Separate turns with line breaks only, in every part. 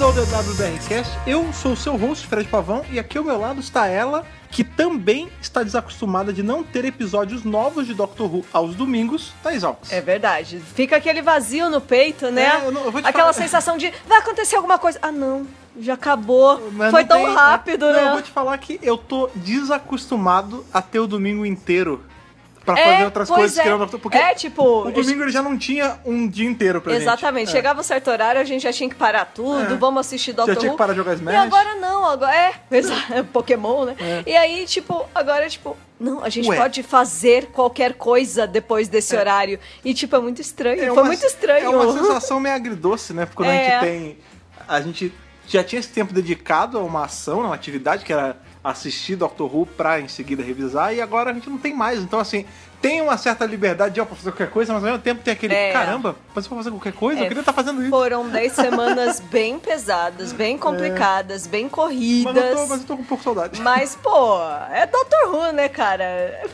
ao WBRCast. Eu sou o seu host, Fred Pavão, e aqui ao meu lado está ela, que também está desacostumada de não ter episódios novos de Doctor Who aos domingos, Thais Alves.
É verdade. Fica aquele vazio no peito, né?
É, eu não- eu vou te falar-
Aquela sensação de vai acontecer alguma coisa. Ah, não. Já acabou.
Mas
Foi
não
tão
tem-
rápido,
não,
né?
Eu vou te falar que eu tô desacostumado a ter o domingo inteiro pra
É,
fazer outras
pois
coisas
é.
que não porque
É, tipo,
o domingo ele já não tinha um dia inteiro pra
Exatamente.
gente. É.
Chegava um certo horário, a gente já tinha que parar tudo,
É.
vamos assistir Doctor
Já tinha
Who.
que parar de jogar
E
Smash.
agora não, agora é, exa- Pokémon, né?
É.
E aí, tipo, agora, tipo, não, a gente
Ué.
pode fazer qualquer coisa depois desse horário. E, tipo, é muito estranho.
É
Foi
uma-
muito estranho.
É uma sensação meio agridoce, né? Porque quando a
É.
gente tem. A gente já tinha esse tempo dedicado a uma ação, a uma atividade que era assistir Doctor Who pra em seguida revisar, e agora a gente não tem mais. Então, assim, tem uma certa liberdade de ó, pra fazer qualquer coisa, mas ao mesmo tempo tem aquele
É.
caramba, mas eu vou fazer qualquer coisa, eu
É.
queria estar fazendo isso.
Foram 10 semanas bem pesadas, bem complicadas, bem corridas.
É. Mas eu, tô, mas eu tô com um pouco de saudade.
Mas, pô, é Dr. Who, né, cara?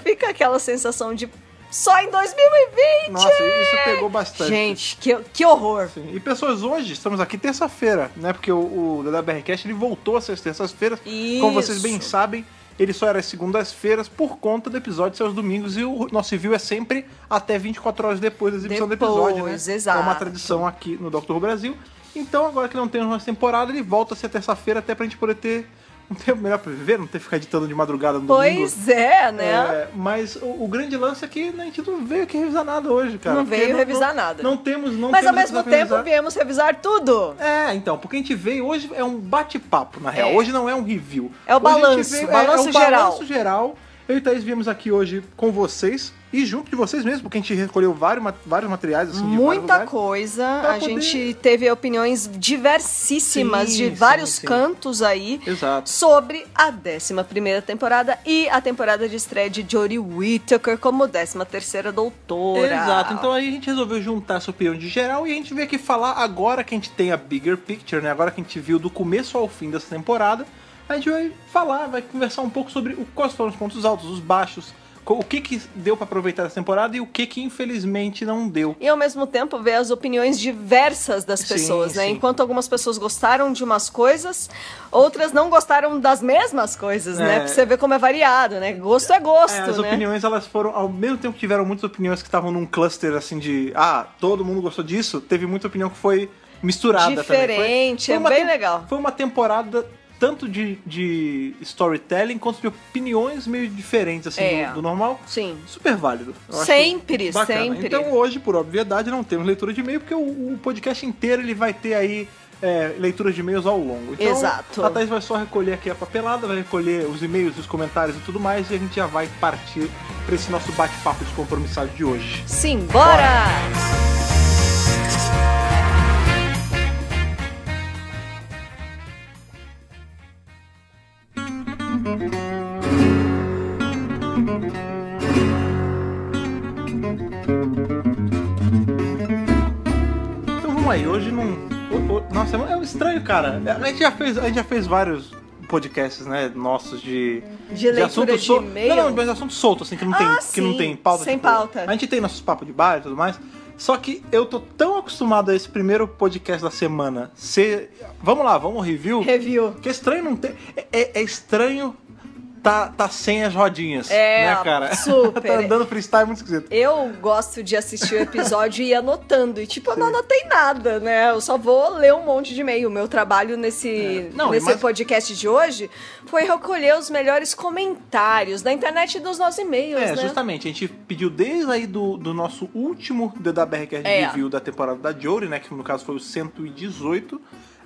Fica aquela sensação de só em 2020!
Nossa, isso pegou bastante.
Gente, que, que horror.
Sim. Assim, E pessoas, hoje estamos aqui terça-feira, né? Porque o, o DWRcast ele voltou essas terças-feiras.
Isso.
Como vocês bem sabem, ele só era às segundas-feiras por conta do episódio ser aos domingos e o nosso review é sempre até 24 horas depois da exibição do episódio, né?
Depois, exato.
É uma tradição aqui no Doctor Who Brasil. Então, agora que não temos mais temporada, ele volta a ser terça-feira até pra gente poder ter um tempo melhor pra viver, não ter que ficar editando de madrugada no domingo.
Pois é, né?
É, mas o, o grande lance é que né, a gente não veio aqui revisar nada hoje, cara.
Não
porque
veio revisar nada.
Não temos, não
Mas ao
temos
mesmo
episódio pra
tempo
revisar.
viemos revisar tudo.
É, então, porque a gente veio hoje é um bate-papo, na real.
É.
Hoje não é um review.
É o
Hoje a gente
balanço,
veio-
balanço
é, o
geral.
balanço geral. Eu e o Thaís viemos aqui hoje com vocês e junto de vocês mesmo, porque a gente recolheu vários, ma- vários materiais assim, de vários
Muita
lugares.
coisa.
Pra
A
poder-
gente teve opiniões diversíssimas
Sim,
de
sim,
vários
sim.
cantos aí.
Exato.
sobre a 11 temporada e a temporada de estreia de Jodie Whittaker como 13 doutora.
Exato, então aí a gente resolveu juntar essa opinião de geral e a gente veio aqui falar agora que a gente tem a bigger picture, né? Agora que a gente viu do começo ao fim dessa temporada, a gente vai falar, vai conversar um pouco sobre o- quais foram os pontos altos, os baixos, co- o que que deu pra aproveitar essa temporada e o que que infelizmente não deu.
E ao mesmo tempo ver as opiniões diversas das
Sim,
pessoas, né?
sim.
Enquanto algumas pessoas gostaram de umas coisas, outras não gostaram das mesmas coisas, né?
É.
Pra você ver como é variado, né? Gosto é gosto,
É, as
né?
opiniões, elas foram, ao mesmo tempo que tiveram muitas opiniões que estavam num cluster assim de, ah, todo mundo gostou disso, teve muita opinião que foi misturada também. Foi-
Diferente, é
uma
bem
tem-
legal.
Foi uma temporada tanto de, de storytelling quanto de opiniões meio diferentes assim
É.
do, do normal.
Sim.
Super válido. Eu acho
Sempre,
bacana.
sempre.
Então hoje, por obviedade, não temos leitura de e-mail, porque o, o podcast inteiro ele vai ter aí é, leitura de e-mails ao longo. Então,
Exato.
A Thaís vai só recolher aqui a papelada, vai recolher os e-mails, os comentários e tudo mais, e a gente já vai partir para esse nosso bate-papo descompromissado de hoje.
Sim, bora!
Então vamos aí, hoje não. o- o- Nossa, é um estranho, cara. A gente já fez, a gente já fez vários podcasts, né, nossos de.
De leitura de
sol-
e-mail.
Não, não, mas assunto solto, assim, que não tem,
Ah,
que não
sim,
tem pauta. tipo,
sem pauta.
A gente tem nossos papos de bar e tudo mais. Só que eu tô tão acostumado a esse primeiro podcast da semana ser. Vamos lá, vamos review.
Review.
Que é estranho não ter. É, é- é estranho tá, tá sem as rodinhas.
É,
né, cara?
super.
tá andando freestyle muito esquisito.
Eu gosto de assistir o episódio e ir anotando. E, tipo, eu não anotei nada, né? Eu só vou ler um monte de e-mail. O meu trabalho nesse,
É. Não, e
nesse
mais-
podcast de hoje foi recolher os melhores comentários da internet e dos nossos e-mails,
É,
né?
justamente, a gente pediu desde aí do, do nosso último DWRcast
É.
Review da temporada da Jory, né, que no caso foi o 118,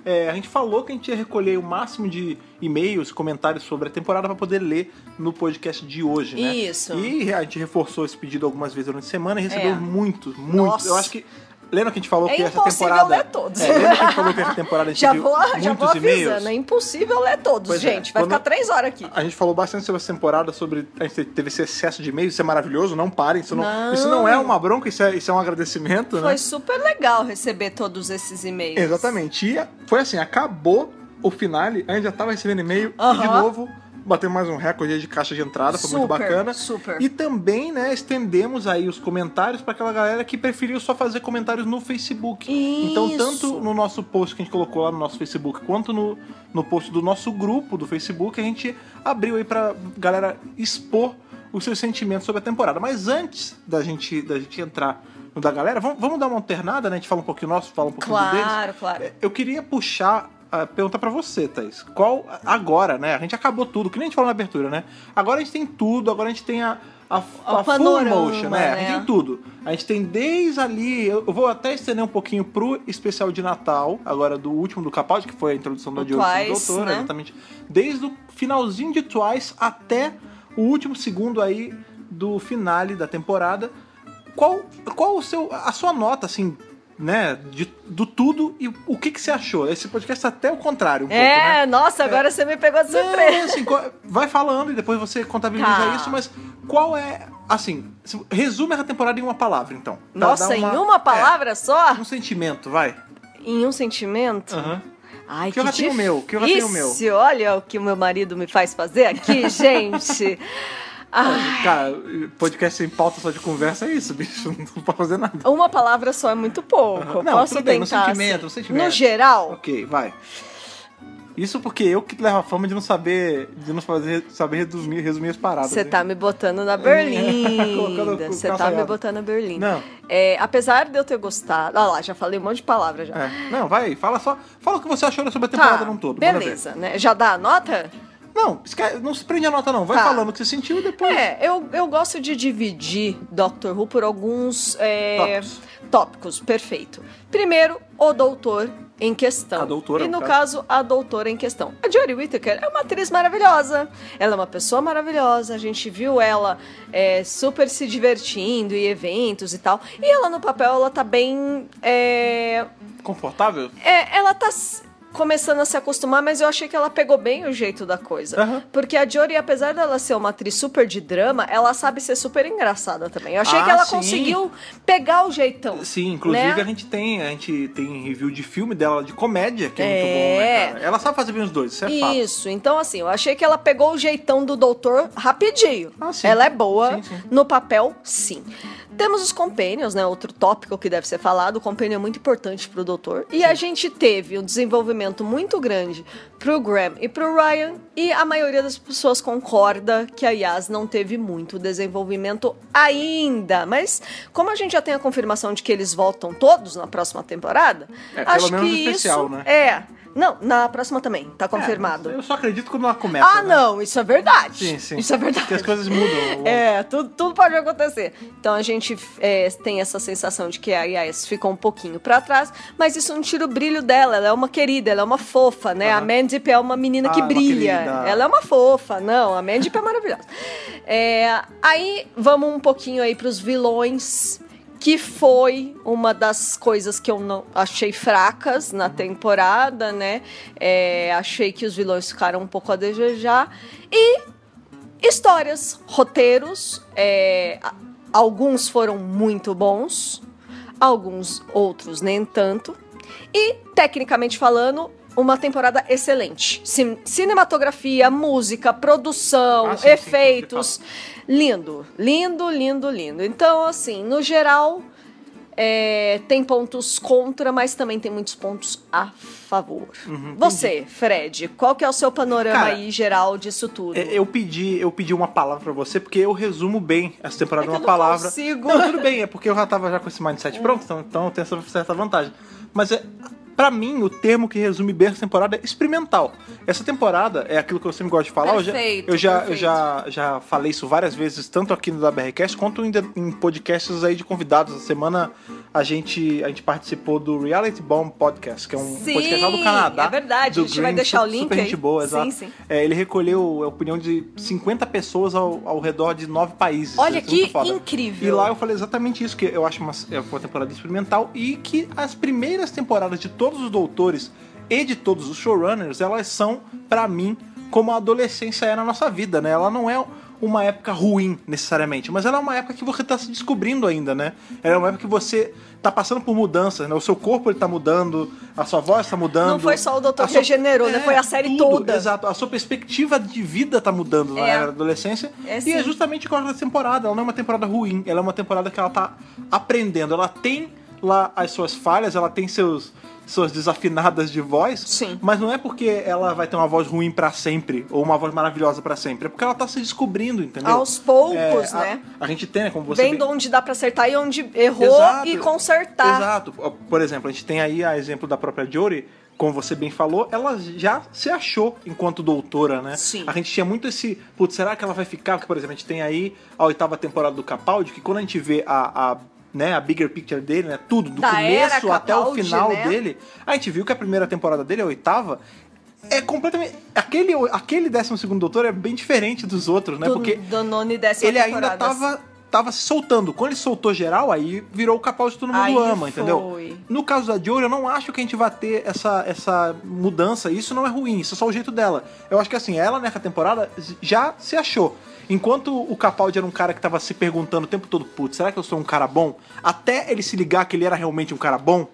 é, a gente falou que a gente ia recolher o máximo de e-mails, comentários sobre a temporada pra poder ler no podcast de hoje, né?
Isso.
E a gente reforçou esse pedido algumas vezes durante a semana e recebeu
É.
muitos, muitos.
Nossa.
Eu acho que... Lembra que a gente falou
É
que essa
impossível
temporada...
ler todos.
É, lembra que a gente falou que essa temporada a gente
Já
viu
vou,
muitos
já vou
e-mails?
avisando. É impossível ler todos,
Pois é,
gente. Vai
quando- Né?
ficar três horas aqui.
A gente falou bastante sobre essa temporada, sobre a gente teve esse excesso de e-mails, isso é maravilhoso, não parem, isso não,
Não.
Isso não é uma bronca, isso é, isso é um agradecimento,
Foi
né?
super legal receber todos esses e-mails.
Exatamente. E foi assim, acabou o finale, a gente já tava recebendo e-mail e de
Aham.
novo bateu mais um recorde aí de caixa de entrada, foi muito
Super,
bacana.
super.
E também, né, estendemos aí os comentários para aquela galera que preferiu só fazer comentários no Facebook. Então,
Isso.
tanto no nosso post que a gente colocou lá no nosso Facebook, quanto no, no post do nosso grupo do Facebook, a gente abriu aí pra galera expor os seus sentimentos sobre a temporada. Mas antes da gente, da gente entrar no da galera, vamos, vamos dar uma alternada, né? A gente fala um pouquinho nosso, fala um pouquinho do deles.
Claro, claro.
É, Eu queria puxar a pergunta pra você, Thaís. Qual agora, né? A gente acabou tudo, que nem a gente falou na abertura, né? Agora a gente tem tudo, agora a gente tem a, a, a full
panorama,
motion, né? A gente
né?
tem tudo. A gente tem desde ali, eu eu vou até estender um pouquinho pro especial de Natal, agora do último do Capaldi, que foi a introdução do
O
Diogo do
Twice,
Doutor,
né?
exatamente. Desde o finalzinho de Twice até o último segundo aí do finale da temporada. Qual, qual o seu, a sua nota, assim, né, de, do tudo e o que, que você achou? Esse podcast é até o contrário um pouco, né?
É, nossa, agora você me pegou de surpresa.
Não, assim, qual- vai falando e depois você contabiliza
Tá.
isso, mas qual é, assim, se- resume a temporada em uma palavra, então. Dá-
Nossa,
dá
em uma palavra só?
é, um sentimento, vai.
Em um sentimento?
Aham.
Ai,
Que eu já tenho o meu, que eu já tenho o meu.
difícil. Olha o que o meu marido me faz fazer aqui, gente. Ah,
Cara, podcast sem pauta só de conversa é isso, bicho. Não pode fazer nada.
uma palavra só é muito pouco.
Aham. Não,
Posso
tudo
tentar.
bem, no
assim.
sentimento, no sentimento.
No geral,
Ok, vai. Isso porque eu que levo a fama de não saber, de não fazer, saber resumir, resumir as paradas.
você
né?
tá me botando na Berlinda.
Colocando o
Você tá
calçaiado.
me botando na Berlinda.
Não.
É, apesar de eu ter gostado. Olha lá, já falei um monte de palavra já.
É. Não, vai, fala só. Fala o que você achou sobre a temporada
Tá,
num um todo. manda ver.
beleza, né? Já dá a nota?
Não, esque- não se prende a nota, não. Vai
Tá.
falando o que você sentiu e depois.
É, eu, eu gosto de dividir Doctor Who por alguns é,
Tópicos.
tópicos. perfeito. Primeiro, o doutor em questão.
A doutora,
E
no
no caso, a doutora em questão. A Jodie Whittaker é uma atriz maravilhosa. Ela é uma pessoa maravilhosa. A gente viu ela é, super se divertindo em eventos e tal. E ela no papel, ela tá bem. é,
Confortável?
é, ela tá s- começando a se acostumar, mas eu achei que ela pegou bem o jeito da coisa.
Aham.
Porque a Jory, apesar dela ser uma atriz super de drama, ela sabe ser super engraçada também. Eu achei
Ah,
que ela
sim.
conseguiu pegar o jeitão.
Sim, inclusive
Né?
a gente tem. A gente tem review de filme dela de comédia, que é, muito
É.
bom, né, cara? Ela sabe fazer bem os dois, isso é fato.
Isso, então assim, eu achei que ela pegou o jeitão do doutor rapidinho.
Ah, sim.
ela é boa
Sim, sim.
no papel, sim. Temos os companions, né? Outro tópico que deve ser falado. O companion é muito importante pro doutor. E a gente teve um desenvolvimento muito grande pro Graham e pro Ryan. E a maioria das pessoas concorda que a Yas não teve muito desenvolvimento ainda. Mas como a gente já tem a confirmação de que eles voltam todos na próxima temporada,
É, pelo
acho
menos
que
especial,
isso
né?
é. Não, na próxima também, tá confirmado.
É, Eu só acredito quando ela começa.
Ah,
né?
não, isso é verdade.
Sim, sim.
Isso é verdade.
Porque as coisas mudam.
É, tudo, tudo pode acontecer. Então a gente é, tem essa sensação de que a Yas ficou um pouquinho pra trás, mas isso não tira o brilho dela. Ela é uma querida, ela é uma fofa, né?
Aham.
A Mandip é uma menina
Ah,
que
é uma
brilha.
querida.
ela é uma fofa, não. A Mandip é maravilhosa. É, aí vamos um pouquinho aí pros vilões. Que foi uma das coisas que eu não achei fracas na temporada, né? É, achei que os vilões ficaram um pouco a desejar. E histórias, roteiros. é, a- alguns foram muito bons, alguns outros nem tanto. E, tecnicamente falando, uma temporada excelente. Cin- cinematografia, música, produção,
Ah, sim, sim, sim,
efeitos.
de
lindo, lindo, lindo, lindo. Então, assim, no geral. é, tem pontos contra, mas também tem muitos pontos a favor. Você, Fred, qual que é o seu panorama
Uhum, Cara,
aí geral disso tudo?
É, Eu pedi, eu pedi uma palavra pra você, porque eu resumo bem essa temporada
É
em
que
uma
eu não
palavra.
consigo.
Não, tudo bem, é porque eu já tava já com esse mindset pronto, então, então eu tenho essa certa vantagem. Mas é, pra mim, o termo que resume bem essa temporada é experimental. Essa temporada é aquilo que eu sempre gosto de falar. eu já-
Perfeito,
eu já, eu já,
perfeito.
já, já falei isso várias vezes, tanto aqui no WRCast quanto em, em podcasts aí de convidados. Essa semana a gente, a gente participou do Reality Bomb Podcast, que é um
Sim,
podcast lá do Canadá.
é verdade,
do
a gente vai
Green,
deixar o
su-
link
Super
aí.
gente boa,
Sim,
exato.
sim.
É, ele recolheu a opinião de 50 pessoas ao, ao redor de nove países.
Olha
Isso é muito
que
foda.
incrível.
E lá eu falei exatamente isso, que eu acho uma, é uma temporada experimental e que as primeiras temporadas de todos os doutores e de todos os showrunners, elas são, pra mim, como a adolescência é na nossa vida, né? Ela não é uma época ruim, necessariamente, mas ela é uma época que você tá se descobrindo ainda, né? Ela é uma época que você tá passando por mudanças, né? O seu corpo ele tá mudando, a sua voz tá mudando.
Não foi só o Dr.
a sua- É,
Regenerou, né? Foi a série
tudo,
toda.
Exato. A sua perspectiva de vida tá mudando na
É.
era da adolescência. e
É,
é
sim.
justamente com a temporada. Ela não é uma temporada ruim, ela é uma temporada que ela tá aprendendo. Ela tem lá as suas falhas, ela tem seus suas desafinadas de voz,
Sim.
mas não é porque ela vai ter uma voz ruim pra sempre ou uma voz maravilhosa pra sempre, é porque ela tá se descobrindo, entendeu?
Aos poucos,
É, a-
né?
A, gente tem, né, como você bem-
Vendo onde dá pra acertar e onde errou
Exato.
e consertar.
Exato. Por exemplo, a gente tem aí a exemplo da própria Jory, como você bem falou, ela já se achou enquanto doutora, né?
Sim.
A gente tinha muito esse, putz, será que ela vai ficar? Porque, por exemplo, a gente tem aí a oitava temporada do Capaldi, que quando a gente vê a, a, né, a bigger picture dele, né, tudo, do
Da era
começo até o
Capaldi,
final
né?
dele, a gente viu que a primeira temporada dele, a oitava, é completamente... Aquele, aquele décimo segundo doutor é bem diferente dos outros, né?
Do,
Porque
do nono e décima
ele ainda
temporadas.
tava, tava se soltando. Quando ele soltou geral, aí virou o Capaldi todo mundo
Aí
ama,
foi.
entendeu? No caso da Jory, eu não acho que a gente vai ter essa, essa mudança. Isso não é ruim, isso é só o jeito dela. Eu acho que assim, ela nessa temporada já se achou. Enquanto o Capaldi era um cara que tava se perguntando o tempo todo, putz, será que eu sou um cara bom? Até ele se ligar que ele era realmente um cara bom,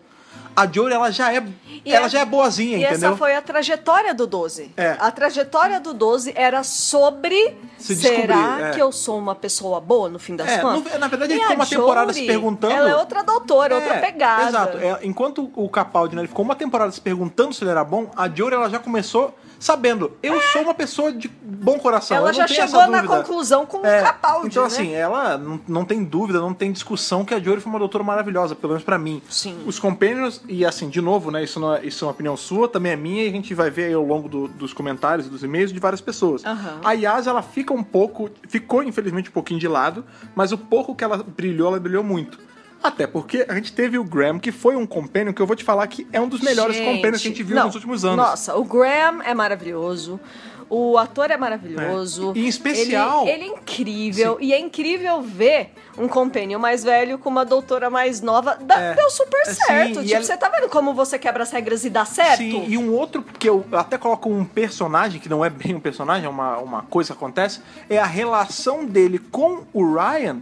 a Jory, ela já é,
E
ela
essa-
já é boazinha,
E
entendeu?
essa foi a trajetória do 12.
É.
A trajetória do 12 era sobre
Se descobrir,
será
é.
que eu sou uma pessoa boa no fim das
É,
contas?
no- na verdade, ele
E
ficou
a
uma temporada se
Jory,
perguntando-
Ela é outra doutora, outra
É,
pegada.
Exato. É, enquanto o Capaldi né, ele ficou uma temporada se perguntando se ele era bom, a Jory ela já começou sabendo, eu sou uma pessoa de bom coração.
Ela
eu não
já
tenho essa
chegou na
dúvida.
conclusão com
É,
o Capaldi,
Então,
né?
assim, ela não, não tem dúvida, não tem discussão que a Jory foi uma doutora maravilhosa, pelo menos pra mim.
Sim.
Os Companions, e assim, de novo, né? Isso, não é, isso é uma opinião sua, também é minha, e a gente vai ver aí ao longo do- dos comentários, e dos e-mails de várias pessoas.
Aham.
A Yas, ela fica um pouco, ficou infelizmente um pouquinho de lado, mas o pouco que ela brilhou, ela brilhou muito. Até porque a gente teve o Graham, que foi um companion que eu vou te falar que é um dos melhores companions que a gente viu
não.
nos últimos anos.
Nossa, o Graham é maravilhoso. O ator é maravilhoso.
É. E em especial-
Ele, ele é incrível. E é incrível ver um companion mais velho com uma doutora mais nova. Dá-
É.
Deu super
Sim,
certo.
e
tipo,
ela-
você tá vendo como você quebra as regras e dá certo?
Sim, e um outro que eu até coloco um personagem, que não é bem um personagem, é uma, uma coisa que acontece, é a relação dele com o Ryan,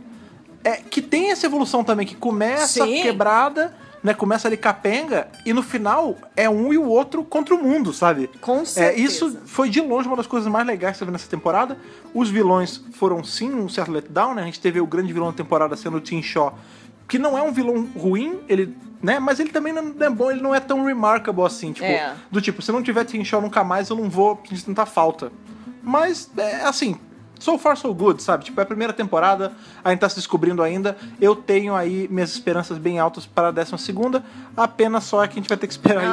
é, que tem essa evolução também, que começa
Sim.
quebrada, né? Começa ali capenga, e no final é um e o outro contra o mundo, sabe?
Com
É,
certeza.
isso foi de longe uma das coisas mais legais que você vê nessa temporada. Os vilões foram sim um certo letdown, né? A gente teve o grande vilão da temporada sendo o Tim Shaw, que não é um vilão ruim, ele, né? Mas ele também não é bom, ele não é tão remarkable assim, tipo,
É.
do tipo, se não tiver Tim Shaw nunca mais, eu não vou sentar falta. Mas é assim, so far so good, sabe? Tipo, é a primeira temporada, a gente tá se descobrindo ainda. Eu tenho aí minhas esperanças bem altas para a décima segunda. A pena só é que a gente vai ter que esperar aí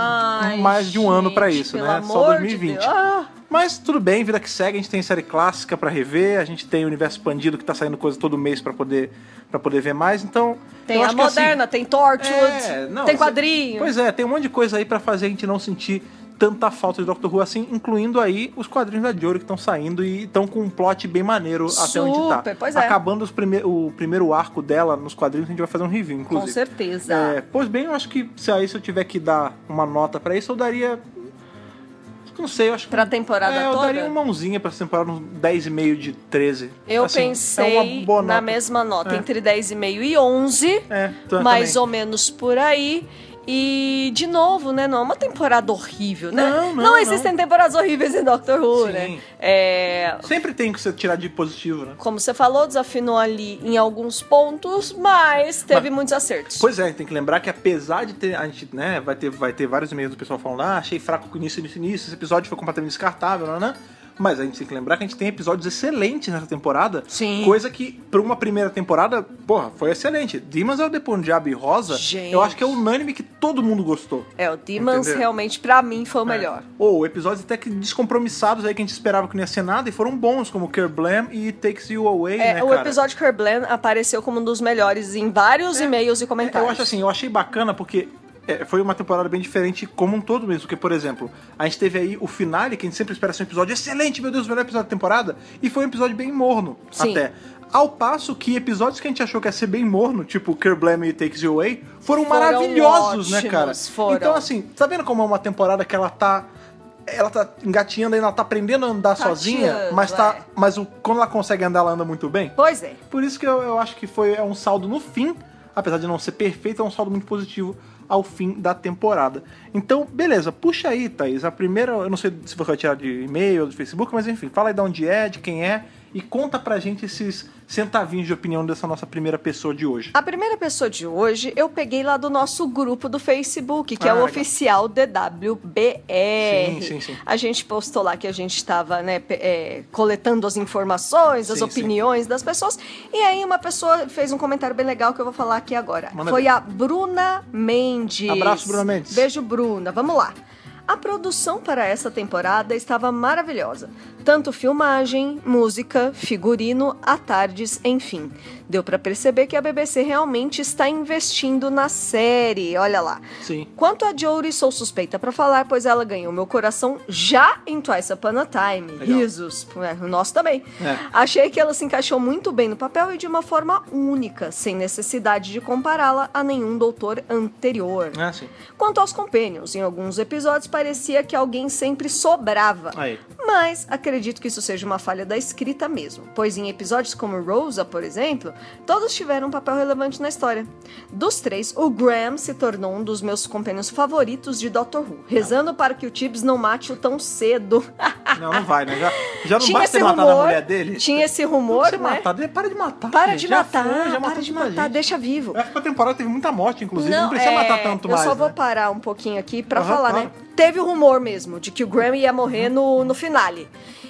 Ai,
mais de um ano pra
gente,
isso,
pelo
né? Só
amor de
2020.
Deus. Ah.
Mas tudo bem, vida que segue, a gente tem série clássica pra rever, a gente tem o universo expandido que tá saindo coisa todo mês pra poder para poder ver mais. Então,
Tem
eu
a
acho que, assim,
moderna, tem Torchwood,
é, não,
tem
cê-
quadrinho.
Pois é, tem um monte de coisa aí pra fazer a gente não sentir tanta falta de Doctor Who assim, incluindo aí os quadrinhos da Jory que estão saindo e estão com um plot bem maneiro até onde tá.
Super, pois é.
Acabando os prime- o primeiro arco dela nos quadrinhos, a gente vai fazer um review, inclusive.
Com certeza.
É, pois bem, eu acho que se aí se eu tiver que dar uma nota pra isso, eu daria. Não sei, eu acho que.
Pra temporada
é, eu
toda?
daria uma mãozinha pra essa temporada, uns 10,5 de 13.
Eu
Assim, é
pensei
uma boa
na
nota.
mesma nota,
É.
entre 10,5 e 11,
É, tá-
mais
também.
ou menos por aí. E, de novo, né, não é uma temporada horrível, né?
Não, não,
existem temporadas horríveis em Doctor Who,
Sim.
né? É,
Sempre tem que você tirar de positivo, né?
como você falou, desafinou ali em alguns pontos, mas teve muitos acertos.
Pois é, tem que lembrar que apesar de ter. A gente, né, vai ter, vai ter vários e-mails do pessoal falando, ah, achei fraco com início, início, início, esse episódio foi completamente descartável, né? Mas a gente tem que lembrar que a gente tem episódios excelentes nessa temporada.
Sim.
Coisa que, pra uma primeira temporada, porra, foi excelente. Demons é o Punjab e Rosa.
Gente.
Eu acho que é unânime que todo mundo gostou.
É, o Demons
Entendeu? É.
realmente, pra mim, foi o melhor.
Ou episódios até que descompromissados aí que a gente esperava que não ia ser nada e foram bons, como Care Blam e Takes You Away,
É,
né,
o
cara?
episódio Kerblan apareceu como um dos melhores em vários e-mails e
É,
comentários.
Eu acho assim, eu achei bacana porque é, foi uma temporada bem diferente como um todo mesmo. Porque, por exemplo, a gente teve aí o finale, que a gente sempre espera ser um episódio excelente, meu Deus, o melhor episódio da temporada, e foi um episódio bem morno
Sim.
até. Ao passo que episódios que a gente achou que ia ser bem morno, tipo Kerblame e Takes You Away, foram,
Foram
maravilhosos, né,
ótimos,
cara?
foram.
Então, assim, tá vendo como é uma temporada que ela tá ela tá engatinhando ainda, ela tá aprendendo a andar
Tá
sozinha,
atirando,
mas tá.
é.
Mas o, quando ela consegue andar, ela anda muito bem.
Pois é.
Por isso que eu, eu acho que foi é um saldo no fim, apesar de não ser perfeito, é um saldo muito positivo ao fim da temporada. Então, beleza, puxa aí, Thaís. A primeira, eu não sei se você vai tirar de e-mail ou do Facebook, mas enfim, fala aí de onde é, de quem é, e conta pra gente esses centavinhos de opinião dessa nossa primeira pessoa de hoje.
A primeira pessoa de hoje eu peguei lá do nosso grupo do Facebook, que
Ah,
é o
legal.
oficial DWBR.
Sim, sim, sim.
A gente postou lá que a gente estava né, pe- é, coletando as informações, as
Sim, sim.
opiniões das pessoas. E aí uma pessoa fez um comentário bem legal que eu vou falar aqui agora.
Manda
Foi
ver.
a Bruna Mendes.
Abraço, Bruna Mendes.
Beijo, Bruna. Vamos lá. A produção para essa temporada estava maravilhosa. Tanto filmagem, música, figurino, a tardes, enfim. Deu para perceber que a BBC realmente está investindo na série. Olha lá.
Sim.
Quanto a Jory, sou suspeita pra falar, pois ela ganhou meu coração já em Twice Upon a Time.
Legal.
Risos. É, o nosso também.
É.
Achei que ela se encaixou muito bem no papel e de uma forma única, sem necessidade de compará-la a nenhum doutor anterior.
É assim.
Quanto aos companions, em alguns episódios parecia que alguém sempre sobrava.
Aí.
Mas acredito que isso seja uma falha da escrita mesmo, pois em episódios como Rosa, por exemplo, todos tiveram um papel relevante na história. Dos três, o Graham se tornou um dos meus companheiros favoritos de Doctor Who, rezando para que o Tibbs não mate-o tão cedo.
Não, não vai, né? Já, já não
tinha
basta
esse
ter
rumor,
matado a mulher dele.
tinha esse
Não
rumor,
precisa
né?
matar, dele, para de matar.
Para
gente,
de
já
matar,
foi, já
para
matou
de
muita
matar,
gente.
deixa vivo.
Eu acho que a temporada teve muita morte, inclusive. Não, precisa
é,
matar tanto
eu
mais.
só vou
né?
parar um pouquinho aqui pra
Aham,
falar,
claro.
né? Teve o rumor mesmo de que o Graham ia morrer no, no finale.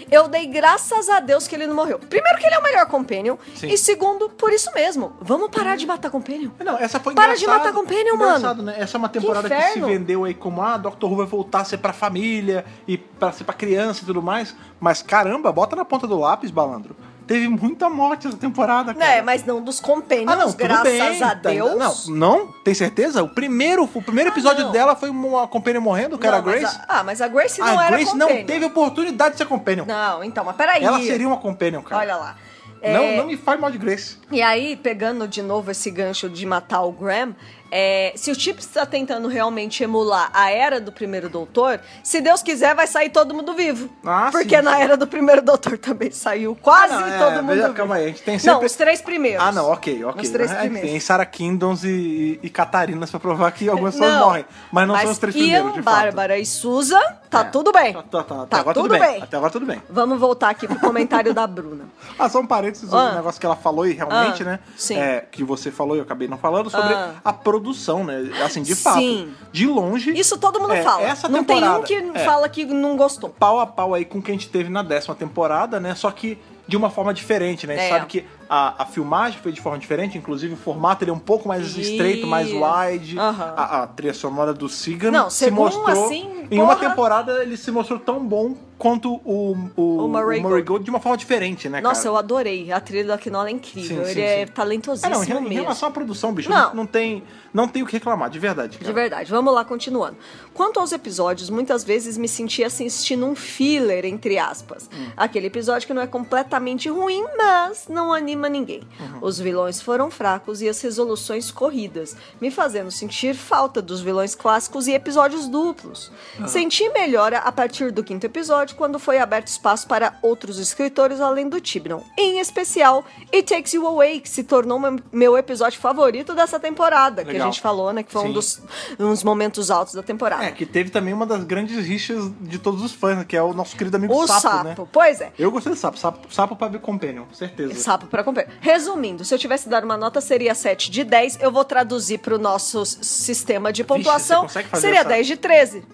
Eu dei graças a Deus que ele não morreu. Primeiro, que ele é o melhor companion.
Sim.
E segundo, por isso mesmo. Vamos parar de matar companion.
Não, essa foi
Para de
engraçado-
matar companion,
engraçado,
mano.
Né? Essa é uma temporada que, se
inferno.
vendeu aí como ah, Doctor Who vai voltar a ser pra família e pra ser pra criança e tudo mais. Mas caramba, bota na ponta do lápis, balandro. Teve muita morte essa temporada, cara.
Né, mas não dos companions,
Ah, não, tudo
graças
bem,
a
tá-
Deus.
Não, não, tem certeza? O primeiro, o primeiro
Ah,
episódio
não.
dela foi uma companion morrendo, que era a
Não, mas
Grace.
a- ah, mas a Grace não
a
era
Grace não
companion.
teve oportunidade de ser companion.
Não, então, mas peraí.
Ela seria uma companion, cara.
Olha lá.
Não,
É,
não me fale mal de Grace.
E aí, pegando de novo esse gancho de matar o Graham, é, se o Chip está tentando realmente emular a era do primeiro doutor, se Deus quiser, vai sair todo mundo vivo.
Ah,
Porque
sim,
na
sim.
era do primeiro doutor também saiu quase
Ah, não, é,
todo mundo
veja,
vivo.
calma aí, a gente tem sempre-
Não, os três primeiros.
Ah, não, ok, ok.
Os três
É,
primeiros.
Tem Sarah Kindons e, e, e Catarinas pra provar que algumas pessoas
Não,
morrem. Mas não são os três
Ian,
primeiros, de fato.
Bárbara e Susan, tá
É.
tudo bem.
Tá, tá, tá, até agora tudo, bem. Até agora tudo bem.
Vamos voltar aqui pro comentário da Bruna.
Ah, só um parênteses,
Ah.
um negócio que ela falou e realmente,
Ah,
né?
sim.
É, que você falou e eu acabei não falando, sobre
Ah.
a produção, né? Assim, de fato.
Sim.
De longe.
Isso todo mundo
é,
fala.
Essa
não tem um
temporada,
que
é,
fala que não gostou.
pau a pau aí com o que a gente teve na décima temporada, né? Só que de uma forma diferente, né? A gente
É.
sabe que a, a filmagem foi de forma diferente, inclusive o formato ele é um pouco mais
Isso.
estreito, mais wide.
Aham.
A, a trilha sonora do Sigan
Não,
se
segundo,
mostrou.
assim,
em uma
porra.
temporada ele se mostrou tão bom quanto o, o,
O Murray
Gold de uma forma diferente, né,
Nossa,
cara?
eu adorei. A trilha da Quinola é incrível.
Sim, sim,
Ele é
sim.
talentosíssimo
É, não, em, re- em
mesmo.
relação à produção, bicho,
Não.
não, tem, não tem o que reclamar, de verdade. Cara.
De verdade, vamos lá continuando. Quanto aos episódios, muitas vezes me sentia assistindo um filler, entre aspas.
Hum.
Aquele episódio que não é completamente ruim, mas não anima ninguém.
Uhum.
Os vilões foram fracos e as resoluções corridas, me fazendo sentir falta dos vilões clássicos e episódios duplos.
Uhum.
Senti melhora a partir do quinto episódio, quando foi aberto espaço para outros escritores além do Tibnon. Em especial, It Takes You Away, que se tornou meu- meu episódio favorito dessa temporada, que a
Legal.
gente falou, né? Que foi um
Sim.
dos uns momentos altos da temporada.
É, que teve também uma das grandes rixas de todos os fãs, que é o nosso querido amigo
o sapo,
né?
pois é.
Eu gostei do sapo. Sapo, sapo pra ver Companion, certeza.
Sapo pra comprar. Resumindo, se eu tivesse dado uma nota, seria 7 de 10. Eu vou traduzir pro nosso s- sistema de pontuação.
você consegue fazer
seria
essa?
10 de 13.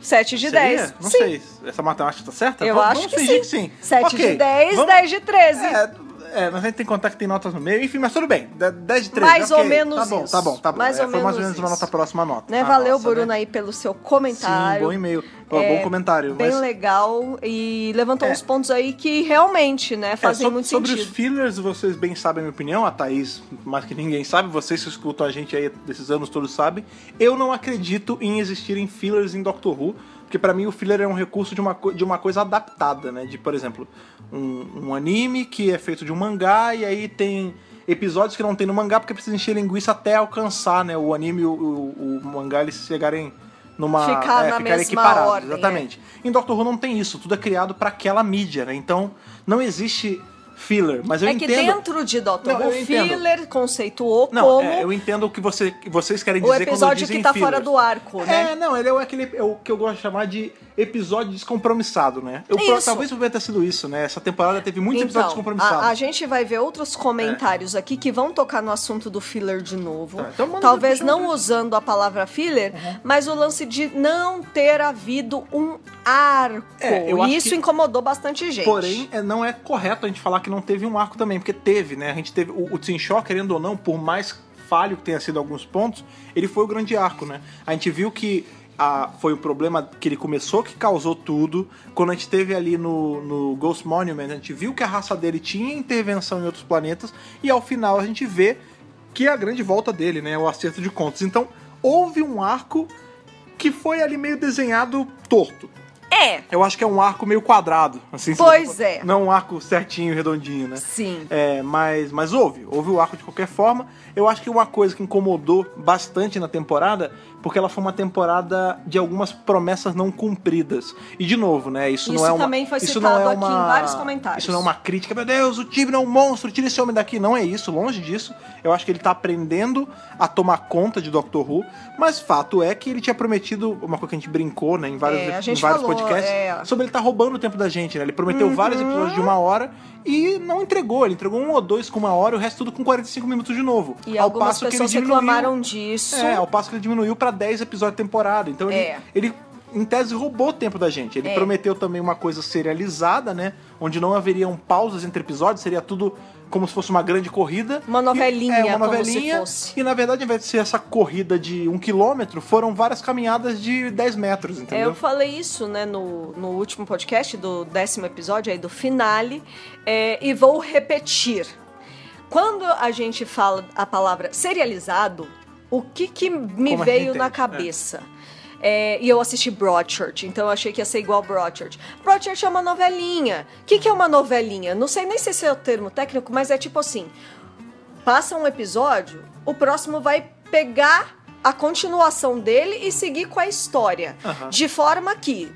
7 de
Seria?
10.
Não
sim.
sei. Essa matemática tá certa?
Eu
Vamos-
acho
vamos
que
fingir
sim.
que sim.
7
Ok,
de 10,
vamos-
10 de 13.
É, é, mas a gente tem que contar que tem notas no meio. Enfim, mas tudo bem. De- 10 de 13.
Mais
ok.
ou menos
Tá bom,
isso.
tá bom, tá bom.
Mais
É,
ou
foi mais ou
menos
menos uma
isso.
nota próxima à nota.
Né?
Ah,
Valeu,
nossa,
Bruno,
né?
aí pelo seu
Sim,
comentário. É,
bom e-mail. Bom, bom comentário.
Bem
mas...
legal. E levantou
É.
uns pontos aí que realmente, né,
É,
fazem
so-
muito
sobre
sentido.
os fillers, vocês bem sabem a minha opinião, a Thaís, mais que ninguém sabe, vocês que escutam a gente aí desses anos todos sabem. Eu não acredito em existirem fillers em Doctor Who, porque pra mim o filler é um recurso de uma, co- de uma coisa adaptada, né? De, por exemplo, um, um anime que é feito de um mangá e aí tem episódios que não tem no mangá porque precisa encher linguiça até alcançar, né? O anime e o, o- o mangá eles chegarem numa
Ficar na mesma
equiparados,
ordem, é.
exatamente. Em Doctor Who não tem isso, tudo é criado para aquela mídia, né? Então não existe filler, mas eu
é que
entendo.
dentro de Doctor
Não,
Who,
eu entendo.
filler conceituou
Não,
como
é, eu entendo o que você- que vocês querem
o
dizer quando
episódio
dizem
que tá
filler.
fora do arco, né?
É, não, ele é o aquele é o que eu gosto de chamar de episódio descompromissado, né? Eu,
É Isso.
Talvez poderia ter sido isso, né? Essa temporada teve muitos episódios
Então,
descompromissados.
a, a gente vai ver outros comentários aqui que vão tocar no assunto do filler de novo.
Tá, então manda
Talvez
depois Uhum. que eu
não usando a palavra filler, mas o lance de não ter havido um arco.
É, eu acho
e isso
que-
incomodou bastante gente.
Porém, é, não é correto a gente falar que não teve um arco também, porque teve, né? A gente teve o, o Tsinchó, querendo ou não, por mais falho que tenha sido em alguns pontos, ele foi o grande arco, né? A gente viu que a- foi o problema que ele começou que causou tudo. Quando a gente teve ali no, no Ghost Monument, a gente viu que a raça dele tinha intervenção em outros planetas, e ao final a gente vê que é a grande volta dele, né? O acerto de contas. Então, houve um arco que foi ali meio desenhado torto.
é,
Eu acho que é um arco meio quadrado, assim.
Pois
sabe?
é.
Não um arco certinho, redondinho, né?
sim.
É, mas, mas houve, houve o arco de qualquer forma. Eu acho que uma coisa que incomodou bastante na temporada, porque ela foi uma temporada de algumas promessas não cumpridas. E de novo, né? Isso,
Isso
não é uma.
também foi
isso
citado
não é
aqui
uma,
em vários comentários.
Isso não é uma crítica, meu Deus, o time é um monstro, tira esse homem daqui. Não é isso, longe disso. Eu acho que ele tá aprendendo a tomar conta de Doctor Who, mas fato é que ele tinha prometido, uma coisa que a gente brincou, né, em vários,
É, a
em
gente
vários
falou,
podcasts,
é.
sobre ele tá roubando o tempo da gente, né? Ele prometeu
Uhum.
vários episódios de uma hora e não entregou. Ele entregou um ou dois com uma hora e o resto tudo com 45 minutos de novo.
E
É, Ao
algumas
passo que ele
pessoas
diminuiu-
reclamaram disso.
É, ao passo que ele diminuiu pra 10 episódios da temporada. Então ele,
É.
ele, em tese, roubou o tempo da gente. Ele
É.
prometeu também uma coisa serializada, né? Onde não haveriam pausas entre episódios, seria tudo como se fosse uma grande corrida.
Uma
E-
novelinha,
é, uma
como se
novelinha.
fosse.
E na verdade, ao invés de ser essa corrida de um quilômetro, foram várias caminhadas de 10 metros,
É,
entendeu?
eu falei isso, né, no, no último podcast do décimo episódio, aí do finale, é, e vou repetir. Quando a gente fala a palavra serializado, o que, que me
Como a gente
veio
entende,
na
né?
cabeça? É, e eu assisti Broadchurch, então eu achei que ia ser igual Broadchurch. Broadchurch é uma novelinha. O que, que é uma novelinha? Não sei nem se esse é o termo técnico, mas é tipo assim: passa um episódio, o próximo vai pegar a continuação dele e seguir com a história.
Aham.
De forma que,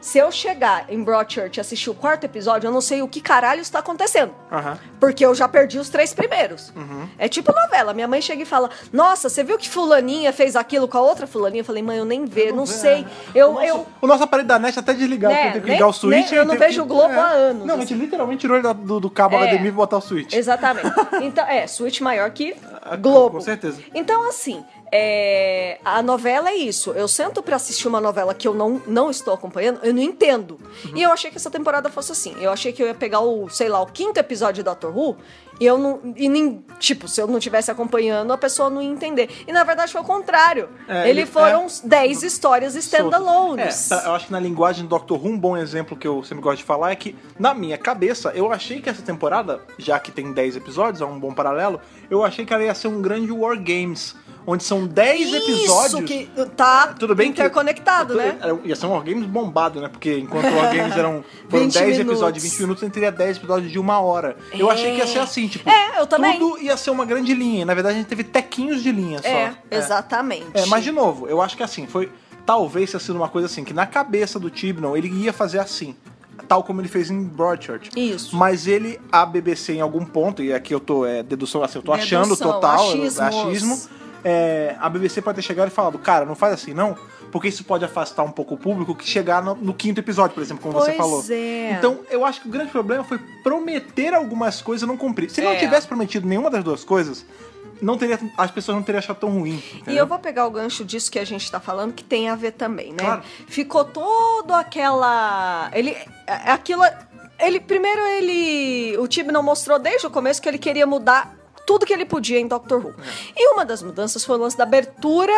se eu chegar em Broadchurch e assistir o quarto episódio, eu não sei o que caralho está acontecendo.
Aham.
Porque eu já perdi os três primeiros. É tipo novela. Minha mãe chega e fala: Nossa, você viu que fulaninha fez aquilo com a outra fulaninha? Eu falei, mãe, eu nem vejo, não, é.
vê,
sei.
né?
Eu,
o, nosso,
eu
o nosso aparelho da NET até desligar,
Né?
porque teve que
Nem-
ligar o switch.
nem- eu
e
não
teve
vejo o Globo há anos,
Não, a gente literalmente tirou ele da- do, do cabo
É.
HDMI e botar o switch.
Exatamente. Então, é, Switch maior que
Ah,
Globo.
com certeza.
Então, assim, é, a novela é isso. Eu sento pra assistir uma novela que eu não, não estou acompanhando, eu não entendo.
Uhum.
E eu achei que essa temporada fosse assim. Eu achei que eu ia pegar o, sei lá, o quinto episódio de Doctor Who e eu não. E nem, tipo, se eu não estivesse acompanhando, a pessoa não ia entender. E na verdade foi o contrário.
É,
Ele
ele-
foram 10 histórias standalones.
É, tá, eu acho que na linguagem do Dr. Who, um bom exemplo que eu sempre gosto de falar é que, na minha cabeça, eu achei que essa temporada, já que tem 10 episódios, é um bom paralelo, eu achei que ela ia ser um grande War Games, onde são 10
Isso
episódios.
que tá
Tudo bem que-
interconectado,
Tudo-
né?
era- Ia ser um Wargames bombado, né? Porque enquanto o Wargames eram, foram
20
10
minutos.
episódios de 20 minutos, a gente teria 10 episódios de uma hora. Eu
É.
achei que ia ser assim, tipo...
É, eu também.
Tudo ia ser uma grande linha. Na verdade, a gente teve tequinhos de linha só.
É, exatamente.
É, mas de novo, eu acho que assim, foi... Talvez tenha sido uma coisa assim, que na cabeça do Tibnon, ele ia fazer assim. Tal como ele fez em Broadchurch.
Isso.
Mas ele, a BBC em algum ponto, e aqui eu tô, é, dedução, assim, eu tô
Dedução,
achando total,
achismos.
achismo, é, a BBC pode ter chegado e falado, cara, não faz assim não, porque isso pode afastar um pouco o público que chegar no, no quinto episódio, por exemplo, como você
Pois
falou.
é.
Então, eu acho que o grande problema foi prometer algumas coisas e não cumprir. Se ele
É.
não tivesse prometido nenhuma das duas coisas, não teria, as pessoas não teriam achado tão ruim.
E eu vou pegar o gancho disso que a gente tá falando, que tem a ver também, né?
Claro.
Ficou todo aquela. Ele. a- Aquilo. Ele. Primeiro, ele. O time não mostrou desde o começo que ele queria mudar. Tudo que ele podia em Doctor
É.
Who. E uma das mudanças foi o lance da abertura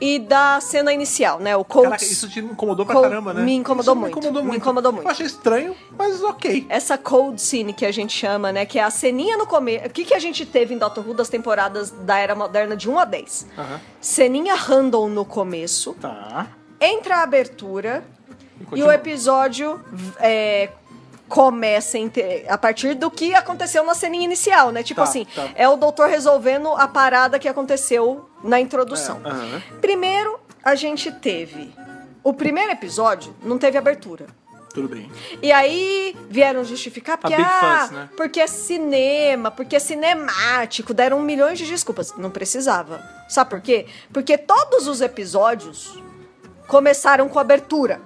e da cena inicial, né? O coach.
Caraca, isso te incomodou pra
Co-
caramba, né?
me incomodou
Isso
muito,
Me incomodou
me
muito.
incomodou muito.
Eu achei estranho, mas ok.
essa cold scene que a gente chama, né? Que é a ceninha no começo. O que, que a gente teve em Doctor Who das temporadas da Era Moderna de 1 a 10?
Aham.
Ceninha random no começo,
Tá.
entra a abertura
E
e,
continua.
o episódio é, começa em te- a partir do que aconteceu na ceninha inicial, né? Tipo
Tá,
assim,
tá.
é o doutor resolvendo a parada que aconteceu na introdução.
É, aham.
Primeiro, a gente teve. O primeiro episódio não teve abertura.
Tudo bem.
E aí vieram justificar porque,
A Big
ah,
Fuzz, né?
porque é cinema, porque é cinemático, deram milhões de desculpas. Não precisava. Sabe por quê? Porque todos os episódios começaram com abertura.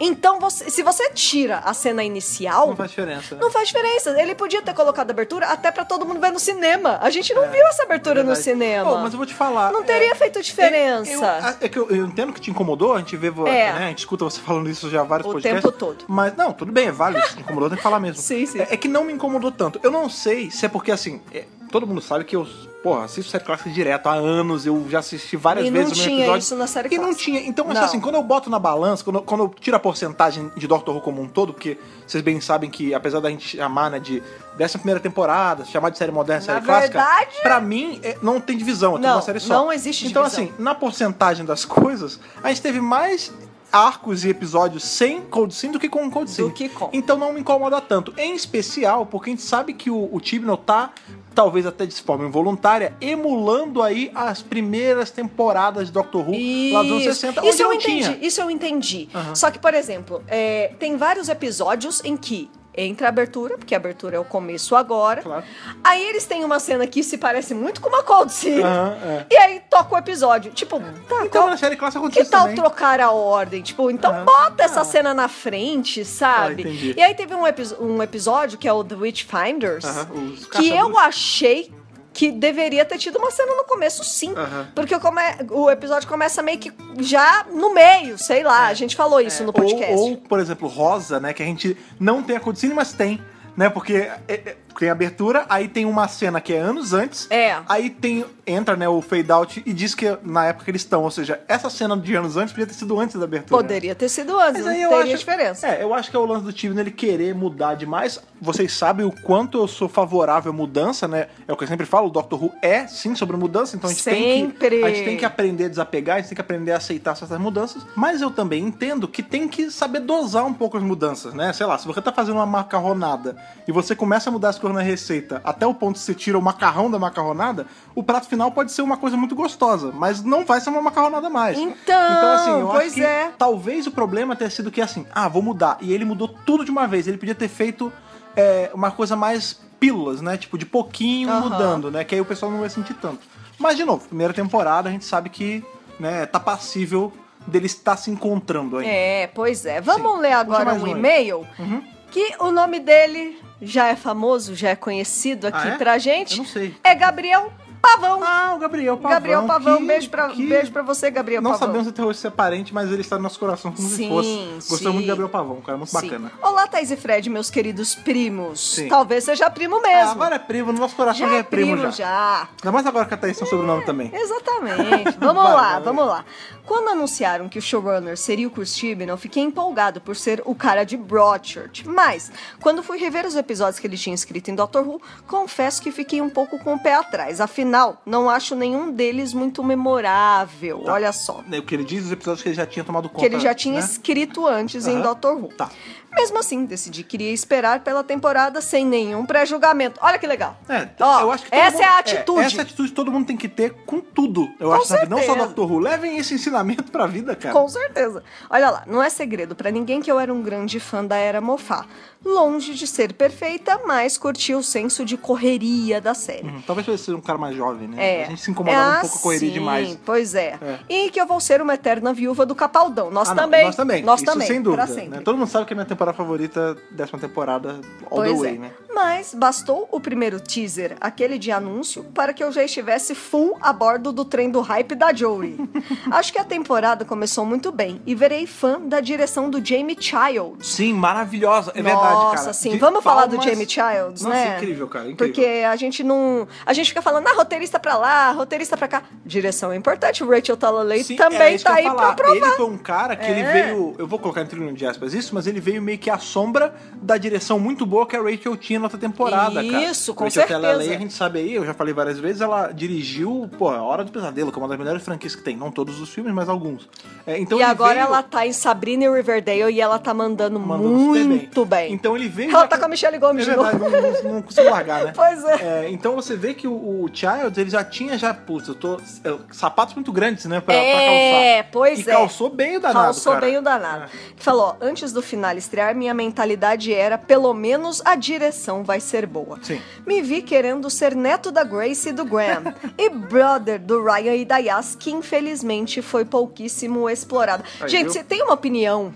Então, você- se você tira a cena inicial,
Não faz diferença. né?
não faz diferença. Ele podia ter colocado abertura até pra todo mundo ver no cinema. A gente não viu essa abertura no
É, Verdade.
cinema.
Pô, mas eu vou te falar. é,
Não teria feito diferença.
Eu, eu- é que eu, eu entendo que te incomodou, a gente vê, vo-
É.
né? A gente escuta você falando isso já há vários
O
podcasts.
tempo todo.
Mas, não, tudo bem, é válido. Se te incomodou, tem que falar mesmo.
Sim, sim.
É, é que não me incomodou tanto. Eu não sei se é porque, assim, é, todo mundo sabe que eu, porra, assisto série clássica direto há anos, eu já assisti várias
E não
vezes o mesmo
tinha
episódio.
isso na série
E não
clássica.
tinha. Então, mas
Não.
assim, quando eu boto na balança, quando, eu- quando eu tiro a porcentagem de Doctor Who como um todo, porque vocês bem sabem que, apesar da gente chamar, né, de 11 primeira temporada, chamar de série moderna, série clássica,
verdade-
pra mim é, não tem divisão, é tudo
Não,
uma série só.
não existe
Então,
divisão.
assim, na porcentagem das coisas, a gente teve mais arcos e episódios sem Cold Sim do que com Cold Sim.
Do que com.
Então não me incomoda tanto. Em especial, porque a gente sabe que o, o Tibnall tá, talvez até de forma involuntária, emulando aí as primeiras temporadas de Doctor Who lá dos anos 60, onde
Isso eu
não
entendi,
tinha.
isso eu entendi.
Aham.
Só que, por exemplo, é, tem vários episódios em que entra a abertura, porque a abertura é o começo agora.
Claro.
Aí eles têm uma cena que se parece muito com uma cold scene.
Aham, é.
E aí toca o episódio. Tipo, tá,
Então
qual-
na série clássica
que
acontece
tal
também.
trocar a ordem? Tipo, então
Aham. Ah.
bota essa cena na frente,
Ah,
sabe?
entendi.
e aí teve um, epi- um episódio que é o The Witchfinders,
Aham, os
que eu
caçadores.
achei que deveria ter tido uma cena no começo, sim.
Aham.
Porque come- o episódio começa meio que já no meio, sei lá. A gente falou isso no podcast.
É. Ou, né? ou, por exemplo, Rosa, né? Que a gente não tem a cutscene, mas tem. Né, porque é, é, tem abertura, aí tem uma cena que é anos antes.
É.
Aí tem. Entra, né, o fade out e diz que é na época que eles estão. Ou seja, essa cena de anos antes podia ter sido antes da abertura.
Poderia ter sido antes,
Mas
não
aí eu
teria
acho,
diferença.
É, eu acho que é o lance do time ele querer mudar demais. Vocês sabem o quanto eu sou favorável à mudança, né? É o que eu sempre falo, o Doctor Who é sim sobre mudança, então a gente tem
Sempre.
que a gente tem que aprender a desapegar, a gente tem que aprender a aceitar certas mudanças, mas eu também entendo que tem que saber dosar um pouco as mudanças, né? Sei lá, se você tá fazendo uma macarronada e você começa a mudar as coisas na receita até o ponto que você tira o macarrão da macarronada, o prato final pode ser uma coisa muito gostosa, mas não vai ser uma macarronada mais.
Então,
assim, eu
pois
acho que
é.
Talvez o problema tenha sido que assim, ah, vou mudar. E ele mudou tudo de uma vez. Ele podia ter feito é, uma coisa mais pílulas, né? Tipo, de pouquinho
Aham.
mudando, né? Que aí o pessoal não ia sentir tanto. Mas, de novo, primeira temporada, a gente sabe que né, tá passível dele estar se encontrando ainda.
É, pois é. Vamos ler agora
mais um
um
aí.
e-mail
Uhum.
que o nome dele já é famoso, já é conhecido aqui
Ah, é?
pra gente.
Eu não sei.
É Gabriel Pavão.
Ah, o Gabriel Pavão.
Gabriel Pavão,
que-
beijo, pra,
que
beijo pra você, Gabriel
Não
Pavão.
sabemos até hoje se é parente, mas ele está no nosso coração como se
Sim,
fosse. Gostamos
sim.
muito do Gabriel Pavão, cara, muito
Sim.
bacana.
Olá, Thaís e Fred, meus queridos primos.
Sim.
Talvez seja primo
Ah,
mesmo.
agora é primo, no nosso coração
já
já
é primo, já.
Ainda mais agora que a Thaís tem um sobrenome também.
Exatamente. Vamos
Vai,
lá,
vai,
vamos lá. Quando anunciaram que o showrunner seria o Chris Chibnall, fiquei empolgado por ser o cara de Broadchurch. Mas, quando fui rever os episódios que ele tinha escrito em Doctor Who, confesso que fiquei um pouco com o pé atrás. Afinal, não acho nenhum deles muito memorável.
Tá.
Olha só.
né, o que ele diz, os episódios que ele já tinha tomado conta.
que ele já tinha
né?
escrito antes em
Aham.
Doctor Who.
Tá.
Mesmo assim, decidi que iria esperar pela temporada sem nenhum pré-julgamento. Olha que legal.
É,
Ó,
eu acho que todo
essa
mundo-
é a atitude.
essa atitude todo mundo tem que ter com tudo. Eu
Com
acho, sabe? Não só
certeza.
Doctor Who. Levem esse ensinamento pra vida, cara.
Com certeza. Olha lá, não é segredo pra ninguém que eu era um grande fã da era Mofá. Longe de ser perfeita, mas curti o senso de correria da série.
Hum, Talvez por ser um cara mais jovem, né?
É.
A gente se incomodava
É
um pouco com a correria
assim,
demais.
Pois é.
É.
E que eu vou ser uma eterna viúva do Capaldão. Nós
Ah, não,
também.
Nós também.
Nós
Isso
também.
sem
pra
dúvida.
sempre.
né? Todo mundo sabe que é minha temporada favorita, décima temporada, all
Pois
the way,
é.
né?
Mas bastou o primeiro teaser, aquele de anúncio, para que eu já estivesse full a bordo do trem do hype da Joey. Acho que a temporada começou muito bem e verei fã da direção do Jamie Childs.
Sim, maravilhosa. É verdade,
Nossa,
cara.
sim.
De
Vamos falar do
palmas-
Jamie Childs,
Nossa,
né?
incrível, cara. Incrível.
Porque a gente não. A gente fica falando, ah, roteirista pra lá, roteirista pra cá. Direção é importante. O Rachel Talalay
Sim, é,
também
isso
tá
que eu
aí
ia falar.
pra provar.
Ele foi um cara que ele
É.
veio, eu vou colocar entre linhas de aspas isso, mas ele veio meio que à sombra da direção muito boa que a Rachel tinha outra temporada, cara.
Isso, com
Rachel Taylor
certeza.
Leigh, a gente sabe aí, eu já falei várias vezes, ela dirigiu, pô, A Hora do Pesadelo, que é uma das melhores franquias que tem. Não todos os filmes, mas alguns. É, então
e
ele
agora
veio
ela tá em Sabrina e Riverdale e ela tá mandando,
mandando super
muito bem.
Então ele veio...
ela
já
tá com a Michelle Gomes
é
de novo.
verdade, não, não, não consigo largar, né?
Pois é.
É, então você vê que o, o Childs, ele já tinha já, putz, eu tô. eu- sapatos muito grandes, né? Pra, pra
É,
calçar.
pois
e
é.
calçou bem o danado.
Calçou
cara.
bem o danado. Ele Falou, antes do final estrear, minha mentalidade era, pelo menos a direção vai ser boa.
Sim.
Me vi querendo ser neto da Grace e do Graham. e brother do Ryan e da Yas, que infelizmente foi pouquíssimo explorada.
Aí,
Gente,
viu?
você tem uma opinião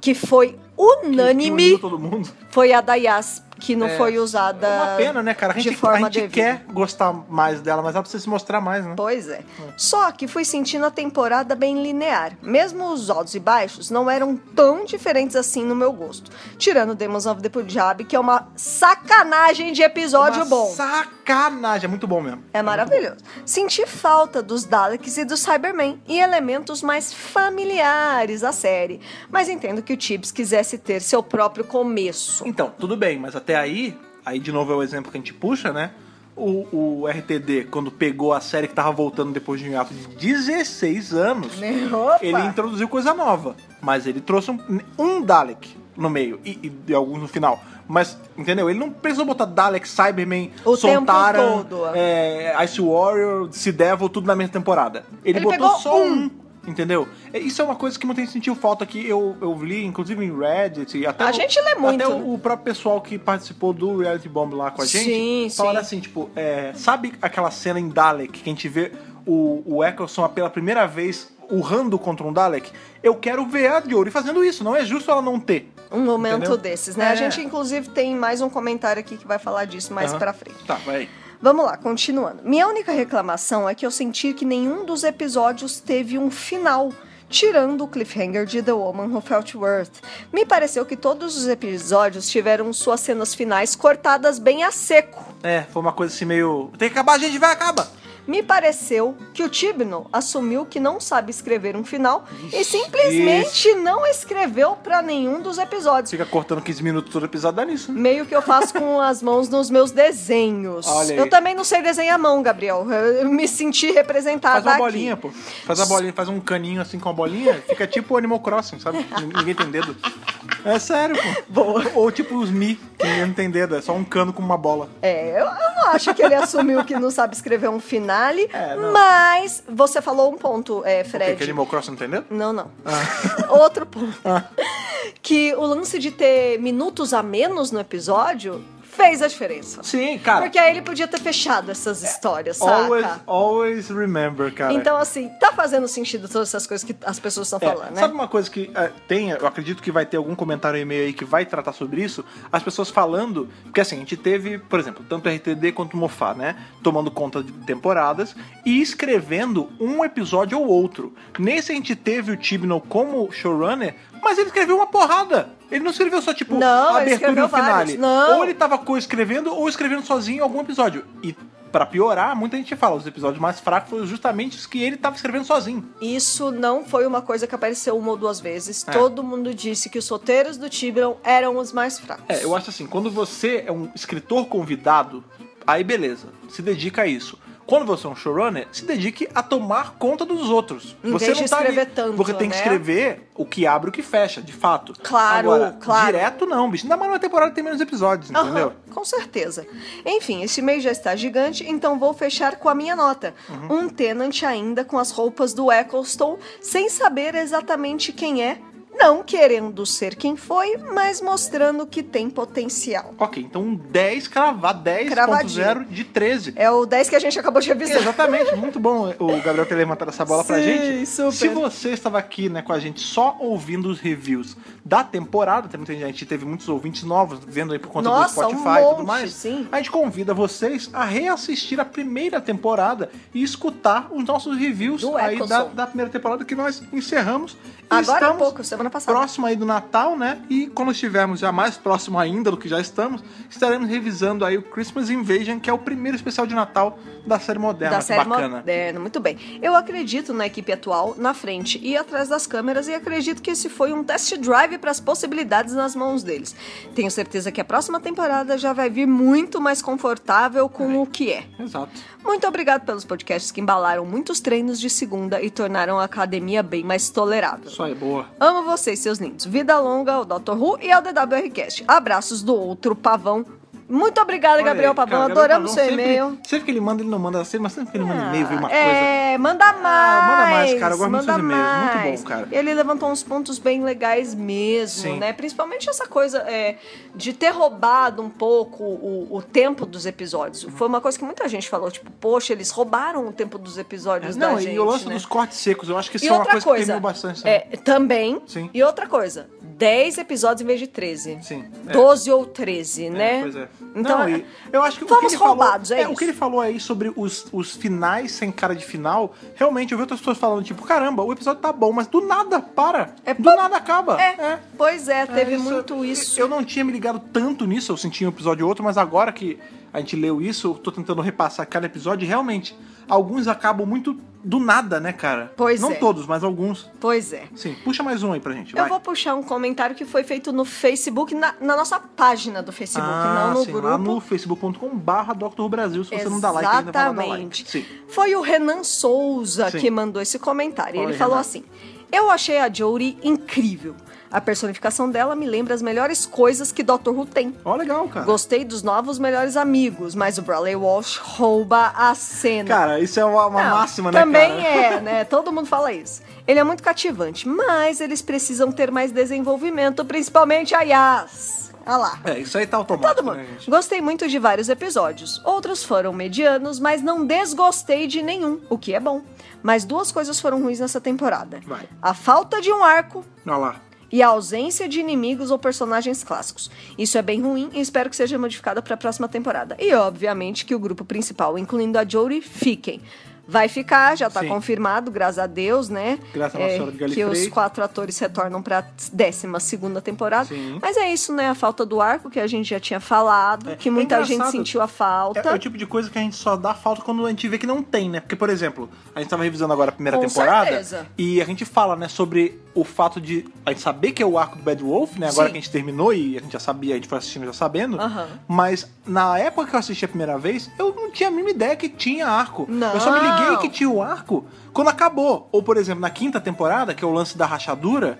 que foi
Que- que
unânime,
uniu todo mundo.
foi a da Yas, que não
É,
foi usada
É uma pena, né, cara? A gente,
ah, de forma
a gente
devida.
quer gostar mais dela, mas ela precisa se mostrar mais, né?
Pois é. Só que fui sentindo a temporada bem linear. Mesmo os altos e baixos não eram tão diferentes assim no meu gosto. Tirando Demons of the Punjab, que é uma sacanagem de episódio
Uma
bom.
Sacanagem, é muito bom mesmo.
É maravilhoso. Senti falta dos Daleks e do Cybermen e elementos mais familiares à série. Mas entendo que o Tibbs quisesse ter seu próprio começo.
Então, tudo bem, mas até aí, aí de novo é o exemplo que a gente puxa, né? O, o RTD, quando pegou a série que tava voltando depois de um hiato de 16 anos,
Né? Opa!
ele introduziu coisa nova. Mas ele trouxe um, um Dalek no meio e, e- e alguns no final. Mas, entendeu? Ele não precisou botar Dalek, Cyberman,
O tempo
Sontaran,
todo.
é, Ice Warrior, Sea Devil, tudo na mesma temporada. Ele,
Ele
botou
pegou
só
um.
um. Entendeu? É, Isso é uma coisa que muita gente sentiu falta aqui. Eu, eu li, inclusive, em Reddit. e Até
A
o-
gente lê muito,
Até o-
né?
o próprio pessoal que participou do Reality Bomb lá com a gente.
Sim,
falaram
sim.
assim, tipo, é, sabe aquela cena em Dalek que a gente vê o, o Eccleston pela primeira vez urrando contra um Dalek? Eu quero ver a Jory fazendo isso, não é justo ela não ter.
Um momento
Entendeu?
desses, né?
É.
A gente, inclusive, tem mais um comentário aqui que vai falar disso mais
Aham.
pra frente.
Tá, vai aí.
Vamos lá, continuando. Minha única reclamação é que eu senti que nenhum dos episódios teve um final, tirando o cliffhanger de The Woman Who Felt Worth. Me pareceu que todos os episódios tiveram suas cenas finais cortadas bem a seco.
É, foi uma coisa assim meio. Tem que acabar, a gente vai, acaba!
Me pareceu que o Tibno assumiu que não sabe escrever um final e
Ixi.
simplesmente não escreveu pra nenhum dos episódios.
Fica cortando 15 minutos todo episódio, dá nisso, né?
Meio que eu faço com as mãos nos meus desenhos.
Olha aí.
Eu também não sei desenhar a mão, Gabriel. Eu me senti representada
Faz uma
aqui.
bolinha, pô. Faz a bolinha, faz um caninho assim com a bolinha, fica tipo o Animal Crossing, sabe? N- Ninguém tem dedo. É sério, pô. Ou tipo os Mi, que ninguém não tem dedo, é só um cano com uma bola.
É, eu, eu não acho que ele assumiu que não sabe escrever um finale,
É, não.
mas você falou um ponto, é,
Porque
Fred.
que Animal Crossing não tem dedo?
Não, não. Outro ponto.
Ah.
Que o lance de ter minutos a menos no episódio fez a diferença.
Sim, cara. É,
Porque aí ele podia ter fechado essas histórias, saca?
always, always remember, cara.
Então, assim, tá fazendo sentido todas essas coisas que as pessoas estão
É,
falando, né?
Sabe uma coisa que é, tem, eu acredito que vai ter algum comentário e e-mail aí que vai tratar sobre isso? As pessoas falando, porque assim, a gente teve, por exemplo, tanto o RTD quanto o Mofá, né? Tomando conta de temporadas e escrevendo um episódio ou outro. Nesse a gente teve o Tibno como showrunner, mas ele escreveu uma porrada. Ele não escreveu só, tipo,
Não, ele
abertura e
escreveu
o finale.
vários. Não.
Ou ele tava co-escrevendo ou escrevendo sozinho algum episódio. E pra piorar, muita gente fala, os episódios mais fracos foram justamente os que ele tava escrevendo sozinho.
Isso não foi uma coisa que apareceu uma ou duas vezes.
É.
Todo mundo disse que os roteiros do Tibron eram os mais fracos.
É, eu acho assim, quando você é um escritor convidado, aí beleza, se dedica a isso. Quando você é um showrunner, se dedique a tomar conta dos outros.
Em
você
vez
não
de
tá ali-
escrever tanto,
Você tem que
né?
escrever o que abre e o que fecha, de fato.
Claro,
Agora,
claro.
Direto não, bicho. Ainda mais numa temporada que tem menos episódios,
Aham,
entendeu?
com certeza. Enfim, esse mês já está gigante, então vou fechar com a minha nota.
Uhum.
Um tenant ainda com as roupas do Eccleston, sem saber exatamente quem é, não querendo ser quem foi, mas mostrando que tem potencial.
Ok, então um 10 cravar, 10.0
Cravadinho.
de 13.
É o 10 que a gente acabou de avisar.
Exatamente, muito bom o Gabriel ter levantado essa bola pra
Sim,
gente.
super.
Se você estava aqui né, com a gente só ouvindo os reviews da temporada, tem muita gente, a gente teve muitos ouvintes novos vendo aí por conta do
Nossa, um
Spotify e tudo
monte,
mais.
sim.
A gente convida vocês a reassistir a primeira temporada e escutar os nossos reviews
Do
aí
Eccleston.
da, da primeira temporada que nós encerramos. E
Agora há
estamos
pouco, semana semana passada.
Próximo aí do Natal, né? E quando estivermos já mais próximo ainda do que já estamos, estaremos revisando aí o Christmas Invasion, que é o primeiro especial de Natal da série moderna.
da
Que
série
bacana.
moderna. É, Muito bem. Eu acredito na equipe atual, na frente e atrás das câmeras, e acredito que esse foi um test drive para as possibilidades nas mãos deles. Tenho certeza que a próxima temporada já vai vir muito mais confortável com o que é.
Exato.
Muito obrigado pelos podcasts que embalaram muitos treinos de segunda e tornaram a academia bem mais tolerável.
Isso aí, boa.
Amo vocês, seus lindos. Vida longa ao Dr. Who e ao DWRcast. Abraços do outro pavão. Muito obrigada,
Olha
Gabriel
aí,
Pavão.
cara, Gabriel
Adoramos seu
Pavão sempre-
e-mail. Ah,
Sempre que ele manda, ele não manda assim, mas sempre que ele manda e-mail, vem uma coisa. Ah,
é, manda mais.
manda mais, cara. Eu gosto muito dos
manda
e-mails. Muito
mais.
bom, cara.
Ele levantou uns pontos bem legais mesmo,
Sim.
né? Principalmente essa coisa é, de ter roubado um pouco o, o tempo dos episódios.
Uhum.
Foi uma coisa que muita gente falou, tipo, poxa, eles roubaram o tempo dos episódios da
Não,
gente,
e o lance
né?
dos cortes secos, eu acho que isso
E
é uma
outra
coisa,
coisa,
que queimou bastante. também.
é, também.
Sim.
E outra coisa, 10 episódios em vez de 13.
Sim, é.
12 ou 13, né?
Pois é.
Então,
Não, e eu acho que o que
fomos
ele
roubados,
falou,
é
O que
isso.
ele falou aí sobre os, os finais sem cara de final, realmente eu vi outras pessoas falando, tipo, caramba, o episódio tá bom, mas do nada para.
É
do
pô-
nada acaba.
é, pois é, teve
isso-
muito isso.
Eu não tinha me ligado tanto nisso, eu senti um episódio ou outro, mas agora que a gente leu isso, eu tô tentando repassar cada episódio e realmente, alguns acabam muito do nada, né, cara?
Pois
Não
é.
todos, mas alguns.
Pois é.
Sim, puxa mais um aí pra gente,
Eu
vai.
vou puxar um comentário que foi feito no Facebook, na, na nossa página do Facebook,
ah,
não no
sim,
grupo.
lá no facebook.com/barra Dr. Brasil. Se você não dá like ainda, vai lá dar like.
Exatamente. Foi o Renan Souza
Sim.
que mandou esse comentário.
Fala
Ele
aí,
falou
Renan.
assim: Eu achei a Jory incrível. A personificação dela me lembra as melhores coisas que Dr. Who tem.
Ó, legal, cara.
Gostei dos novos melhores amigos, mas o Bradley Walsh rouba a cena.
Cara, isso é uma, uma
Não,
máxima, né,
Também
cara?
é, né? Todo mundo fala isso. Ele é muito cativante, mas eles precisam ter mais desenvolvimento, principalmente a Yas. Olha lá.
É, isso aí tá automático,
Todo mundo.
né, gente?
Gostei muito de vários episódios. Outros foram medianos, mas não desgostei de nenhum, o que é bom. Mas duas coisas foram ruins nessa temporada:
Vai.
a falta de um arco
Olha lá.
e a ausência de inimigos ou personagens clássicos. Isso é bem ruim e espero que seja modificado para a próxima temporada. E obviamente que o grupo principal, incluindo a Jory, fiquem. Vai ficar, já tá
Sim.
confirmado, graças a Deus, né?
Graças a Nossa Senhora de
Que
Galifrey.
os quatro atores retornam pra 12 segunda temporada.
Sim.
Mas é isso, né? A falta do arco, que a gente já tinha falado,
É,
que muita
é
gente
engraçado.
sentiu a falta.
É, é o tipo de coisa que a gente só dá falta quando a gente vê que não tem, né? Porque, por exemplo, a gente tava revisando agora a primeira
Com
temporada
certeza.
e a gente fala, né, sobre o fato de a gente saber que é o arco do Bad Wolf, né? Agora
Sim.
que a gente terminou e a gente já sabia, a gente foi assistindo já sabendo.
Aham.
Mas na época que eu assisti a primeira vez, eu não tinha a mínima ideia que tinha arco.
Não.
Eu só me liguei que tinha o arco quando acabou. Ou, por exemplo, na quinta temporada, que é o lance da rachadura,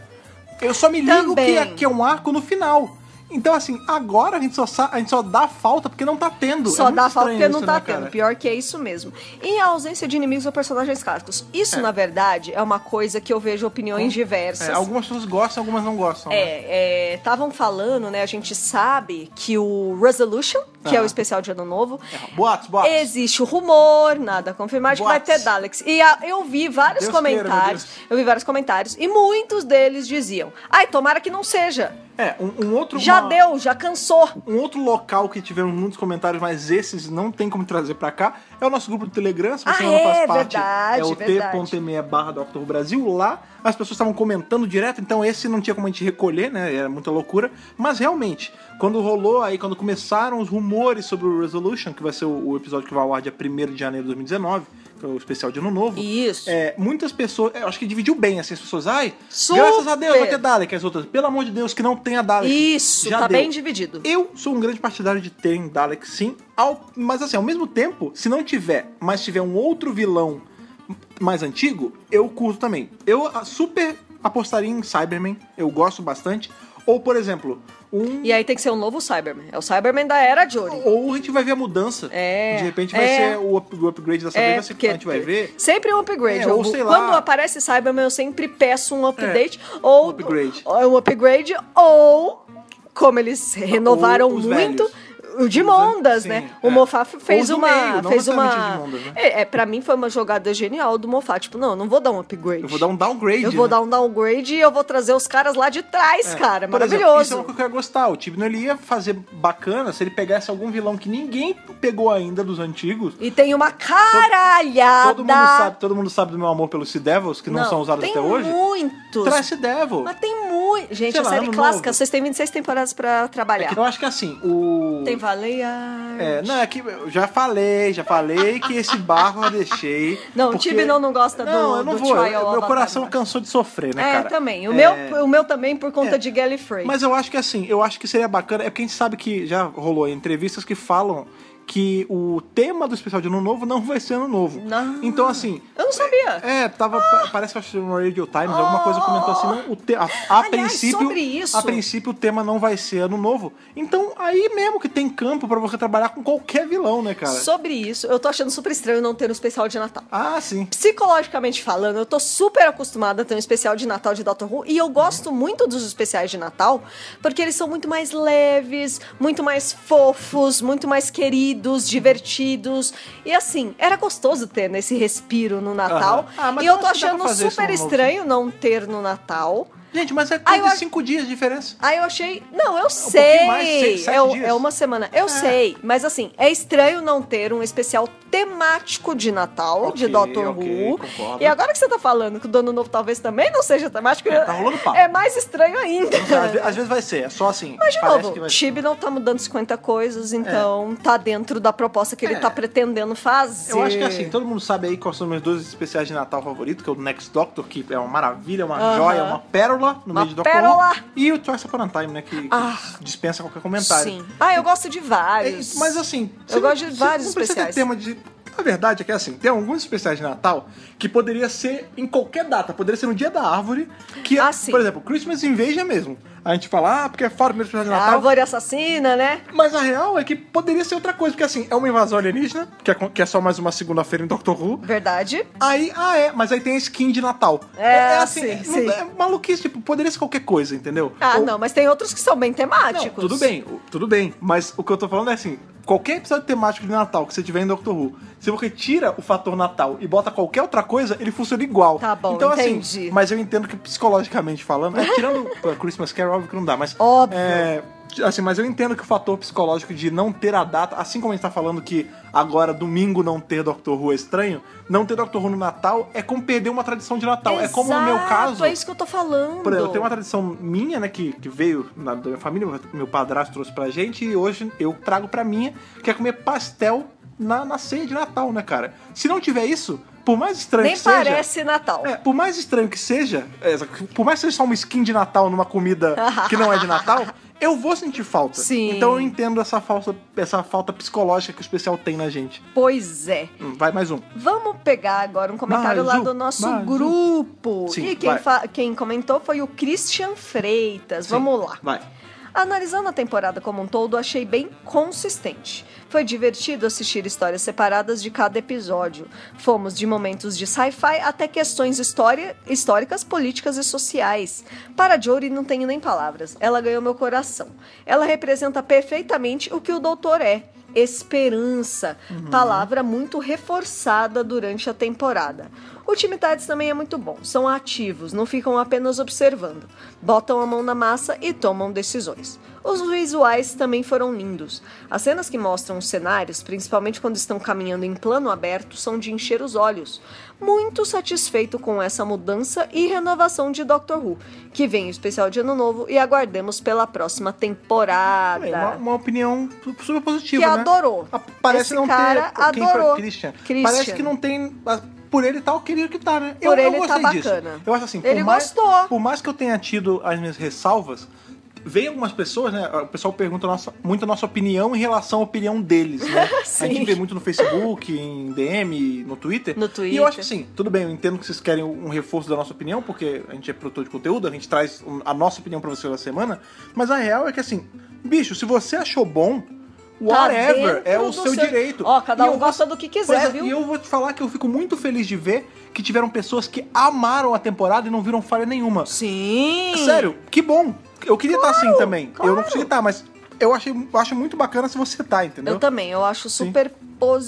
eu só me ligo
Também.
que, é, que é um arco no final. Então, assim, agora a gente só, sa- a gente só dá falta porque não tá tendo. É
Só
muito
dá falta
estranho
porque não
isso,
tá
né,
tendo.
cara?
Pior que é isso mesmo. E a ausência de inimigos ou personagens clássicos. Isso,
É.
na verdade, é uma coisa que eu vejo opiniões diversas.
É, algumas pessoas gostam, algumas não gostam. né?
É, estavam falando, né? A gente sabe que o Resolution, que é o
Aham.
especial de Ano Novo,
Ah. É, Boatos, boatos.
Existe o rumor, nada confirmado, de que vai ter
Boatos.
Daleks. E a- eu vi vários
Deus queira, meu
comentários. eu vi vários comentários. E muitos deles diziam: ai, tomara que não seja.
É, um, um outro.
Já
uma-
deu, já cansou.
Um outro local que tivemos muitos comentários, mas esses não tem como trazer pra cá, é o nosso grupo do Telegram. Se você
Ah,
não faz
é,
parte,
verdade,
é o
verdade.
t.me barra Dr. Brasil. Lá as pessoas estavam comentando direto, então esse não tinha como a gente recolher, né? Era muita loucura. Mas realmente, quando rolou aí, quando começaram os rumores sobre o Resolution, que vai ser o, o episódio que vai ao ar dia 1 de janeiro de 2019, que é o especial de Ano Novo.
Isso.
É, muitas pessoas, eu acho que dividiu bem assim, as pessoas, ai,
Super.
graças a Deus vai ter Dalek, as outras, pelo amor de Deus, que não tenha Dalek.
Isso,
Já
tá
deu.
bem dividido.
Eu sou um grande partidário de ter em Dalek, sim. Ao- mas assim, ao mesmo tempo, se não tiver, mas tiver um outro vilão mais antigo, eu curto também. Eu ah, super apostaria em Cyberman, eu gosto bastante. Ou, por exemplo, um.
E aí tem que ser um novo Cyberman. É o Cyberman da era Jory.
Ou a gente vai ver a mudança.
É,
De repente vai
é.
ser o, up- o upgrade dessa vez, vai ser que a gente vai ver.
Sempre um upgrade.
É, ou
Eu-
sei lá.
Quando aparece Cyberman, eu sempre peço um update. ou
um upgrade.
ou Um upgrade, ou como eles renovaram
os
muito.
velhos.
O de
Os
Mondas,
an-
né?
sim,
O
é.
Moffat fez
Ou os do
uma.
meio, não
fez
necessariamente
uma.
os de Mondas, né?
é, é, pra mim foi uma jogada genial do Moffat. Tipo, não, eu não vou dar um upgrade.
Eu vou dar um downgrade.
Eu vou
né?
dar um downgrade e eu vou trazer os caras lá de trás, cara.
Por exemplo,
Maravilhoso.
isso é uma coisa que eu ia gostar. O Tibno ele ia fazer bacana se ele pegasse algum vilão que ninguém pegou ainda dos antigos.
E tem uma caralhada.
Todo mundo, sabe, todo mundo sabe do meu amor pelos Sea Devils, que não, são usados
tem
até hoje.
Muitos.
Traz Sea Devil.
Mas tem muitos. muito. Gente,
Sei
a
lá,
série
ano
clássica,
novo.
vocês têm 26 temporadas pra trabalhar.
Eu acho que assim, o.
Tem Valeia.
É, não, é que eu já falei, já falei que esse barro eu deixei.
Não, o
porque-
Tibi não- não gosta do-
Não, eu não
do
vou.
trial
eu- meu
da
coração
Bárbara.
cansou de sofrer, né,
É,
cara?
também. O,
É,
Meu, o meu também por conta
É.
de Gallifrey.
Mas eu acho que assim, eu acho que seria bacana. É porque a gente sabe que já rolou entrevistas que falam que o tema do especial de Ano Novo não vai ser Ano Novo.
Não.
Então, assim.
Eu não sabia.
É, tava. pa- Parece que eu acho que no Radio Times, alguma coisa comentou assim. Não, o te, a, a
Oh! Aliás,
princípio.
sobre isso.
A princípio o tema não vai ser Ano Novo. Então, aí mesmo que tem campo pra você trabalhar com qualquer vilão, né, cara?
Sobre isso, eu tô achando super estranho não ter um especial de Natal.
Ah, sim.
Psicologicamente falando, eu tô super acostumada a ter um especial de Natal de Doctor Who e eu gosto muito dos especiais de Natal porque eles são muito mais leves, muito mais fofos, muito mais queridos, divertidos. E assim, era gostoso ter nesse respiro no Natal.
Aham. Ah, mas
e
eu
eu tô
acho que dá pra
achando
fazer isso
super
no novo,
estranho não ter no Natal.
Gente, mas é
Ah,
coisa
eu
de
acho-
cinco dias de diferença.
Aí eu achei. Não, eu sei.
É um pouquinho mais, seis, sete
é, o-
dias. Ah.
é uma semana. Eu sei. Mas assim, é estranho não ter um especial temático de Natal,
Ok,
de Doctor
ok,
Who.
concordo.
E agora que você tá falando que o Dono Novo talvez também não seja temático,
É, tá rolando papo.
é mais estranho ainda.
Às ve- Às vezes vai ser, é só assim.
Mas, de
parece que
novo,
vai
Chibi não tá mudando 50 coisas, então tá dentro da proposta que ele
É.
tá pretendendo fazer.
Eu acho que assim, todo mundo sabe aí quais são meus dois especiais de Natal favoritos, que é o Next Doctor, que é uma maravilha, uma
Aham.
joia, uma pérola no
Uma
meio de Doctor
pérola!
Who. E o Twice Upon a Time, né, que, que
Ah.
dispensa qualquer comentário.
Sim. Ah, eu gosto de
É,
vários.
mas assim...
Eu
você
gosto de
não- você
vários
não precisa ter
especiais.
tema de... A verdade é que assim, tem alguns especiais de Natal que poderia ser em qualquer data, poderia ser no dia da árvore, que é,
Ah, sim.
por exemplo, Christmas Invasion mesmo. A gente fala, ah, porque é fora o primeiro especial de
A
Natal.
Árvore assassina, né?
Mas a real é que poderia ser outra coisa, porque assim, é uma invasão alienígena, que é, co- que é só mais uma segunda-feira em Doctor Who.
Verdade.
Aí, ah, é, mas aí tem a skin de Natal.
É, sim,
não-
sim.
é maluquice, tipo, poderia ser qualquer coisa, entendeu?
Ah,
Ou-
não, mas tem outros que são bem
não,
temáticos.
tudo bem, o- tudo bem. Mas o que eu tô falando é assim, qualquer episódio temático de Natal que você tiver em Doctor Who, se você tira o fator Natal e bota qualquer outra coisa, ele funciona igual.
Tá bom,
então,
entendi.
Assim, mas eu entendo que psicologicamente falando, é, tirando pô, Christmas Carol, óbvio que não dá, mas...
Óbvio.
é, assim, mas eu entendo que o fator psicológico de não ter a data, assim como a gente tá falando que agora domingo não ter Doctor Who é estranho, não ter Doctor Who no Natal é como perder uma tradição de Natal. é como no meu
Exato,
caso...
É isso que eu tô falando.
Por exemplo, tem uma tradição minha, né, que, que veio na- da minha família, meu- meu padrasto trouxe pra gente, e hoje eu trago pra minha, que é comer pastel na, na ceia de Natal, né, cara? Se não tiver isso, por mais estranho
Nem
que seja.
parece Natal.
É, por mais estranho que seja, é, por mais que seja só uma skin de Natal numa comida que não é de Natal, eu vou sentir falta.
Sim.
Então eu entendo essa falta, essa falta psicológica que o especial tem na gente.
Pois é.
Hum, vai mais um.
Vamos pegar agora um comentário
Mais
lá
um,
do nosso
mais um.
grupo.
Sim,
e quem,
vai.
fa- quem comentou foi o Christian Freitas.
Sim,
Vamos lá.
Vai.
Analisando a temporada como um todo, achei bem consistente. Foi divertido assistir histórias separadas de cada episódio. Fomos de momentos de sci-fi até questões história- históricas, políticas e sociais. Para Jory, não tenho nem palavras. Ela ganhou meu coração. Ela representa perfeitamente o que o doutor é. Esperança,
Uhum.
palavra muito reforçada durante a temporada. O time Tides também é muito bom. São ativos, não ficam apenas observando. Botam a mão na massa e tomam decisões. Os visuais também foram lindos. As cenas que mostram os cenários, principalmente quando estão caminhando em plano aberto, são de encher os olhos. Muito satisfeito com essa mudança e renovação de Doctor Who. Que vem o especial de Ano Novo e aguardemos pela próxima temporada.
É, uma, uma opinião super positiva,
Que
né?
adorou.
Ah, Parece
Esse
não
cara
ter... Quem
adorou.
foi? Christian.
Christian.
Parece que não tem... ah, Por ele tá o querido que tá, né?
Por ele
gostei
tá
disso.
bacana.
Eu acho assim,
Ele
por mais,
gostou.
Por mais que eu tenha tido as minhas ressalvas, vem algumas pessoas, né? O pessoal pergunta a nossa- muito a nossa opinião em relação à opinião deles, né? a
Sim.
gente vê muito no Facebook, em DM, no Twitter.
No
E eu acho
Twitter.
que assim, tudo bem, eu entendo que vocês querem um reforço da nossa opinião, porque a gente é produtor de conteúdo, a gente traz um- a nossa opinião pra você da semana, mas a real é que assim, bicho, se você achou bom,
Tá
whatever,
dentro
é o
do
seu, direito.
Ó, cada
E
um
eu-
gosta do que
Pois
quiser,
é,
viu?
E eu vou te falar que eu fico muito feliz de ver que tiveram pessoas que amaram a temporada e não viram falha nenhuma.
Sim!
Sério, que bom. Eu queria estar assim também. Eu
claro.
não consegui estar, mas eu achei, eu acho muito bacana se você tá, entendeu?
Eu também, eu acho super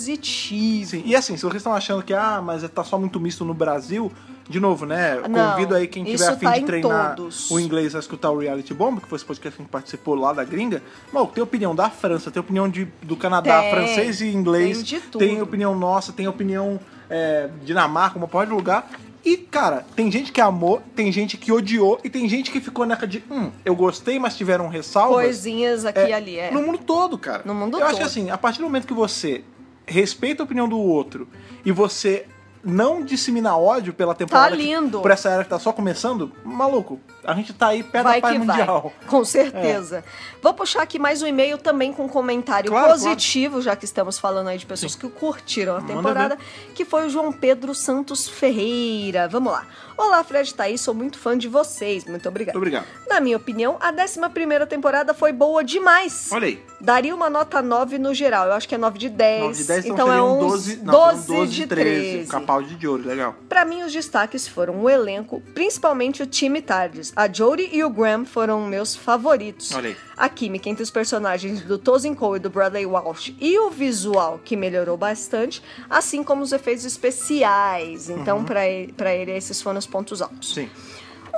positivo.
Sim, e assim, se vocês estão achando que, ah, mas tá só muito misto no Brasil, de novo, né? eu
Não,
convido aí quem tiver
isso
a fim
tá
de
em
treinar
todos.
o inglês a escutar o Reality Bomb, que foi esse podcast que a gente participou lá da gringa. Mal, tem opinião da França, tem opinião de, do Canadá,
Tem,
francês e inglês.
tem de tudo.
Tem opinião nossa, tem opinião é, Dinamarca, uma porra de lugar. E, cara, tem gente que amou, tem gente que odiou e tem gente que ficou naquela de, hum, eu gostei, mas tiveram um ressalvas.
Coisinhas aqui e ali, é.
No mundo todo, cara.
No mundo
Eu acho que
todo.
assim, a partir do momento que você respeita a opinião do outro e você não dissemina ódio pela temporada. que-
lindo.
por essa era que tá só começando, maluco, a gente tá aí pé
Vai
da
É.
paz
que
mundial. É.
vai, com certeza. Vou puxar aqui mais um e-mail também com comentário
Claro,
positivo, já que estamos falando aí de pessoas que curtiram a
Manda
temporada, que foi o João Pedro Santos Ferreira. Vamos lá. Olá, Fred e Thaís, sou muito fã de vocês. Muito obrigada.
Muito obrigado.
Na minha opinião, a 11ª temporada foi boa demais.
Olha aí.
Daria uma nota 9 no geral. Eu acho que é 9 de 10.
9 de 10, então,
então é
seria um
uns
12,
12,
não, seria um
12 de 13.
Capaldi de ouro, legal.
Pra mim, os destaques foram o elenco, principalmente o time Tardes. A Jodie e o Graham foram meus favoritos.
Olha aí.
A química entre os personagens do Tozin Cole e do Bradley Walsh e o visual, que melhorou bastante, assim como os efeitos especiais. Então, pra ele, pra ele, esses foram os pontos altos.
Uhum. Sim.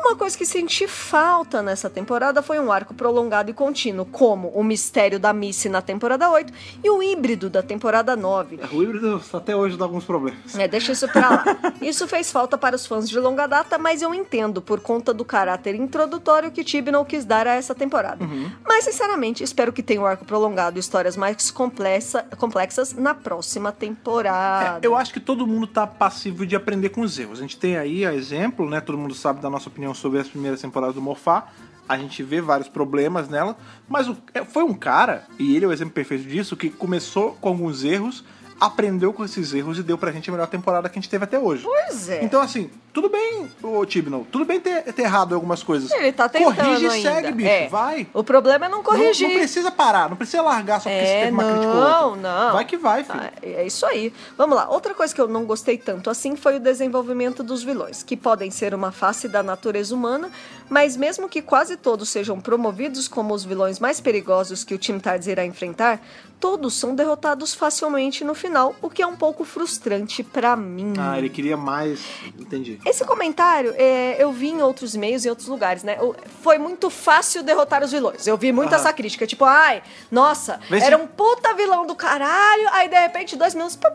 Uma coisa que senti falta nessa temporada foi um arco prolongado e contínuo, como o mistério da Missy na temporada 8 e o híbrido da temporada 9.
É, O híbrido tá até hoje dá alguns problemas.
É, deixa isso pra lá. Isso fez falta para os fãs de longa data, mas eu entendo por conta do caráter introdutório que Tibi não quis dar a essa temporada.
Uhum.
Mas, sinceramente, espero que tenha um arco prolongado e histórias mais complexa- complexas na próxima temporada.
É, eu acho que todo mundo tá passivo de aprender com os erros. A gente tem aí a exemplo, né? Todo mundo sabe da nossa opinião sobre as primeiras temporadas do Mofá. A gente vê vários problemas nela, mas o- é, foi um cara, e ele é o exemplo perfeito disso, que começou com alguns erros, aprendeu com esses erros e deu pra gente a melhor temporada que a gente teve até hoje.
Pois é.
Então, assim, tudo bem, o Tibnall, tudo bem ter, ter errado em algumas coisas.
Ele tá tentando
Corrige e
ainda.
segue, bicho,
É.
vai.
O problema é não
Não-
corrigir.
Não, precisa parar, não precisa largar só porque você
É,
teve uma
não,
crítica ou outra.
não.
Vai que vai, filho.
Ah, é isso aí. Vamos lá. Outra coisa que eu não gostei tanto assim foi o desenvolvimento dos vilões, que podem ser uma face da natureza humana, mas mesmo que quase todos sejam promovidos como os vilões mais perigosos que o time Tardes irá enfrentar, todos são derrotados facilmente no final, o que é um pouco frustrante pra mim.
Ah, ele queria mais. Entendi.
Esse comentário é, eu vi em outros meios, em outros lugares, né? O- Foi muito fácil derrotar os vilões. Eu vi muito
Aham.
essa crítica, tipo, ai, nossa,
Vê se-
era um puta vilão do caralho, aí de repente, dois minutos, pá,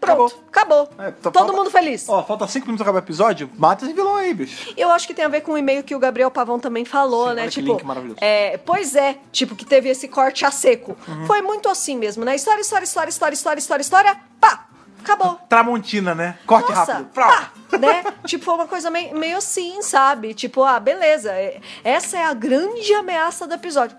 pronto, acabou.
É, tá-
Todo
falta-
mundo feliz.
Ó, falta cinco minutos pra acabar o episódio, mata esse vilão aí, bicho.
Eu acho que tem a ver com o e-mail que o Gabriel Pavão também falou,
Sim,
né?
olha que
tipo,
link maravilhoso.
é, pois é, tipo que teve esse corte a seco.
Uhum.
Foi muito assim mesmo, né? História, história, história, história, história, história, história, pá, acabou.
Tramontina, né? Corte
Nossa,
rápido.
pá, né? Tipo, foi uma coisa meio, meio assim, sabe? Tipo, ah, beleza, é- essa é a grande ameaça do episódio.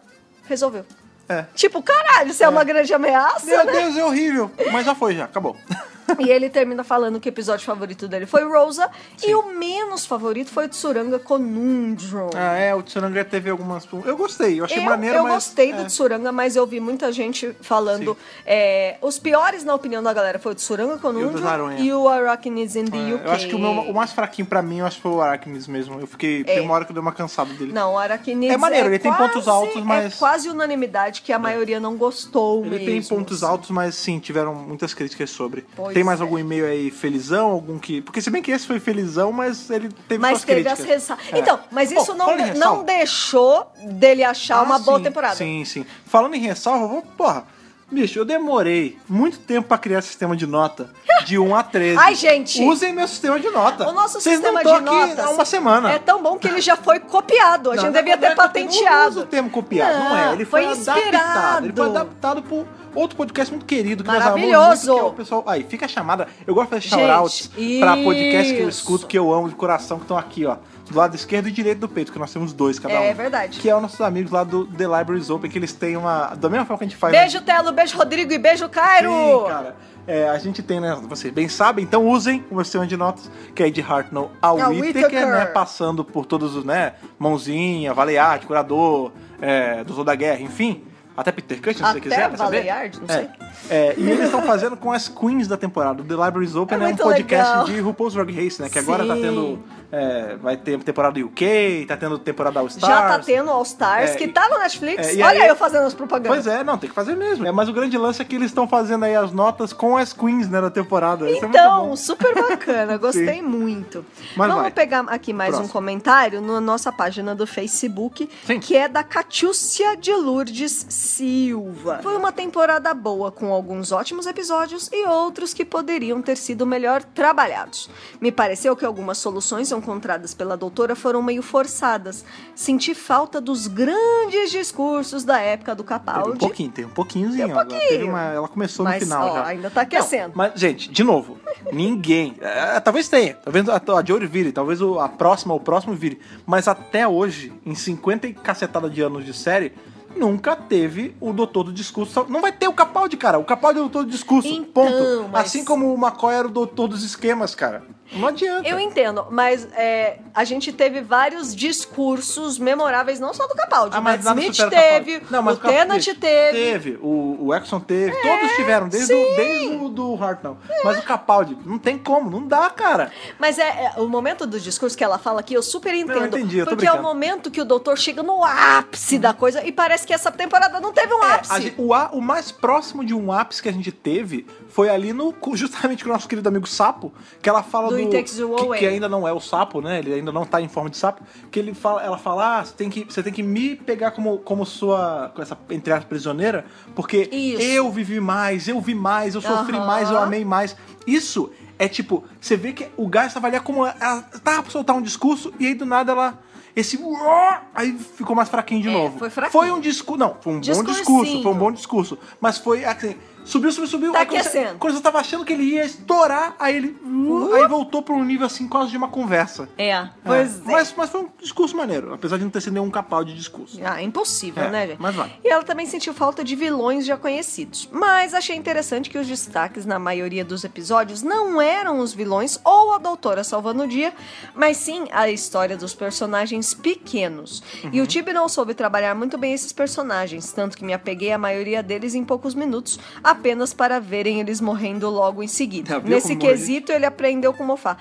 Resolveu.
É.
Tipo, caralho, isso é, uma grande ameaça,
Meu
né?
Deus, é horrível. Mas já foi, já, acabou.
E ele termina falando que o episódio favorito dele foi Rosa e o menos favorito foi o Tsuranga Conundrum.
ah, é, o Tsuranga teve algumas. Eu gostei, eu achei
Eu,
maneiro,
eu
mas.
gostei do
é.
Tsuranga, mas eu vi muita gente falando.
Sim.
é, os piores, na opinião da galera, foi o Tsuranga Conundrum
Aranha.
e o Arachnids in the
É,
UK.
Eu acho que o, meu- o mais fraquinho pra mim, eu acho que foi o Arachnis mesmo. Eu fiquei. Tem uma hora que eu dei uma cansada dele.
É. Não, o Aracnides
É maneiro, ele tem pontos altos, mas-
É quase unanimidade que a maioria não gostou
Ele tem
mesmo,
pontos
assim.
altos, mas sim, tiveram muitas críticas sobre.
Pois
tem mais
é.
algum e-mail aí felizão? Algum que. Porque se bem que esse foi felizão, mas ele teve
Mas
suas
teve as
críticas.
ressalvas.
É.
Então, mas
Bom,
isso não,
falando em
não
ressalva-
deixou dele achar
Ah,
uma boa
sim,
temporada.
Sim, sim. Falando em ressalva, eu vou, porra, bicho, eu demorei muito tempo pra criar sistema de nota de 1 a 13.
Ai, gente!
Usem meu sistema de nota.
O nosso
Vocês
sistema
não
de
estão aqui
notas
há uma semana.
é tão bom que ele já foi copiado. A gente
Não,
devia
não
ter
é copiado, Não usa o
patenteado.
termo copiado, não, é. Ele foi,
foi
adaptado. Ele foi
inspirado.
adaptado por outro podcast muito querido que nós amamos
Maravilhoso.
muito, que é o pessoal... Aí, fica a chamada. Eu gosto de fazer
Gente,
shoutouts pra podcast que eu
isso.
escuto, que eu amo de coração, que estão aqui, ó. Do lado esquerdo e direito do peito, que nós temos dois cada um.
É verdade.
Que é os nossos amigos lá do The Libraries Open, que eles têm uma... Da mesma forma que a gente faz... né?
Beijo, Telo, beijo, Rodrigo e beijo, Cairo.
Sim, cara. É, a gente tem, né? Vocês bem sabem, então usem o meu sistema de notas, que é de Hartnell a Whittaker,
Whittaker.
né? Passando por todos os, né? Mãozinha, Valearte, Curador, é, Doutor da Guerra, enfim. Até Peter Cushing, se
Até
você quiser. vai saber.
Valeyard, não
É.
sei.
É, e eles estão fazendo com as Queens da temporada. O The Libraries Open
É
é, um
muito
podcast
legal.
de RuPaul's Drag Race, né? Que agora tá
Sim.
tendo. é, vai ter temporada UK, tá tendo temporada All Stars.
Já tá tendo All Stars,
É,
que
e-
tá no Netflix.
é, e
Olha
aí-
eu fazendo as propagandas.
Pois é, não, tem que fazer mesmo. É, mas o grande lance é que eles estão fazendo aí as notas com as queens, né, da temporada. Isso é muito
Então,
bom.
super bacana, gostei
Sim.
muito.
Mas
Vamos
vai.
pegar aqui mais um
Próximo.
comentário na nossa página do Facebook,
Sim.
que é da Catiúcia de Lourdes
Silva.
Foi uma temporada boa, com alguns ótimos episódios e outros que poderiam ter sido melhor trabalhados. Me pareceu que algumas soluções encontradas pela doutora foram meio forçadas. Senti falta dos grandes discursos da época do
Teve um
Capaldi.
pouquinho, tem um pouquinhozinho.
Tem um
Ela,
pouquinho.
teve uma- ela começou
mas
no final
ó,
já.
ainda tá aquecendo.
Não, mas, gente, de novo, ninguém. é, talvez tenha. Talvez a, a de ouro vire, talvez o- a próxima, o próximo vire. Mas até hoje, em 50 e cacetada de anos de série, nunca teve o doutor do discurso. Não vai ter o Capaldi, cara. O Capaldi é o doutor do discurso.
Então,
ponto.
mas-
Assim como o McCoy era o doutor dos esquemas, cara. Não adianta.
Eu entendo, mas é, a gente teve vários discursos memoráveis, não só do Capaldi,
Ah,
mas,
nada
Smith
supera
teve,
Capaldi. Não, mas
o Tennant
Capaldi
teve. É,
Teve, o, o Exxon teve, todos tiveram, desde, o, desde o do Hartnell. Mas o Capaldi, não tem como, não dá, cara.
Mas é, é, o momento do discurso que ela fala aqui, eu super entendo.
Não, eu entendi, eu tô
porque é o
brincando. Uhum.
momento que o doutor chega no ápice da coisa e parece que essa temporada não teve um
É,
ápice.
a gente- o, a- o mais próximo de um ápice que a gente teve foi ali no com- justamente com o nosso querido amigo Sapo, que ela fala
Do
do,
It Takes You
que,
Away.
que ainda não é o sapo, né? Ele ainda não tá em forma de sapo, que ele fala, ela fala, ah, você tem que, você tem que me pegar como como sua com essa entre aspas, prisioneira, porque
Isso.
eu vivi mais, eu vi mais, eu sofri
Aham.
mais, eu amei mais. Isso é tipo, você vê que o gás tava ali como ela tava pra soltar um discurso e aí do nada ela esse aí ficou mais fraquinho de
É,
novo.
foi fraquinho.
Foi um discurso, não, foi um bom
Discursinho.
discurso, foi um bom discurso, mas foi assim, subiu, subiu, subiu,
Tá
aí quando você-
aquecendo.
quando você tava achando que ele ia estourar, aí ele. uh, Aí voltou pra um nível assim, quase de uma conversa.
É,
É.
pois é.
Mas, mas foi um discurso maneiro, apesar de não ter sido nenhum capal de discurso.
Ah, impossível,
É,
né, gente?
mas vai.
E ela também sentiu falta de vilões já conhecidos. Mas achei interessante que os destaques na maioria dos episódios não eram os vilões ou a doutora salvando o dia, mas sim a história dos personagens pequenos. E
Uhum.
o Tibi não soube trabalhar muito bem esses personagens, tanto que me apeguei à maioria deles em poucos minutos, apenas para verem eles morrendo logo em seguida.
Já viu
Nesse
Tá como morre,
quesito. Tito, ele aprendeu com o Mofá.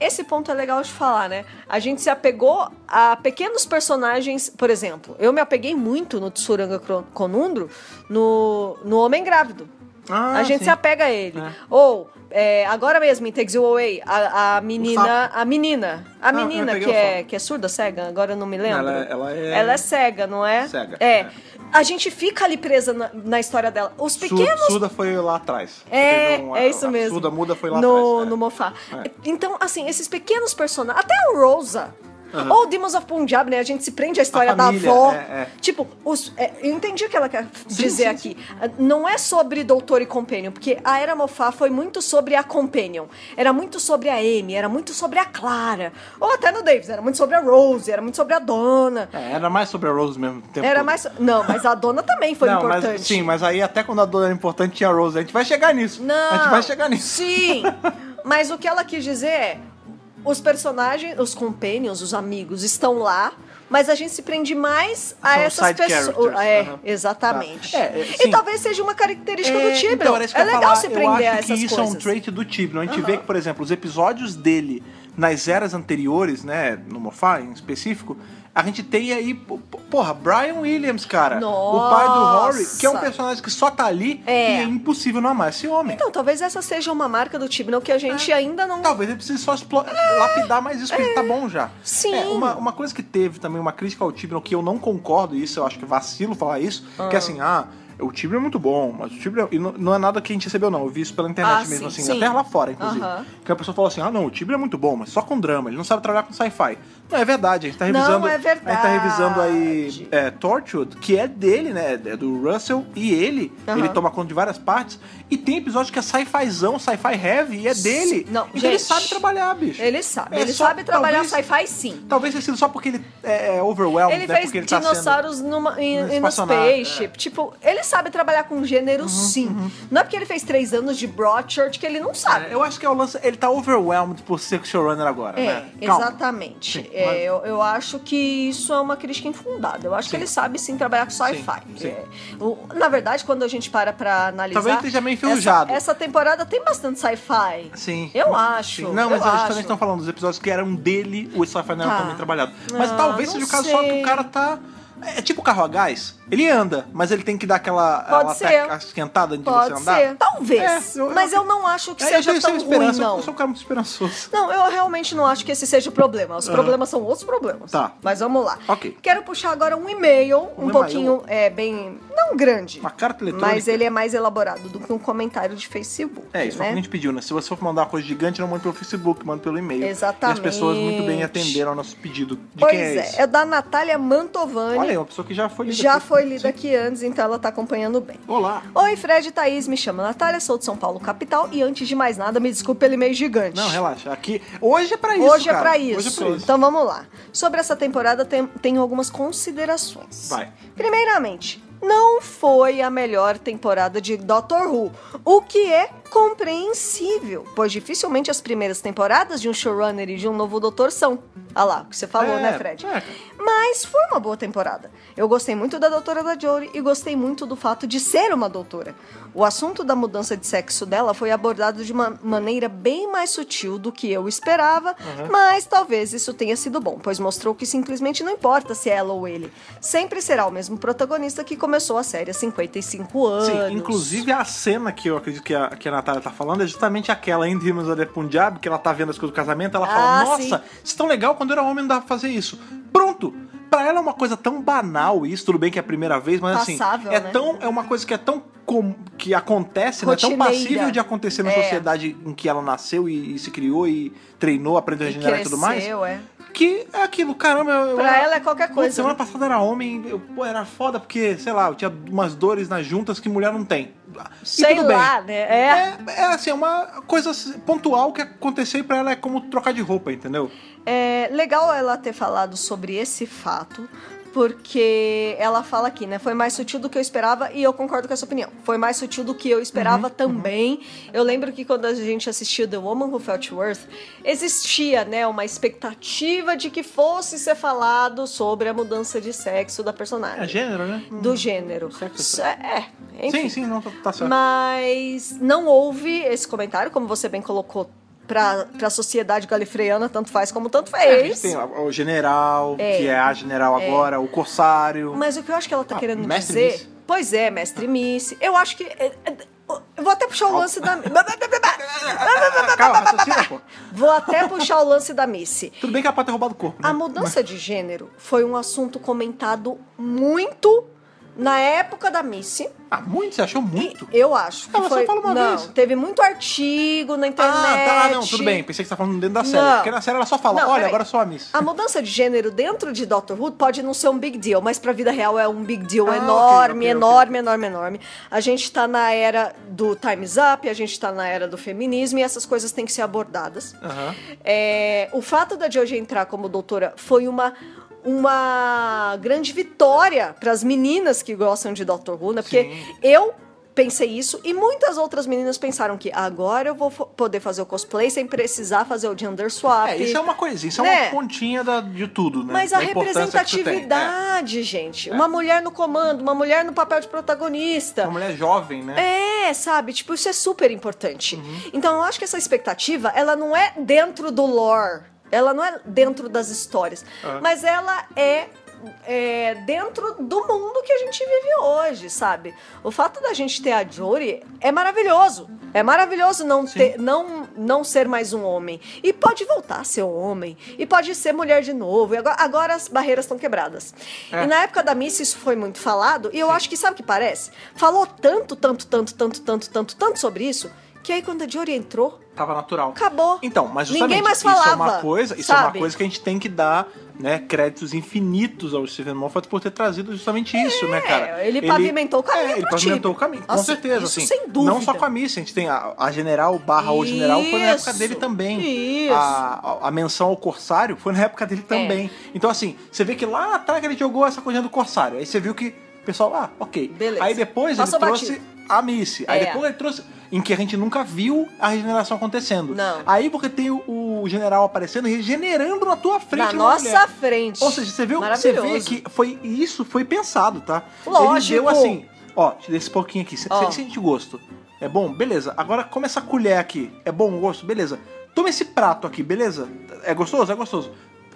Esse ponto é legal de falar, né? A gente se apegou a pequenos personagens, por exemplo, eu me apeguei muito no Tsuranga Cro- Conundro no, no Homem Grávido.
Ah,
a gente
sim.
se apega a ele.
É.
Ou, é, agora mesmo, em Takes You Away, a, a menina. A menina. A
Ah, eu
menina
peguei
que
o
é,
sapo.
que é surda, cega, agora eu não me lembro.
Ela é- ela é-
Ela cega, não é?
Cega,
É.
é.
A gente fica ali presa na, na história dela. Os pequenos
Suda foi lá atrás.
é,
Teve um-
é isso
a
mesmo.
Suda muda foi lá
no,
atrás. é.
No Mofá.
É.
Então, assim, esses pequenos personagens. Até o Rosa. Ou Demons of Punjab, né? A gente se prende à história
família,
da avó.
é, é.
Tipo, os, é, eu entendi o que ela quer
Sim,
dizer
sim,
aqui. Não é sobre Doutor e Companion, porque a Era Mofá foi muito sobre a Companion. Era muito sobre a Amy, era muito sobre a Clara. Ou até no Davis, era muito sobre a Rose, era muito sobre a Dona.
É, era mais sobre a Rose mesmo. o tempo
Era
todo.
mais. Não, mas a Dona também foi
É, um não,
importante.
Mas, sim, mas aí até quando a dona era importante tinha a Rose. A gente vai chegar nisso.
Não.
A gente vai chegar nisso.
Sim. Mas o que ela quis dizer é: os personagens, os companions, os amigos estão lá. Mas a gente se prende mais a
São
essas
side
pessoas.
characters,
É,
aham.
exatamente.
Tá. É, é,
e
sim.
talvez seja uma característica do Tibiron.
então, era isso que
é
eu ia
legal
falar.
se
Eu
prender
acho
a essas
que isso
coisas.
é um trait do Tibno. A gente vê que, por exemplo, os episódios dele nas eras anteriores, né, no Mofá em específico, a gente tem aí, po- po- porra, Brian Williams, cara. O pai do Rory, que é um
Nossa.
personagem que só tá ali
É.
e é impossível não amar esse homem.
Então, talvez essa seja uma marca do Tibiron que a gente ainda não.
É. Talvez ele precise só explo- lapidar mais isso, porque ele tá bom já.
Sim.
É, uma, uma coisa que teve também, uma crítica ao Tibno, que eu não concordo, e isso eu acho que vacilo falar isso, que é assim, ah, o Tibno é muito bom, mas o Tibno... E não, não é nada que a gente recebeu, não. Eu vi isso pela internet
Ah,
mesmo,
sim,
assim,
sim.
até lá fora, inclusive.
Aham.
Que a pessoa falou assim, ah, não, o Tibno é muito bom, mas só com drama, ele não sabe trabalhar com sci-fi. Não, é verdade, a gente tá
Não,
revisando...
é
A gente tá revisando
verdade.
aí é, Tortured, que é dele, né, é do Russell, e ele,
Aham.
ele toma conta de várias partes, e tem episódio que é sci-fizão, sci-fi heavy, e é dele.
Não,
então ele
gente.
sabe trabalhar, bicho.
Ele sabe.
É
ele
só-
sabe trabalhar
talvez-
sci-fi sim.
Talvez tenha sido só porque ele é, é overwhelmed,
Ele
né?
fez
porque ele tá sendo...
dinossauros numa, em,
numa
em um
espaçonave, é. Uhum,
spaceship. Tipo, ele sabe trabalhar com gênero, sim. Não é porque ele fez três anos de Broadchurch que ele não sabe.
É, Eu acho que é o lance. Ele tá overwhelmed por ser showrunner agora.
É,
né? Calma.
exatamente.
Sim,
É,
mas-
eu, eu acho que isso é uma crítica infundada. Eu acho que
Sim.
ele sabe sim trabalhar com
Sim,
sci-fi.
sim.
É, o- na verdade, quando a gente para pra analisar.
Talvez esteja meio enferrujado.
Essa, essa temporada tem bastante sci-fi.
Sim.
Eu
Sim.
acho.
Não, mas tá-
eu
eles
acho.
também estão falando dos episódios que eram dele, o sci-fi não era
Tá.
tão bem trabalhado. Mas
Ah,
talvez
não
seja o caso só que
sei.
o cara tá. É tipo carro a gás. Ele anda, mas ele tem que dar aquela
Pode
ela
ser.
tá esquentada antes de
Pode
você andar.
ser. Talvez.
É, eu-
mas
eu-
eu não acho que
É, eu
seja
tenho
tão
sempre
ruim,
esperança.
não.
Eu sou um cara muito esperançoso.
Não, eu realmente não acho que esse seja o problema. Os problemas são outros problemas.
Tá.
Mas vamos lá.
Ok.
Quero puxar agora um e-mail, um,
Um e-mail.
pouquinho, é, bem. não grande.
Uma carta eletrônica.
Mas ele é mais elaborado do que um comentário de Facebook.
É, isso foi o
né?
que a gente pediu, né? Se você for mandar uma coisa gigante, não manda pelo Facebook, manda pelo e-mail.
Exatamente.
E as pessoas muito bem atenderam ao nosso pedido. De
Pois
quem é,
é,
esse?
é da Natália Mantovani.
Olha aí, uma pessoa que já foi lida.
Já
aqui.
foi lida
Sim.
aqui antes, então ela tá acompanhando bem.
Olá.
Oi, Fred e Thaís, me chamo Natália, sou de São Paulo, capital, e antes de mais nada, me desculpe pelo e-mail gigante.
Não, relaxa. Aqui, hoje é pra isso,
Hoje é
cara.
pra isso.
Hoje é pra isso.
Então vamos lá. Sobre essa temporada, tem, tenho algumas considerações.
Vai.
Primeiramente, não foi a melhor temporada de Doctor Who, o que é compreensível, pois dificilmente as primeiras temporadas de um showrunner e de um novo doutor são. Ah lá, o que você falou,
É,
né, Fred?
é.
Mas foi uma boa temporada. Eu gostei muito da doutora da Jory e gostei muito do fato de ser uma doutora. O assunto da mudança de sexo dela foi abordado de uma maneira bem mais sutil do que eu esperava,
Uhum.
mas talvez isso tenha sido bom, pois mostrou que simplesmente não importa se é ela ou ele. Sempre será o mesmo protagonista que começou a série há 55 anos.
Sim, inclusive a cena que eu acredito que a, que a Natália tá falando é justamente aquela em Dreams of the Punjab, que ela tá vendo as coisas do casamento, ela fala,
Ah,
nossa,
sim.
isso é tão legal, quando eu era homem não dava pra fazer isso. Pronto! Pra ela é uma coisa tão banal isso, tudo bem que é a primeira vez, mas
Passável,
assim, é
né?
tão é uma coisa que é tão com- que acontece, né? é tão
Rotineira.
passível de acontecer na
É.
sociedade em que ela nasceu e, e se criou e treinou, aprendeu a
E
regenerar e tudo mais.
cresceu, é.
Que é aquilo, caramba. Eu,
Pra
eu era-
ela é qualquer
Putz,
coisa,
Semana
né?
passada era homem, eu, pô, era foda porque, sei lá, eu tinha umas dores nas juntas que mulher não tem. E
Sei
tudo bem.
lá, né? É.
É, é assim, é uma coisa pontual que aconteceu e pra ela é como trocar de roupa, entendeu?
É legal ela ter falado sobre esse fato, porque ela fala aqui, né? Foi mais sutil do que eu esperava e eu concordo com essa opinião. Foi mais sutil do que eu esperava
Uhum,
também. Eu lembro que quando a gente assistiu The Woman Who Felt Worth, existia, né, uma expectativa de que fosse ser falado sobre a mudança de sexo da personagem.
É gênero, né?
Do gênero.
Sexo.
É, é, enfim.
Sim, sim, não, tá, tá certo.
Mas não houve esse comentário, como você bem colocou, pra, pra sociedade galifreana, tanto faz como tanto
É, A gente
fez.
tem o o general, que é a general agora, o corsário.
Mas o que eu acho que ela tá
um- Ah,
querendo
mestre
dizer.
Miss.
Pois é, mestre Miss. Eu acho que. é, é, Eu vou até puxar o lance da.
Calma, Ah, raciocina, pô.
Vou até puxar o lance da Missy.
Tudo bem que ela pode ter roubado o corpo.
A
né?
mudança de gênero foi um assunto comentado muito na época da Missy.
Ah, muito? Você achou muito?
Eu acho. que
Ela só
foi-
fala uma
não,
vez.
Teve muito artigo na internet.
Ah, tá, ah, não, tudo bem. Pensei que você tá falando dentro da série.
Não.
Porque na série ela só fala,
Não,
olha,
peraí.
agora eu sou a Miss.
A mudança de gênero dentro de Doctor Who pode não ser um big deal, mas pra vida real é um big deal
Ah,
enorme,
ok, ok,
enorme, enorme, enorme. A gente tá na era do Time's Up, a gente tá na era do feminismo e essas coisas têm que ser abordadas.
Aham.
É, o fato da Georgia entrar como doutora foi uma uma grande vitória para as meninas que gostam de Doctor Who, né? Porque
Sim.
eu pensei isso e muitas outras meninas pensaram que agora eu vou fo- poder fazer o cosplay sem precisar fazer o gender swap.
É, isso é uma coisinha, isso é
né?
uma pontinha da- de tudo, né?
Mas a
Da importância que isso tem.
representatividade, gente. Uma mulher no comando, uma mulher no papel de
É. Uma
protagonista.
mulher jovem, né?
É, sabe? Tipo, isso é super importante. Então, eu acho que essa expectativa, ela não é dentro do lore. Ela não é dentro das histórias.
Ah.
Mas ela é, é dentro do mundo que a gente vive hoje, sabe? O fato da gente ter a Jory é maravilhoso. É maravilhoso não, ter, não, não ser mais um homem. E pode voltar a ser um homem. E pode ser mulher de novo. E agora, agora as barreiras estão quebradas.
É.
E na época da Miss isso foi muito falado. E eu acho que sabe o que parece? Falou tanto, tanto, tanto, tanto, tanto, tanto, tanto sobre isso. Que aí quando a Jory entrou,
Tava natural.
acabou.
Então, mas justamente
Ninguém mais
isso é
falava.
uma coisa, isso é uma
sabe?
coisa que a gente tem que dar, né, créditos infinitos ao Steven Moffat por ter trazido justamente isso, né, cara?
É, ele pavimentou o caminho
É, ele
pro
pavimentou
time.
o caminho, com
Assim,
certeza,
isso
assim.
sem dúvida.
Não só com a Missy, a gente tem a, a General barra o General foi na época
Isso,
dele também.
isso.
A, a- a menção ao Corsário foi na época dele também.
É.
Então, assim, você vê que lá atrás ele jogou essa coisinha do Corsário, aí você viu que o pessoal, ah, ok.
Beleza.
Aí depois
Passou
ele
batido.
trouxe a Missy, aí
É.
depois ele trouxe... Em que a gente nunca viu a regeneração acontecendo.
Não.
Aí porque tem o, o general aparecendo e regenerando na tua frente.
Na
uma
nossa
mulher.
frente.
Ou seja, você viu você
Maravilhoso.
vê que foi, isso foi pensado, tá?
Lógico.
Ele deu assim, ó, te dei esse pouquinho aqui. Você
Ó.
sente gosto. É bom? Beleza. Agora come essa colher aqui. É bom o gosto? Beleza. Toma esse prato aqui, beleza? É gostoso? É gostoso.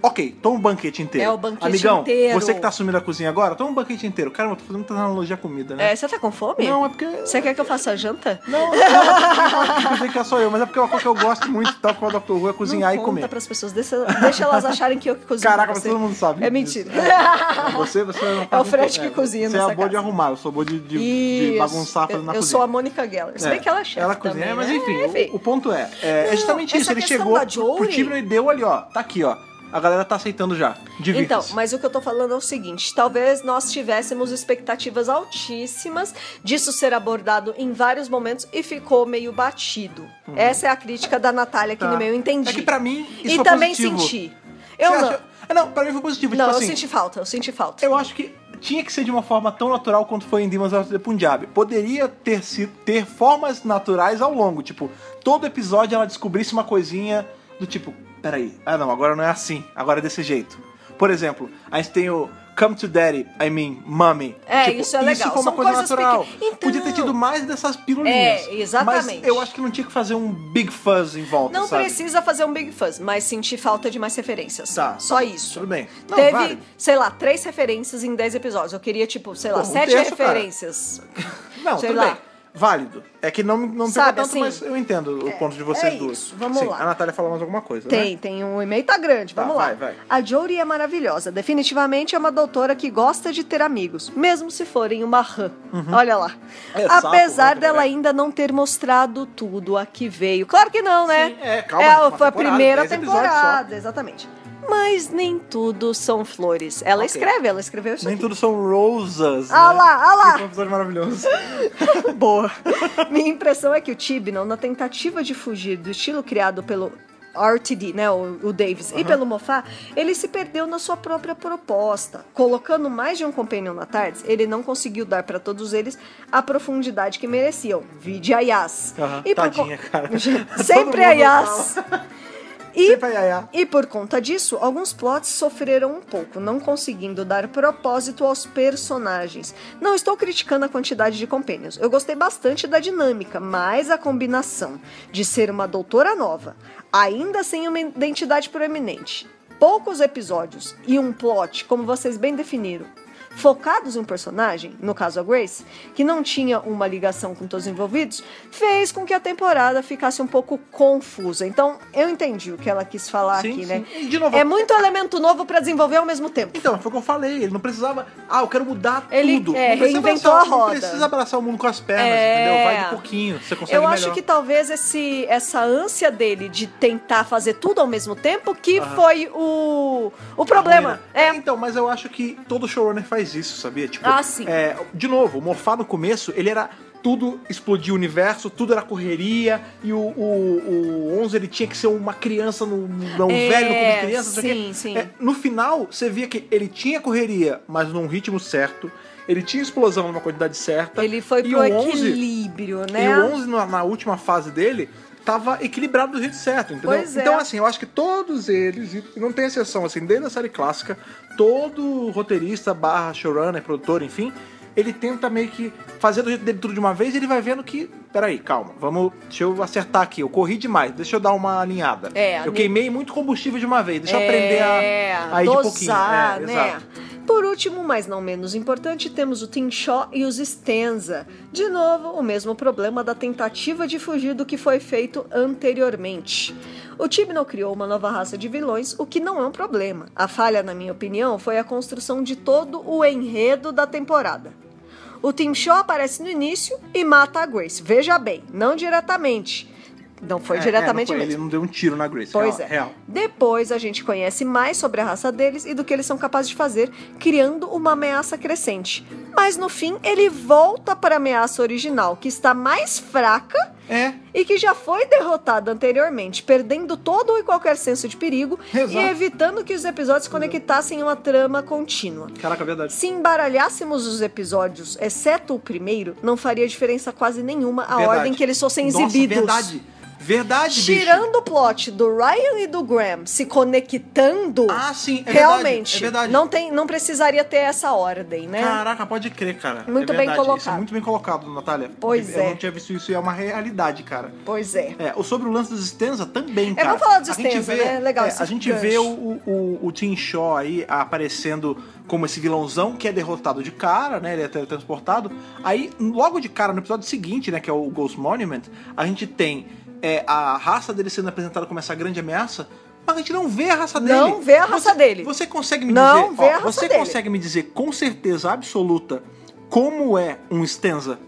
Ok, toma um banquete inteiro.
É o banquete
Amigão,
inteiro.
você que tá assumindo a cozinha agora, toma um banquete inteiro. Caramba, eu tô fazendo muita analogia à comida, né?
É, você tá com fome?
Não, é porque.
Você quer que eu faça a janta?
Não, não, não, não, não, que é só eu, mas é porque é uma coisa que eu gosto muito, tal qual o Dr. Who, é cozinhar
não
e
conta
comer.
pras pessoas, deixa, deixa elas acharem que eu que cozinho
Caraca,
pra
mas
você.
todo mundo sabe.
É
disso.
mentira.
É. Você, você não faz
Fred
muito-
que cozinha
Você é
nessa
boa de
casa.
arrumar, eu sou boa de, de- de
Isso.
bagunçar
Eu,
fazendo na
eu
cozinha.
sou a Mônica Geller. Se bem que ela é chefe
Ela
também,
cozinha, é,
né?
mas enfim, o- O, ponto é, é, é
Não,
justamente isso.
essa
Ele
questão
chegou
da
pro, pro
Jory-
Tibner e deu ali, ó. Tá aqui, ó. A galera tá aceitando já. Divirta-se.
Então, mas o que eu tô falando é o seguinte: talvez nós tivéssemos expectativas altíssimas disso ser abordado em vários momentos e ficou meio batido. Essa é a crítica da Natália que
Uhum. Tá.
no meio eu entendi.
É que pra mim, isso
e
foi
também
positivo.
senti.
Você
Eu não.
acha- Ah, não, pra mim foi positivo.
não,
tipo
eu
assim,
senti falta, eu senti falta.
eu acho que tinha que ser de uma forma tão natural quanto foi em Demons of the Punjab. Poderia ter, sido, ter formas naturais ao longo. Tipo, todo episódio ela descobrisse uma coisinha do tipo, peraí, ah não, agora não é assim, agora é desse jeito. Por exemplo, a gente tem o Come to Daddy, I mean, Mommy.
É,
Tipo,
isso é legal.
Isso foi uma
São
coisa
coisas
natural.
pequenas. Então-
Podia ter tido mais dessas pirulinhas.
É, exatamente.
Mas eu acho que não tinha que fazer um big fuzz em volta,
Não
sabe?
precisa fazer um Big Fuzz, mas senti falta de mais referências.
Tá.
Só isso.
Tudo bem. Não,
Teve,
válido.
sei lá, três referências em dez episódios. Eu queria, tipo, sei
Pô,
lá,
um
sete
terço, cara.
referências.
Não,
Sei
tudo
lá.
bem. Válido. É que não, não pegou
Sabe,
tanto,
assim,
mas eu entendo o ponto de vocês
é
duas.
isso, vamos
Sim,
lá.
A Natália falou mais alguma coisa,
Tem,
né?
tem um e-mail, tá grande,
Tá,
vamos lá.
vai, vai.
A Jory é maravilhosa, definitivamente é uma doutora que gosta de ter amigos, mesmo se forem uma rã. Olha lá.
É sapo,
Apesar
né,
dela
cara?
ainda não ter mostrado tudo a que veio. Claro que não, né?
Sim, é, calma,
a-
uma
foi a
temporada,
primeira
dez episódios
temporada, exatamente. Mas nem tudo são flores. Ela
Ok.
escreve, ela escreveu isso
Nem
aqui.
tudo são rosas,
Ah
né?
lá, ah
Que
lá.
foi um episódio maravilhoso.
Boa. Minha impressão é que o Tibnon, na tentativa de fugir do estilo criado pelo RTD, né, o, o Davis, e pelo Moffat, ele se perdeu na sua própria proposta. Colocando mais de um companion na Tardes, ele não conseguiu dar para todos eles a profundidade que mereciam. Vide a Yas.
Aham,
E por co-
tadinha, cara. Todo
Sempre a
mundo
Yas. E
Sempre a Yaya.
e por conta disso, alguns plots sofreram um pouco, não conseguindo dar propósito aos personagens. Não estou criticando a quantidade de companions. Eu gostei bastante da dinâmica, mas a combinação de ser uma doutora nova, ainda sem uma identidade proeminente, poucos episódios e um plot, como vocês bem definiram, focados em um personagem, no caso a Grace, que não tinha uma ligação com todos os envolvidos, fez com que a temporada ficasse um pouco confusa. Então, eu entendi o que ela quis falar
Sim,
aqui,
sim.
né?
E, de novo-
é muito elemento novo pra desenvolver ao mesmo tempo.
Então, foi o que eu falei. Ele não precisava... Ah, eu quero mudar
Ele,
tudo.
é,
Não precisa
reinventou
abraçar-
a roda.
Não precisa abraçar o mundo com as pernas,
É.
entendeu? Vai de pouquinho, você consegue
Eu
melhor.
acho que talvez esse, essa ânsia dele de tentar fazer tudo ao mesmo tempo que
Aham.
foi o, o problema.
Ruim, né?
É,
Então, mas eu acho que todo showrunner faz isso, sabia? Tipo,
Ah, sim.
é, de novo, o Mofá no começo, ele era. Tudo explodia o universo, tudo era correria, e o, o, o Onze ele tinha que ser uma criança, no, no- um
É,
velho no clube de criança, não sei o quê.
sim, sim.
É, no final, você via que ele tinha correria, mas num ritmo certo, ele tinha explosão numa quantidade certa.
É, ele foi
e
pro
o 11
equilíbrio, né?
e o 11, na, na última fase dele, tava equilibrado do jeito certo, entendeu?
Pois é.
Então, assim, eu acho que todos eles, e não tem exceção, assim, desde a série clássica, todo roteirista, barra showrunner, produtor, enfim, ele tenta meio que fazer do jeito dele tudo de uma vez e ele vai vendo que, peraí, calma, vamos, deixa eu acertar aqui, eu corri demais, deixa eu dar uma alinhada.
É,
eu
ali-
queimei muito combustível de uma vez, deixa eu aprender
É,
a, a ir de pouquinho.
dosar,
É,
né?
exato.
Por último, mas não menos importante, temos o Tim Shaw e os Stenza. De novo, o mesmo problema da tentativa de fugir do que foi feito anteriormente. O Tibno criou uma nova raça de vilões, o que não é um problema. A falha, na minha opinião, foi a construção de todo o enredo da temporada. O Tim Shaw aparece no início e mata a Grace. Veja bem, não diretamente. Não foi
É, é,
diretamente
não foi-
mesmo.
Ele não deu um tiro na Grace,
Pois
real,
é.
real.
Depois a gente conhece mais sobre a raça deles e do que eles são capazes de fazer, criando uma ameaça crescente. Mas no fim, ele volta para a ameaça original, que está mais fraca
É,
e que já foi derrotada anteriormente, perdendo todo e qualquer senso de perigo
Exato.
e evitando que os episódios conectassem em uma trama contínua.
caraca, é verdade.
Se embaralhássemos os episódios, exceto o primeiro, não faria diferença quase nenhuma a
Verdade.
ordem que eles fossem
Nossa,
exibidos.
verdade. Verdade, bicho.
Tirando o plot do Ryan e do Graham se conectando,
Ah, sim, é verdade. Ah.
realmente,
É verdade.
Não, tem, não precisaria ter essa ordem, né?
Caraca, pode crer, cara.
Muito
É
bem
verdade, isso é
colocado.
muito bem colocado, Natália.
Pois
Eu
é.
não tinha visto isso e é uma realidade, cara.
Pois é.
É, o- sobre o lance dos Stenza também, cara.
vamos falar dos
A gente
Stenza,
vê-
né? Legal
é,
esse
a gente
gancho.
vê o, o, o Tim Shaw aí aparecendo como esse vilãozão que é derrotado de cara, né? Ele é teletransportado. Aí, logo de cara, no episódio seguinte, né? Que é o Ghost Monument, a gente tem é, a raça dele sendo apresentada como essa grande ameaça. Mas a gente não vê a raça dele.
Não vê a raça
Você-
dele.
Você consegue me
Não
dizer...
vê a
ó,
raça
você
dele.
consegue me dizer com certeza absoluta como é um Stenza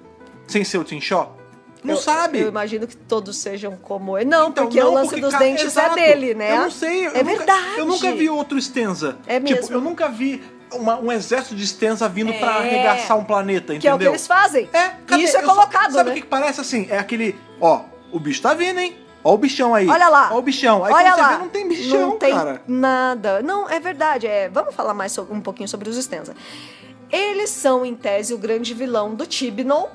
sem ser o Tim Shaw? Não
Eu-
sabe.
Eu imagino que todos sejam como ele. Não,
Então,
porque
não,
o lance
porque,
dos
cara,
dentes
exato.
é dele, né?
Eu não sei. eu nunca-
É verdade.
Eu nunca vi outro Stenza.
É mesmo.
Tipo, eu nunca vi uma- um exército de Stenza vindo pra
É.
arregaçar um planeta, entendeu?
Que é o que eles fazem.
É, cadê?
Isso é
Eu só-
colocado,
Sabe o
né?
que, que parece assim? É aquele, ó, o bicho tá vindo, hein? Ó o bichão aí.
Olha lá.
Ó o bichão. Aí
Olha
quando
lá.
você vê, não tem bichão,
Não tem
cara.
nada. Não, é verdade. É, vamos falar mais sobre- um pouquinho sobre os Stenza. Eles são, em tese, o grande vilão do Tibnon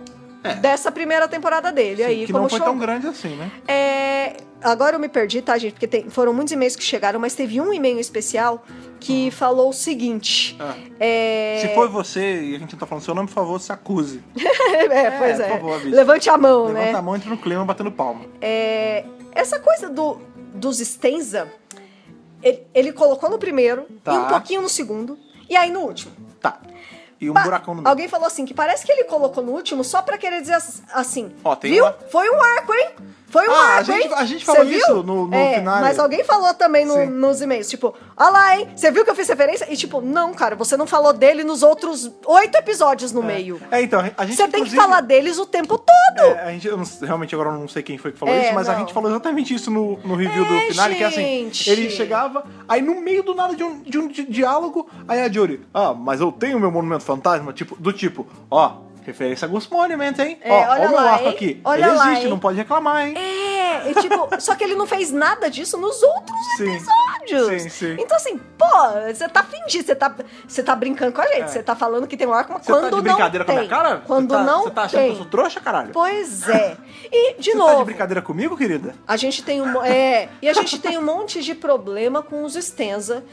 É.
dessa primeira temporada dele.
Sim,
aí,
que
como
não foi tão
Shogun.
grande assim, né?
É, agora eu me perdi, tá, gente? Porque tem- foram muitos e-mails que chegaram, mas teve um e-mail especial que falou o seguinte.
Ah.
É,
Se foi você e a gente não tá falando seu nome, por favor, se acuse.
é, pois
É,
é.
por favor, avisa.
Levante a mão,
Levanta
né?
a mão, entra no clima, batendo palma.
É, essa coisa do, dos Stenza, ele, ele colocou no primeiro,
Tá.
e um pouquinho no segundo, e aí no último.
Tá. E um
Pa-
buracão no meio.
Alguém falou assim, que parece que ele colocou no último só pra querer dizer as- assim,
Ó, tem
viu?
uma-
Foi um arco, hein? Foi um
Ah, a
arco,
gente-
hein?
a gente
Cê
falou
viu?
isso no- no
É,
final.
Mas alguém falou também no-
Sim.
nos e-mails, tipo, olha lá, hein? Você viu que eu fiz referência? E tipo, não, cara, você não falou dele nos outros oito episódios no meio.
É, então, a gente
Você tem que
inclusive-
falar deles o tempo todo.
É, a gente, eu não- realmente agora eu não sei quem foi que falou
É,
isso, mas a
não.
gente falou exatamente isso no, no review
É,
do final, que é assim,
gente.
ele chegava, aí no meio do nada de um, de um di- diálogo, aí a Jory, ah, mas eu tenho meu monumento fantasma, tipo, do tipo, ó, referência a Ghost Monument, hein?
É,
ó,
olha
ó o meu
lá,
arco
hein?
aqui.
Olha
ele
lá,
existe,
hein?
não pode reclamar, hein?
É, e tipo, só que ele não fez nada disso nos outros
Sim.
episódios.
Sim, sim.
Então, assim, pô, você tá fingindo, você tá, você tá brincando com a gente, você tá falando que tem um arco, mas
É. Você
quando
tá de
não
brincadeira com a
tem.
minha cara?
Quando
você tá,
não
Você tá achando
tem.
que eu sou trouxa, caralho?
Pois é. E, de
você
novo,
tá de brincadeira comigo, querida?
a gente tem um. mo- É, e a gente tem um monte de problema com os Stenza.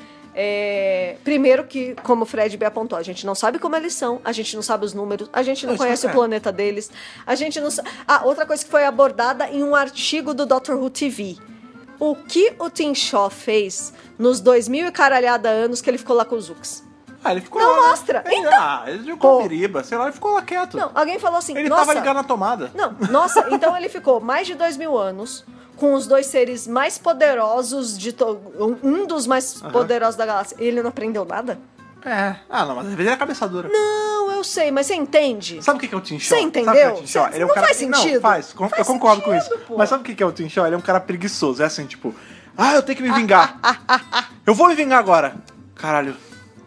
É, primeiro que, como o Fred B apontou, a gente não sabe como eles são, a gente não sabe os números, a gente não
Isso,
conhece
é.
o planeta deles, a gente não sabe. Ah, outra coisa que foi abordada em um artigo do Dr. Who TV. O que o Tim Shaw fez nos dois mil e caralhada anos que ele ficou lá com os Zooks?
Ah, ele ficou
Não
lá, né?
mostra.
Ele,
Então-
Ah, ele
Pô.
jogou biriba, sei lá, ele ficou lá quieto.
Não, alguém falou assim,
ele
nossa,
tava ligado na tomada.
Não, nossa, então ele ficou mais de dois mil anos com os dois seres mais poderosos de to... um- um dos mais
Aham.
poderosos da galáxia. Ele não aprendeu nada?
É. Ah, não, mas às vezes ele é cabeçadura.
Não, eu sei, mas você entende?
Sabe o que que é o Tim Shaw?
Você
Sabe o que é
entendeu?
o Tim Shaw?
Cê-
Ele é um
não
cara...
faz
Não,
sentido.
faz. Com-
Faz
eu concordo com
sentido,
isso.
pô.
Mas sabe o que que é o Tim Shaw? Ele é um cara preguiçoso. É assim, tipo... Ah, eu tenho que me vingar. eu vou me vingar agora. Caralho.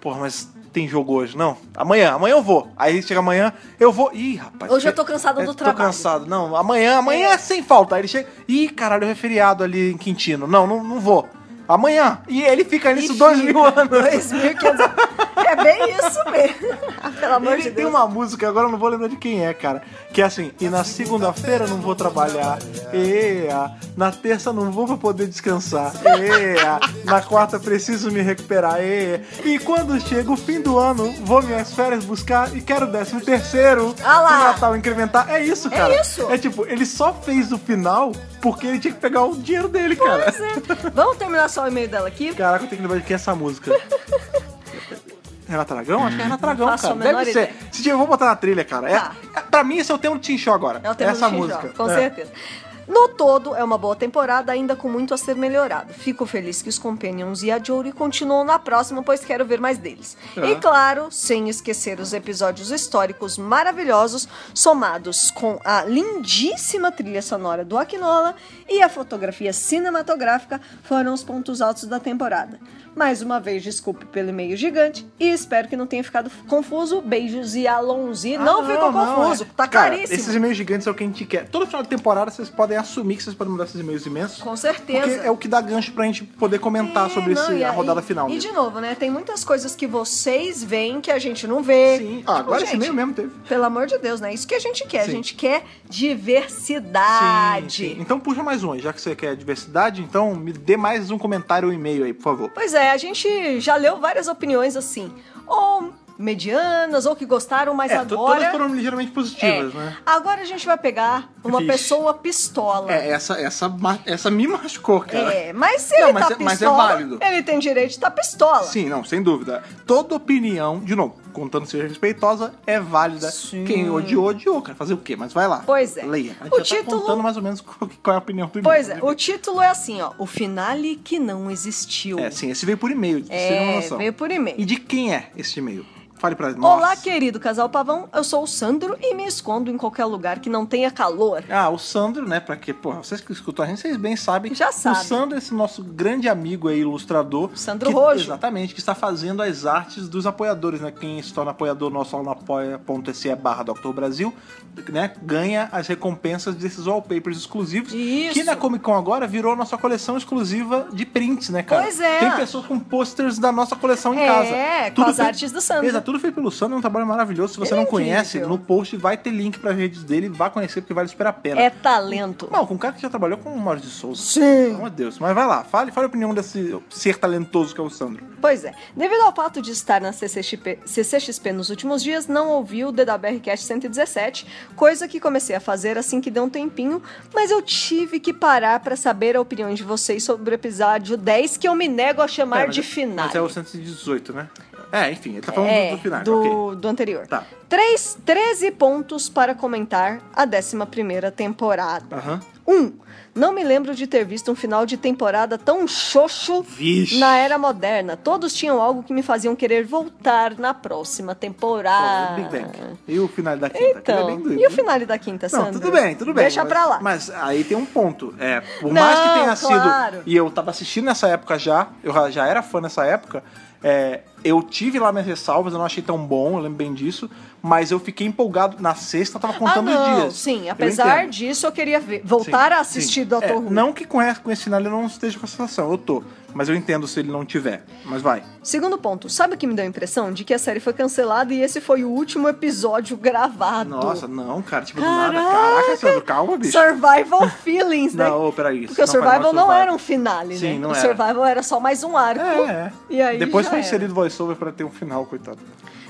Porra, mas tem jogo hoje, não? Amanhã, amanhã eu vou. Aí chega amanhã, eu vou... Ih, rapaz.
Hoje eu tô cansado
é,
do
Tô
trabalho.
cansado. Não, amanhã, amanhã é. sem falta. Aí ele chega... Ih, caralho, é feriado ali em Quintino. Não, não, não vou. Amanhã. E ele fica nisso é dois mil anos.
2500 É bem isso mesmo. Ah, Pelo amor
Ele
de
tem
Deus.
uma música, agora eu não vou lembrar de quem é, cara. Que é assim, e na segunda-feira eu não vou trabalhar. Ea, na terça não vou pra poder descansar. Ea, na quarta preciso me recuperar. Ea. E quando chega o fim do ano, vou minhas férias buscar e quero o décimo terceiro.
Ah lá.
pro Natal incrementar. É isso, cara.
isso.
É tipo, ele só fez o final porque ele tinha que pegar o dinheiro dele, cara.
Pois é. Vamos terminar só o e-mail dela aqui?
Caraca, eu tenho que lembrar de quem é essa música. Renata Aragão? Acho que é Renata Aragão,
Não faço
cara.
a menor
Deve ser.
ideia.
Se tiver, eu vou botar na trilha, cara. É,
Tá.
é- pra mim, esse é o tema do Tim Shaw agora.
É o tema
Essa
do Tim
música.
Jong, com
É.
certeza. No todo, é uma boa temporada, ainda com muito a ser melhorado. Fico feliz que os Companions e a Jory continuam na próxima, pois quero ver mais deles.
É.
E claro, sem esquecer os episódios históricos maravilhosos, somados com a lindíssima trilha sonora do Aquinola e a fotografia cinematográfica, foram os pontos altos da temporada. Mais uma vez, desculpe pelo e-mail gigante e espero que não tenha ficado confuso. Beijos e alonzi.
Ah,
não, ficou confuso,
é.
tá
Cara,
claríssimo.
Esses e-mails gigantes é o que a gente quer. Todo final de temporada vocês podem assumir que vocês podem mandar esses e-mails imensos.
Com
Porque
certeza.
é o que dá gancho pra gente poder comentar
É,
sobre
não,
esse,
e
a rodada
e-
final.
E
mesmo.
de novo, né? Tem muitas coisas que vocês veem que a gente não vê. Tipo,
Sim, ah, agora esse
gente,
e-mail mesmo teve.
Pelo amor de Deus, né? Isso que a gente quer.
Sim.
A gente quer
Sim,
diversidade.
sim. Então puxa mais um, aí, já que você quer diversidade, então me dê mais um comentário ou e-mail aí, por favor.
Pois é, a gente já leu várias opiniões assim. Ou medianas, ou que gostaram, mas
é, to- todas
agora.
foram ligeiramente
É,
positivas, né?
Agora a gente vai pegar uma
Vixe.
pessoa pistola.
É, essa, essa, ma- essa me machucou, cara.
É, mas se
Não,
ele
mas
tá
é-
pistola,
mas é válido.
ele tem direito de estar pistola.
Sim, não, sem dúvida. Toda opinião, de novo, contando que seja respeitosa, é válida.
Sim.
Quem odiou, odiou, cara. Fazer o quê? Mas vai lá.
Pois é.
Leia. A gente
O
já
título-
tá contando mais ou menos qual, qual é a opinião do
Pois é,
e-mail,
o
né?
título é assim, ó. O finale que não existiu.
É, sim, esse veio por e-mail, pra vocês terem uma
É,
noção.
veio por e-mail.
E de quem é esse e-mail? Fale pra nós.
Olá, querido casal Pavão. Eu sou o Sandro e me escondo em qualquer lugar que não tenha calor.
Ah, o Sandro, né? Pra que, porra, vocês que escutam a gente, vocês bem sabem.
Já
O
sabem.
Sandro, é esse nosso grande amigo aí, ilustrador.
Sandro
que,
Rojo.
Exatamente, que está fazendo as artes dos apoiadores, né? Quem se torna apoiador nosso lá no apoia.se barra Dr. Brasil, né? Ganha as recompensas desses wallpapers exclusivos.
Isso.
Que na Comic Con agora virou a nossa coleção exclusiva de prints, né, cara?
Pois é.
Tem pessoas com posters da nossa coleção em
É,
casa.
com as
feito-
artes do Sandro.
Exato, tudo feito pelo Sandro, é um trabalho maravilhoso. Se você
Ele é
não conhece,
incrível.
no post vai ter link para redes dele, vá conhecer porque vale super a pena.
É talento.
Não, com um cara que já trabalhou com o Maurício de Souza. Pelo
Sim.
amor de Deus. Mas vai lá, fale, fale a opinião desse ser talentoso que é o Sandro.
Pois é. Devido ao fato de estar na CCXP, CCXP nos últimos dias, não ouvi o DWRcast 117, coisa que comecei a fazer assim que deu um tempinho, mas eu tive que parar pra saber a opinião de vocês sobre o episódio 10, que eu me nego a chamar
Pera, mas
de
é-
final.
Mas é o 118, né? É, enfim, ele tá falando do, do final.
do,
ok.
do anterior.
Tá.
Três, 13 pontos para comentar a 11 temporada.
Aham.
Um, não me lembro de ter visto um final de temporada tão xoxo
Vixe.
na era moderna. Todos tinham algo que me faziam querer voltar na próxima
Pô,
temporada.
Big Bang. E o final da quinta? Aquilo é
Então,
bem doido,
e o
né?
final da quinta,
Não,
Sandra?
tudo bem, tudo bem.
Deixa
mas,
pra lá.
Mas aí tem um ponto. É, por
Não,
mais que tenha
claro.
sido. E eu tava assistindo nessa época já, eu já- já era fã nessa época. é, eu tive lá minhas ressalvas, eu não achei tão bom, eu lembro bem disso. Mas eu fiquei empolgado. Na sexta, eu tava contando
ah, não.
os dias.
Sim,
Eu
apesar
entendo.
disso, eu queria ver- voltar
Sim,
a assistir
sim.
Dr.
É,
Who.
Não que com esse, com esse final eu não esteja com essa sensação, eu tô. Mas eu entendo se ele não tiver. Mas vai.
Segundo ponto, sabe o que me deu a impressão? De que a série foi cancelada e esse foi o último episódio gravado.
Nossa, não, cara, tipo, do nada.
Caraca!
Caraca, Sandro, calma, bicho.
Survival Feelings, né?
Não, ô, peraí.
Porque o
senão vai
Survival
mal
não era um finale, né?
Sim, não
o
era.
Survival era só mais um arco.
É, é.
E aí
Depois
já
foi
era.
inserido voiceover pra ter um final, coitado.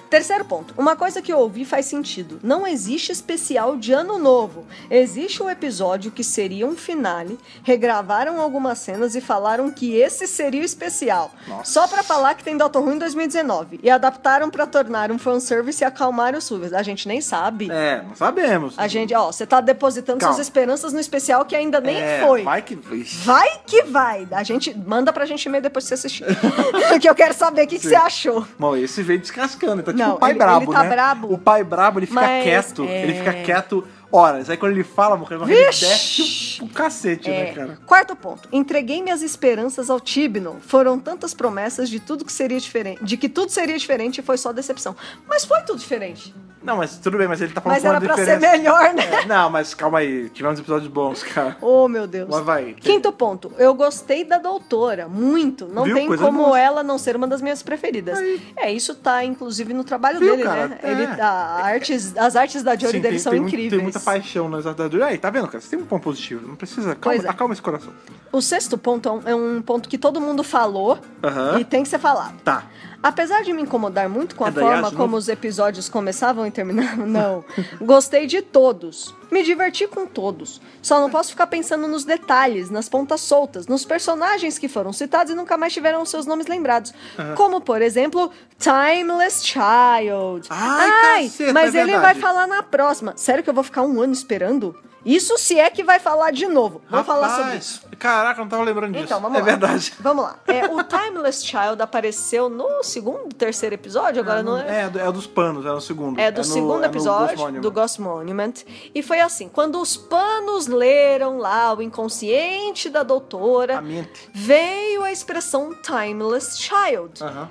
Terceiro ponto. Uma coisa que eu ouvi faz sentido. Não existe especial de ano novo. Existe um episódio que seria um finale, regravaram algumas cenas e falaram que esse seria o especial.
Nossa.
Só pra falar que tem Doctor Who em 2019. E adaptaram pra tornar um fanservice e acalmar os fãs. A gente nem sabe.
É, não sabemos.
A gente, ó, você tá depositando
Calma.
suas esperanças no especial que ainda nem
É,
foi.
Vai que. Ixi.
Vai que vai. A gente manda pra gente e-mail depois que você assistir. que eu quero saber o que, que
Sim.
você achou.
Bom, esse veio descascando, então tipo
Não,
o pai
ele-
brabo,
ele tá
né?
brabo.
O pai brabo, ele fica
Mas,
quieto,
é.
ele fica quieto horas. Aí quando ele fala, morrer, ele
Vixe!
desce o, o cacete, né,
É.
cara?
Quarto ponto. Entreguei minhas esperanças ao Tibno. Foram tantas promessas de tudo que seria diferente, de que tudo seria diferente e foi só decepção. Mas foi tudo diferente.
Não, mas tudo bem, mas ele tá falando
Mas
com uma
era pra ser
diferença.
melhor, né?
É, não, mas calma aí, tivemos episódios bons, cara.
Oh, meu Deus.
Mas vai.
Quinto ponto. Eu gostei da doutora, muito. Não
Viu?
tem
Coisa
como
boa.
ela não ser uma das minhas preferidas. É, isso tá inclusive no trabalho
Viu,
dele,
cara?
né?
É.
Ele, a artes, as artes da Jory
Sim,
dele
tem,
são
tem muito-
incríveis.
tem muita paixão nas artes da Aí, tá vendo, cara? Você tem um ponto positivo. Não precisa. Calma,
Pois é.
Acalma esse coração.
O sexto ponto é um- é um ponto que todo mundo falou
Aham.
e tem que ser falado.
Tá.
Apesar de me incomodar muito com a
É da
forma
Yas, não?
como os episódios começavam e terminavam, não. Gostei de todos. Me diverti com todos. Só não posso ficar pensando nos detalhes, nas pontas soltas, nos personagens que foram citados e nunca mais tiveram seus nomes lembrados. Como, por exemplo, Timeless Child.
Ai, caceta,
mas
é
ele vai
verdade.
falar na próxima. Sério que eu vou ficar um ano esperando? Isso se é que vai falar de novo. Vamos falar sobre isso.
Rapaz, Caraca, eu não tava lembrando disso.
Então, vamos
é
lá.
verdade.
Vamos lá. É, o Timeless Child apareceu no segundo, terceiro episódio, agora não é.
É, do- é o dos panos, é o segundo.
É do
no-
segundo
é no
episódio
Ghost Monument.
do Ghost Monument. E foi assim: quando os panos leram lá o inconsciente da doutora,
A mente.
veio a expressão Timeless Child.
Aham.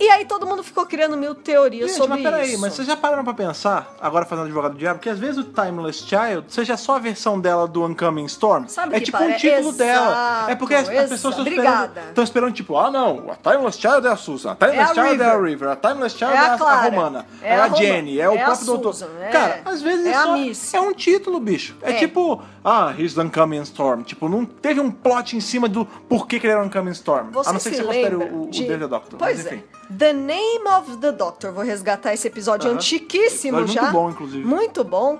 E aí todo mundo ficou criando mil teorias
Gente, mas
sobre
peraí,
isso.
mas vocês já pararam pra pensar, agora fazendo advogado do diabo, que às vezes o Timeless Child seja só a versão dela do Uncoming Storm.
Sabe
é
que
tipo um
parece?
título dela.
Exato,
É porque as, as pessoas
exato.
estão
Obrigada.
esperando, estão esperando, tipo, ah não, a Timeless Child é a Susan, a Timeless
É a
Child é a
River.
River, a Timeless Child
É
é,
a
a,
Clara.
Romana,
É
é,
a
a
Romana.
Jenny, é o
É a
próprio doutor.
Susan, é-
Cara, às vezes
é
é,
a
só,
Miss.
é um título, bicho. É,
É.
tipo, ah, he's the Uncoming Storm. Tipo, não teve um plot em cima do porquê que ele era Uncoming Storm.
Você
a não ser
se
que você considere
lembra
o, o
de...
David Doctor.
Pois
mas enfim.
é. The Name of the Doctor. Vou resgatar esse episódio
Aham.
antiquíssimo
Episódio
já.
muito bom, inclusive.
Muito bom.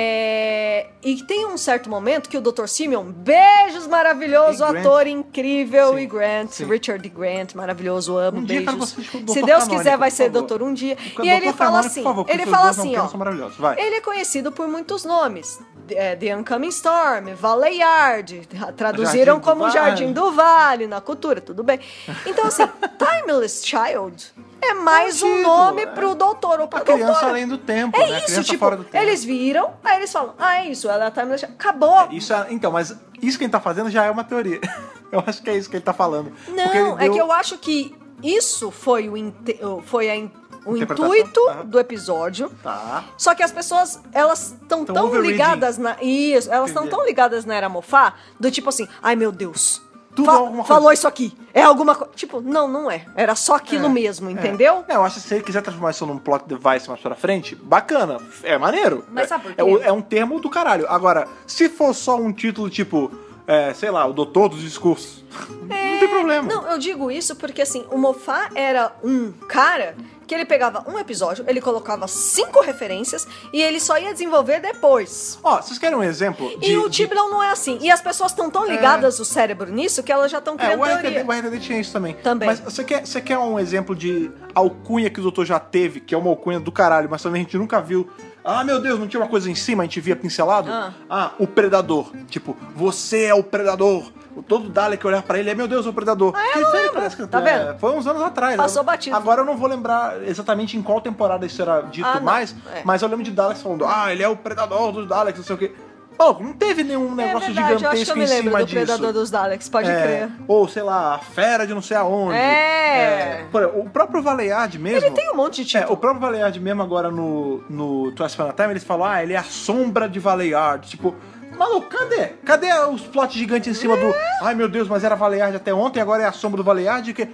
É, E tem um certo momento que o Dr. Simeon, beijos maravilhoso,
E Grant.
ator incrível
Sim,
e Grant,
sim.
Richard D. Grant, maravilhoso, amo,
Um dia eu
beijos.
quero você com o Dr.
Se Deus
Canônico,
quiser vai
por
ser
favor.
doutor um dia.
Dr.
E ele fala
Canônico,
assim,
por favor, porque
ele
os
fala
dois não
assim,
querem,
ó.
são maravilhosos, vai.
Ele é conhecido por muitos nomes. É, The Uncoming Storm, Valley Yard, traduziram
Jardim do
como
Vale.
Jardim do Vale na cultura, tudo bem. Então, assim, Timeless Child é mais um,
título,
nome
é.
pro doutor ou pra
A criança
doutora.
além do tempo,
é
né? A
isso,
criança
tipo,
fora do tempo.
eles viram, aí eles falam, ah, é isso, ela é a Timeless Child. Acabou.
Isso é- então, mas isso que ele tá fazendo já é uma teoria. Eu acho que é isso que ele tá falando. Porque ele
Não, é
deu-
que eu acho que isso foi o, inte- foi a in- o
Interpretação?
intuito
Aham.
do episódio.
Tá.
Só que as pessoas, elas estão
Tão
tão
overreading.
ligadas na. Isso, elas estão
Entendi.
tão ligadas na era mofá, do tipo assim, ai meu Deus.
Tudo
fa-
é alguma coisa."
Falou isso aqui. É alguma coisa. Tipo, não, não é. Era só aquilo
É,
mesmo,
é.
entendeu?
Não, eu acho que se ele quiser transformar isso num plot device mais pra frente, bacana. É maneiro.
Mas
É-
sabe por quê?
É, o- é um termo do caralho. Agora, se for só um título tipo, é, sei lá, o Doutor dos Discursos, não tem problema.
É, Não, eu digo isso porque assim, o Mofá era um cara que ele pegava um episódio, ele colocava cinco referências e ele só ia desenvolver depois.
Ó, vocês querem um exemplo?
E o Tiblão não é assim. E as pessoas estão tão ligadas o cérebro nisso que elas já estão
É,
criando
o
teoria.
RTD, o RTD tinha isso também.
Também.
Mas você quer, você quer um exemplo de alcunha que o doutor já teve, que é uma alcunha do caralho, mas também a gente nunca viu. Ah, meu Deus, não tinha uma coisa em cima, a gente via pincelado?
Ah.
Ah, o predador. Tipo, você é o predador. O Todo Dalek que olhar pra ele é, meu Deus, é o predador. Ah,
eu não lembro. Tá vendo?
é, Foi uns anos atrás.
Passou
Eu-
batido.
Agora eu não vou lembrar exatamente em qual temporada isso era dito
Ah, não.
mais,
É.
mas eu lembro de Daleks falando, ah, ele é o predador dos Daleks, não sei o quê. Pô, não teve nenhum negócio
é verdade, eu acho que eu
gigantesco
me
em
lembro
cima
do
disso.
Predador dos Daleks, pode
É,
crer.
Ou, sei lá, a fera de não sei aonde.
É.
Por exemplo, o próprio Valeyard mesmo.
Ele tem um monte de
É, o
título.
próprio Valeyard mesmo agora no, no Twice Upon a Time, eles falam, ah, ele é a sombra de Valeyard. Tipo, maluco, cadê? Cadê os plots gigantes em cima do,
É.
ai meu Deus, mas era Valeyard até ontem, agora é a sombra do Valeyard? Que...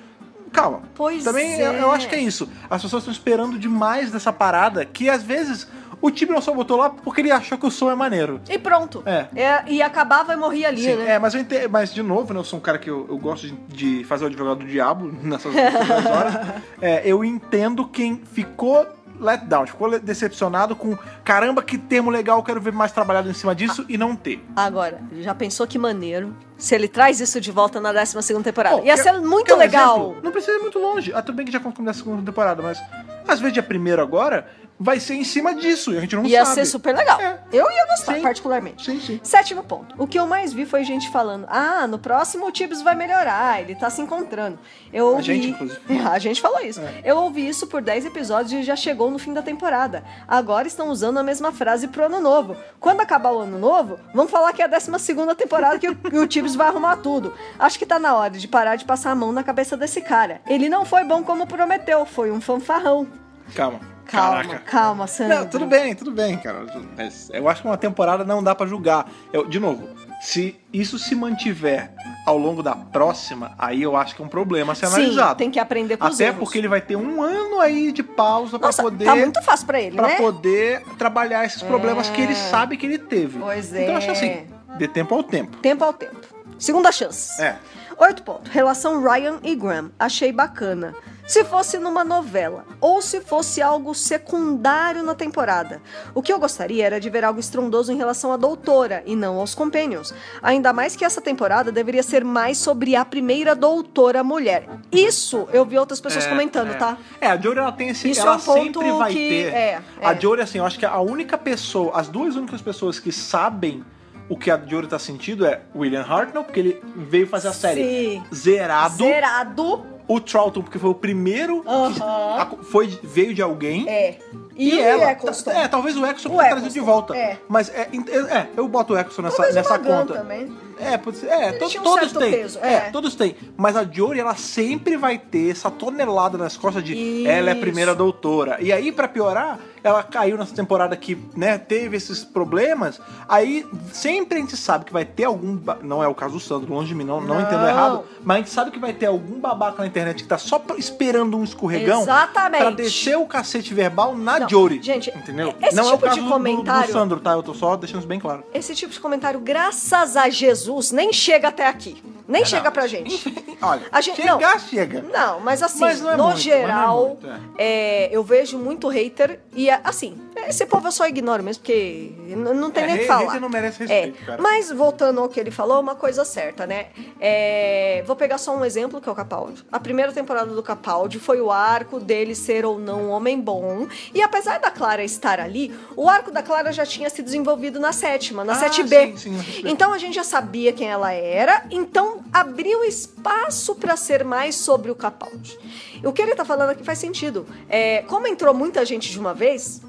Calma.
Pois
Também
é.
eu, eu acho que é isso. As pessoas estão esperando demais dessa parada, que às vezes o time não só botou lá porque ele achou que o som é maneiro.
E pronto.
É.
e acabava e morria ali,
Sim,
né?
é, mas, eu ente- mas de novo, né, eu sou um cara que eu, eu gosto de, de fazer o advogado do diabo nessas últimas horas. É, eu entendo quem ficou let down, ficou le- decepcionado com caramba, que termo legal, eu quero ver mais trabalhado em cima disso e não ter.
Agora, já pensou que maneiro se ele traz isso de volta na 12 temporada?
Bom,
Tá, Ia
quer-
ser muito
quer um
legal.
exemplo? não precisa ir muito longe. Ah, tudo bem que já conta da segunda temporada, mas às vezes dia primeiro agora vai ser em cima disso e a gente não
ia
sabe.
ser super legal.
É.
Eu ia gostar,
Sim.
particularmente.
Sim, sim.
Sétimo ponto. O que eu mais vi foi gente falando: ah, no próximo o Tibbs vai melhorar, ele tá se encontrando. Eu
A
ouvi.
gente, inclusive. É.
A gente falou isso. Eu ouvi isso por 10 episódios e já chegou no fim da temporada. Agora estão usando a mesma frase pro ano novo. Quando acabar o ano novo, vamos falar que é a 12 temporada que o, que o Tibbs vai arrumar tudo. Acho que tá na hora de parar de passar a mão na cabeça desse cara. Ele não foi bom como prometeu, foi um fanfarrão.
Calma.
Calma,
Caraca.
calma, Sandra.
Não, tudo bem, tudo bem, cara. Mas eu acho que uma temporada não dá pra julgar. Eu, de novo, se isso se mantiver ao longo da próxima, aí eu acho que é um problema a ser
Sim,
analisado.
tem que aprender com os
Até
erros.
porque ele vai ter um ano aí de pausa pra
Nossa,
poder
tá muito fácil pra ele,
para
né? É.
poder trabalhar esses problemas que ele sabe que ele teve.
Pois é.
então eu acho que assim, dê tempo ao tempo.
Tempo ao tempo. Segunda chance.
É.
Oito ponto. Relação Ryan e Graham. Achei bacana. Se fosse numa novela, ou se fosse algo secundário na temporada. O que eu gostaria era de ver algo estrondoso em relação à doutora e não aos companions. Ainda mais que essa temporada deveria ser mais sobre a primeira doutora mulher. Isso eu vi outras pessoas
É,
comentando,
é.
tá?
É, a Jory ela tem esse.
Isso
ela
é um ponto
sempre vai
que-
ter.
é, é.
A Jory, assim, eu acho que a única pessoa, as duas únicas pessoas que sabem o que a Jory tá sentindo é William Hartnell, porque ele veio fazer a série
Sim.
zerado.
Zerado.
O Troughton, porque foi o primeiro
Aham.
que a- foi, veio de alguém.
É.
E,
E o
ela.
Eccleston?
É, talvez o Exxon
O
tenha trazido de
Eccleston,
volta.
é.
Mas é, ent- é, eu boto o Exxon nessa,
Talvez o
nessa
Magan
conta.
também.
É, pode ser. É, to-
tinha um
todos
certo
têm.
peso,
é.
é.
todos têm. Mas a Jory, ela sempre vai ter essa tonelada nas costas de
Isso.
ela é a primeira doutora. E aí, pra piorar, ela caiu nessa temporada que, né, teve esses problemas. Aí, sempre a gente sabe que vai ter algum. ba- Não é o caso do Sandro, longe de mim, não, não,
Não.
entendo errado. Mas a gente sabe que vai ter algum babaca na internet que tá só pra- esperando um escorregão.
Exatamente.
Pra descer o cacete verbal na
Não,
Jory.
gente,
entendeu?
esse
não é o
tipo de
caso do- do-
comentário-
do Sandro, tá? Eu tô só deixando isso bem claro.
Esse tipo de comentário, graças a Jesus, nem chega até aqui.
É,
Nem chega pra gente.
Olha,
A gente-
chegar,
não.
chega.
Não, mas assim,
Mas não é
no
muito, mas não é
geral,
muito,
é, eu vejo muito hater e assim, esse povo eu só ignoro mesmo, porque n- não tem
É,
nem o que
hater
falar.
não merece respeito, cara.
Mas voltando ao que ele falou, uma coisa certa, né? É, vou pegar só um exemplo que é o Capaldi. A primeira temporada do Capaldi foi o arco dele ser ou não um homem bom. E apesar da Clara estar ali, o arco da Clara já tinha sido desenvolvido na sétima, na
Ah,
7B.
sim, sim.
então então a gente já sabia quem ela era, então abriu espaço para ser mais sobre o Capaldi. O que ele tá falando aqui faz sentido. É, como entrou muita gente de uma vez,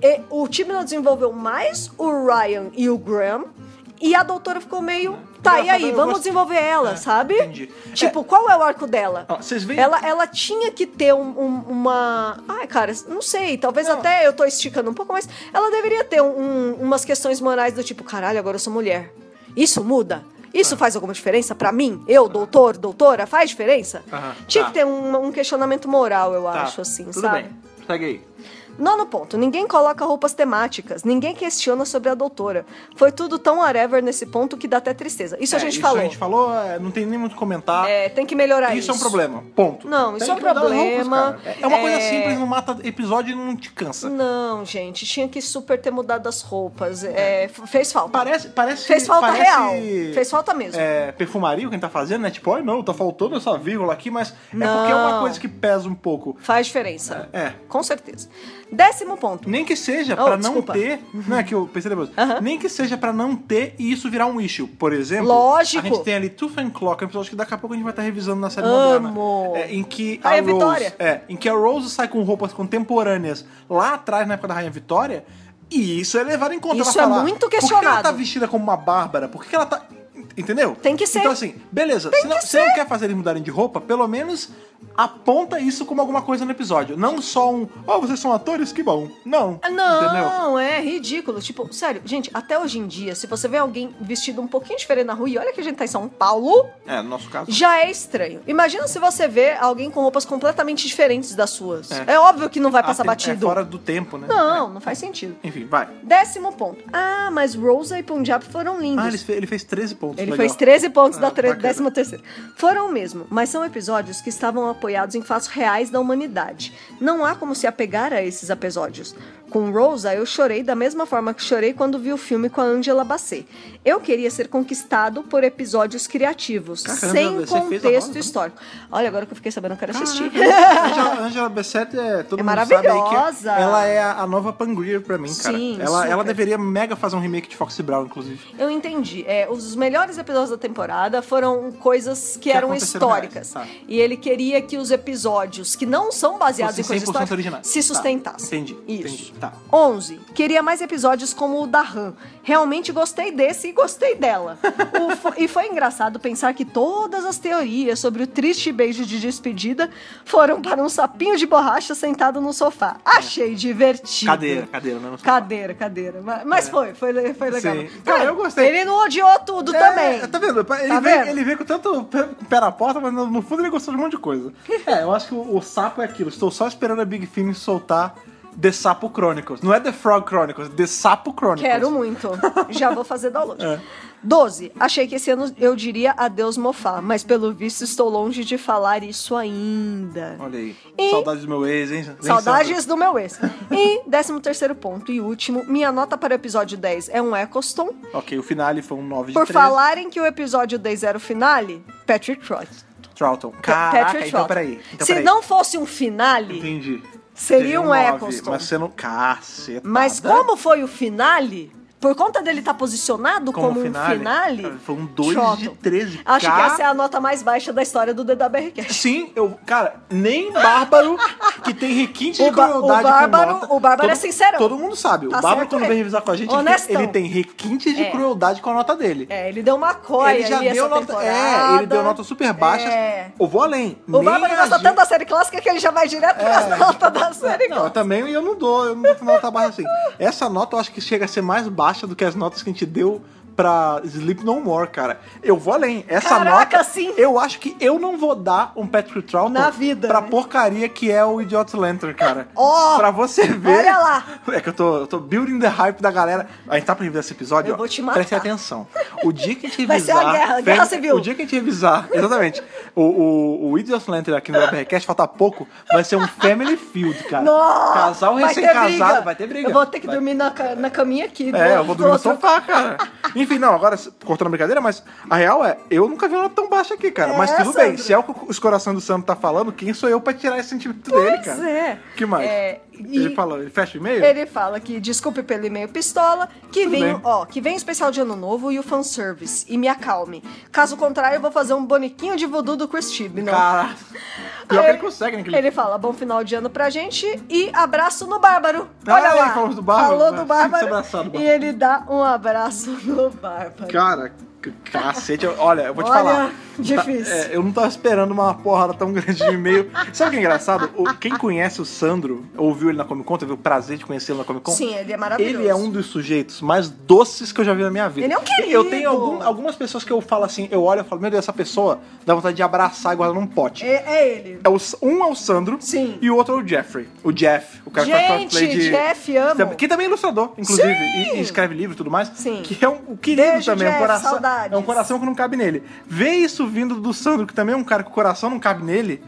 e- o time não desenvolveu mais o Ryan e o Graham, e a doutora ficou meio. Tá, e
Engraçado,
aí?
eu
Vamos
gosto-
desenvolver ela,
É,
sabe?
entendi.
Tipo, qual é o arco dela?
Ó, vocês veem-
Ela, ela tinha que ter um- um- uma. Ai, cara, não sei. Talvez até eu tô esticando um pouco, mas ela deveria ter um- um- umas questões morais do tipo: caralho, agora eu sou mulher. Isso muda?
Ah.
Isso faz alguma diferença pra mim? Eu, doutor, doutora, faz diferença?
Aham,
Tinha
tá.
que ter um, um questionamento moral, eu
Tá,
acho, assim,
tudo
sabe?
bem. Segue aí.
Nono ponto, ninguém coloca roupas temáticas, ninguém questiona sobre a doutora. Foi tudo tão whatever nesse ponto que dá até tristeza. Isso a
É,
gente
isso
falou.
a gente falou, é, não tem nem muito o que comentar.
É, tem que melhorar
isso,
isso.
é um problema, ponto.
Não,
Tem
isso é um
que mudar as
problema,
roupas, cara. é uma coisa
é-
simples, não mata episódio e não te cansa.
Não, gente, tinha que super ter mudado as roupas. É, f- fez falta.
Parece, parece
Fez falta
parece,
real. Fez falta mesmo.
É, perfumaria o que a gente tá fazendo, né? Tipo, ai não, tá faltando essa vírgula aqui, mas é
Não.
porque é uma coisa que pesa um pouco.
Faz diferença.
É.
Com certeza. Décimo ponto.
Nem que seja
Oh,
pra não
desculpa.
ter, não é que eu pensei depois.
Aham.
Nem que seja pra não ter e isso virar um issue, por exemplo.
Lógico.
A gente tem ali Tooth and Clock, é um episódio que daqui a pouco a gente vai estar revisando na série
Amo.
moderna, é, em que a
Rainha
Rose,
Vitória.
é, em que a Rose sai com roupas contemporâneas lá atrás na época da Rainha Vitória, e isso é levado em conta
Isso
Ela
é
fala,
muito
Por que ela tá
questionado.
vestida como uma bárbara? Por que que ela tá Entendeu?
Tem que ser.
Então, assim, beleza. Se não,
que
se não quer fazer eles mudarem de roupa, pelo menos aponta isso como alguma coisa no episódio. Não só um, oh, vocês são atores, que bom. Não.
Ah,
Entendeu?
Não, é ridículo. Tipo, sério, gente, até hoje em dia, se você vê alguém vestido um pouquinho diferente na rua, e olha que a gente tá em São Paulo,
É, no nosso caso.
já é estranho. Imagina se você vê alguém com roupas completamente diferentes das suas.
É.
É, óbvio que não vai passar
Ah, tem-
batido.
É fora do tempo, né?
Não, não faz sentido.
É. Enfim, vai.
Décimo ponto. Ah, mas Rosa e Punjab foram lindos.
Ah, ele fez, ele fez 13 pontos.
Ele
legal.
fez 13 pontos
Ah,
da tre-
bacana.
décima terceira. Foram mesmo, mas são episódios que estavam apoiados em fatos reais da humanidade. Não há como se apegar a esses episódios. Com Rosa, eu chorei da mesma forma que chorei quando vi o filme com a Angela Bassett. Eu queria ser conquistado por episódios criativos,
Caramba,
sem
você fez agora,
contexto
né?
histórico. Olha, agora que eu fiquei sabendo, eu quero assistir.
Angela, Angela Bassett é todo
É
mundo sabe aí que
maravilhosa.
ela é a, a nova Pangreer pra mim, cara.
Sim,
ela, ela
super.
deveria mega fazer um remake de Foxy Brown, inclusive.
Eu entendi. É, os melhores episódios da temporada foram coisas que,
Que
eram
aconteceram
históricas.
reais, tá.
E ele queria que os episódios que não são baseados
Fossem
em coisas
100%
históricas
originais.
se
Tá.
sustentassem.
Entendi,
Isso.
entendi, tá.
11. Queria mais episódios como o da Han. Realmente gostei desse e gostei dela. O fo- e foi engraçado pensar que todas as teorias sobre o triste beijo de despedida foram para um sapinho de borracha sentado no sofá. Achei divertido.
É. Cadeira, cadeira, né? Não sei
Cadeira, cadeira. Ma-
É.
Mas foi, foi, le- foi legal.
Sim. Cara, eu gostei.
Ele não odiou tudo também.
É, tá vendo? Ele,
Tá
vem,
vendo?
ele vem com tanto pé- com o pé na porta, mas no, no fundo ele gostou de um monte de coisa. É, eu acho que o, o sapo é aquilo. Estou só esperando a Big Film soltar The Sapo Chronicles. Não é The Frog Chronicles, The Sapo Chronicles.
Quero muito. Já vou fazer download.
É.
12. Achei que esse ano eu diria adeus mofar, mas pelo visto estou longe de falar isso ainda.
Olha aí.
E-
Saudades do meu ex, hein? Vem,
Saudades do meu ex. E décimo terceiro ponto e último, minha nota para o episódio 10 é um Eccleston.
Sandra. Ok, o finale foi um 9 de
Por
13.
falarem que o episódio 10 era o finale, Patrick Troyes.
Troughton. Caraca,
Patrick
então
Troughton.
peraí. Então,
Se
peraí. Uhum.
não fosse um finale,
Entendi.
Seria um
nove,
Eccleston.
Mas você não... Caceta.
Mas como foi o finale, por conta dele estar posicionado como, um finale,
Cara, Foi um 2 de
Choto.
13.
Acho que
Cara,
essa é a nota mais baixa da história do DWRcast.
Sim, eu. Cara, nem Bárbaro, que tem requinte de
O Ba- o
crueldade
Bárbaro-
com nota.
o Bárbaro é
todo-
sincerão.
Todo mundo sabe.
Tá
o Bárbaro,
certo
quando
ele.
vem revisar com a gente, ele-
Honestão.
ele tem requinte de
É.
crueldade com a nota dele.
É, ele deu uma coia
ele já
ali
deu
essa
nota.
temporada.
É, ele deu nota super baixa.
É.
Eu vou além.
O Bárbaro gosta tanto da série clássica que ele já vai direto pra nota da série
É. Não, eu
clássica.
também eu não dou, eu não dou nota baixa assim. Essa nota eu acho que chega a ser mais baixa do que as notas que a gente deu pra Sleep No More, cara. Eu vou além. Essa
Caraca,
nota.
sim.
Eu acho que eu não vou dar um Patrick Troughton
Na vida,
pra
né?
porcaria que é o Idiot's Lantern, cara.
Ó,
pra você ver.
olha lá.
É que eu tô, eu tô building the hype da galera. A gente tá pra revisar esse episódio,
Eu
ó.
vou te matar.
Preste atenção. O dia que a gente
Vai ser
revisar.
a guerra, a guerra civil.
O dia que a gente revisar, exatamente. O, o, o Idiot's Lantern aqui no WBRcast, falta pouco, vai ser um family field, cara.
Nossa,
Casal
vai ter briga.
recém-casado, vai ter briga.
Eu vou ter que
Vai-
dormir na, ca- na caminha aqui. do-
É, eu vou
do
dormir no
outro-
sofá, cara. Enfim, não, agora, s- cortando a brincadeira, mas a real é, eu nunca vi uma nota tão baixa aqui, cara.
É,
mas tudo bem,
Sandro.
se é o que os corações do Sam tá falando, quem sou eu pra tirar esse sentimento dele,
Pois
cara?
é.
que mais?
É, e-
Ele fala, ele fecha o e-mail?
Ele fala que desculpe pelo e-mail pistola, que
Tudo
vem,
bem.
ó, que vem o especial de ano novo e o fanservice. E me acalme. Caso contrário, eu vou fazer um bonequinho de voodoo do Chris Chibnall.
Cara, pior que ele consegue, né? que ele-
Ele fala, bom final de ano pra gente e abraço no Bárbaro.
Ah,
Olha
ele
lá.
falou do Bárbaro.
Falou
Ah,
do
tem que
Bárbaro.
se abraçar do Bárbaro.
E ele dá um abraço no Bárbaro.
Cara, c- cacete. eu- Olha, eu vou te
Olha,
falar.
difícil.
Tá- é, eu não tava esperando uma porrada tão grande de e-mail. Sabe o que é engraçado? O- quem conhece o Sandro, ouviu ele na Comic Con, teve o prazer de conhecê-lo na Comic Con.
Sim, ele é maravilhoso.
Ele é um dos sujeitos mais doces que eu já vi na minha vida.
Ele é um querido.
Eu tenho algum- algumas pessoas que eu falo assim, eu olho e falo, meu Deus, essa pessoa dá vontade de abraçar e guardar num pote.
É, é ele.
É o- um é o Sandro
Sim.
e o outro é o Jeffrey. O Jeff, o cara que faz
Gente,
cosplay de.
Jeff, amo.
Que também é ilustrador, inclusive,
Sim.
e, e escreve livro e tudo mais.
Sim.
Que é um o querido
Beijo,
também, é um
Jeff,
coração.
saudades.
É um coração que não cabe nele. Ver isso vindo do Sandro, que também é um cara que o coração não cabe nele,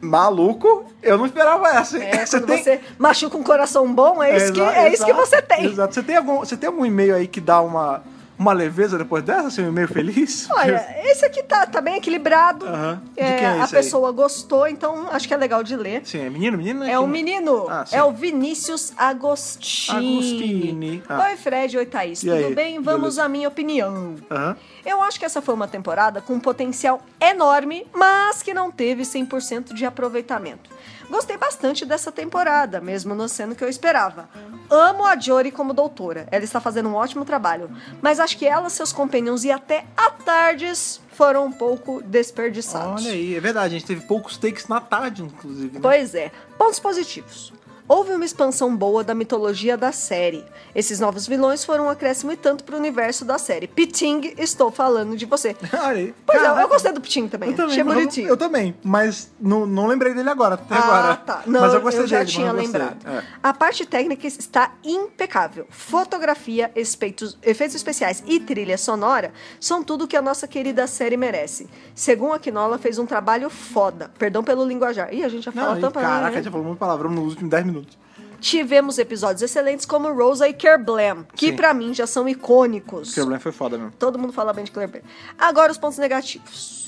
maluco, eu não esperava essa, hein?
É, quando você machuca um coração bom, é, isso, que,
exa-
é isso que
exato,
você tem.
Exato. Você tem algum, você tem algum e-mail aí que dá uma, uma leveza depois dessa? Assim, um e-mail feliz?
Olha, esse aqui tá, tá bem equilibrado.
Aham. De
É,
quem é
a
esse aí?
pessoa gostou, então acho que é legal de ler.
Sim, é menino, menino? né?
É o
Que-
menino,
Ah, sim.
é o Vinícius Agostini.
Agostini. Ah.
Oi, Fred, oi, Thaís.
E
Tudo
aí?
bem? Vamos
Beleza.
à minha opinião.
Aham.
Eu acho que essa foi uma temporada com um potencial enorme, mas que não teve 100% de aproveitamento. Gostei bastante dessa temporada, mesmo não sendo o que eu esperava. Amo a Jory como doutora, ela está fazendo um ótimo trabalho, mas acho que ela, seus companions e até a Tardes foram um pouco desperdiçados.
Olha aí, é verdade, a gente teve poucos takes na tarde, inclusive. né?
Pois é. Pontos positivos. Houve uma expansão boa da mitologia da série. Esses novos vilões foram um acréscimo e tanto pro universo da série. Piting, estou falando de você.
Olha aí.
Pois é,
Caraca.
eu gostei do Piting também.
Eu também,
Achei
mas
bonitinho.
Eu, eu também, mas não, não lembrei dele agora, até
Ah,
agora.
tá. Não,
mas eu gostei
já
dele, mas
tinha
eu gostei.
lembrado.
É.
A parte técnica está impecável. Fotografia, espeitos- efeitos especiais e trilha sonora são tudo que a nossa querida série merece. Segundo a Quinola, fez um trabalho foda. Perdão pelo linguajar. Ih, a gente já
Não,
fala
e,
tanto
caraca, já falou muito palavrão nos últimos 10 minutos.
né? Tivemos episódios excelentes como Rosa e Kerblam, que
Sim.
pra mim já são icônicos.
Porque o Blaine foi foda mesmo.
Todo mundo fala bem de Kerblam. Agora os pontos negativos.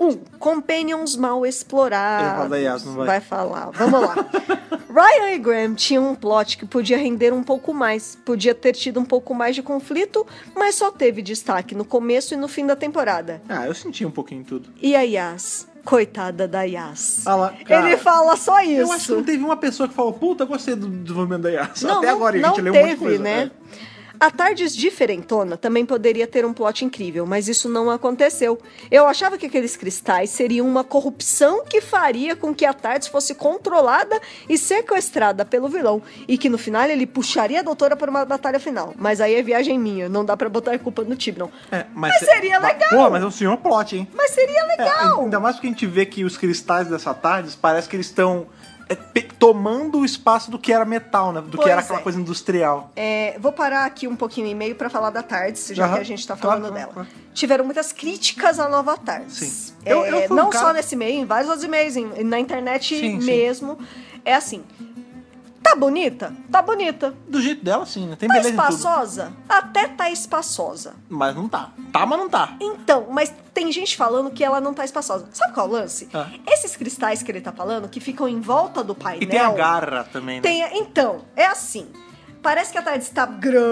Um, Companions mal explorados.
Ele fala da Yas, ah, não vai?
falar. Vamos lá. Ryan e Graham tinham um plot que podia render um pouco mais. Podia ter tido um pouco mais de conflito, mas só teve destaque no começo e no fim da temporada.
Ah, eu senti um pouquinho tudo.
E a Yas? Coitada da Yas.
Ah lá, cara.
Ele fala só isso.
Eu acho que não teve uma pessoa que falou, puta, gostei do desenvolvimento da Yas.
Não,
Até
não,
agora, e a
não
gente leu um
teve,
monte de coisa.
né?
é.
A Tardes Diferentona também poderia ter um plot incrível, mas isso não aconteceu. Eu achava que aqueles cristais seriam uma corrupção que faria com que a Tardes fosse controlada e sequestrada pelo vilão, e que no final ele puxaria a doutora para uma batalha final. Mas aí é viagem minha, não dá pra botar a culpa no Tibnon.
É,
Mas seria legal.
Pô, mas é um senhor plot, hein?
Mas seria legal!
É, ainda mais porque a gente vê que os cristais dessa tarde parece que eles estão é, pe- tomando o espaço do que era metal, né? Do
Pois
que era aquela
é.
coisa industrial.
É, vou parar aqui um pouquinho e meio pra falar da Tardes, já
Aham.
que a gente tá
Claro,
falando
claro,
dela.
claro.
Tiveram muitas críticas à nova Tardes.
Sim.
É,
Eu- eu fui um
não
cara-
só nesse meio, em vários outros e-mails, em- na internet
Sim, sim.
mesmo. É assim. Tá bonita? Tá bonita.
Do jeito dela, sim, né? Tem
Tá
beleza em tudo.
espaçosa? Até tá espaçosa.
Mas não tá. Tá, mas não tá.
Então, mas tem gente falando que ela não tá espaçosa. Sabe qual é o lance?
Ah.
Esses cristais que ele tá falando, que ficam em volta do painel.
E tem a garra também, né?
Tem, então, é assim. Parece que a tarde está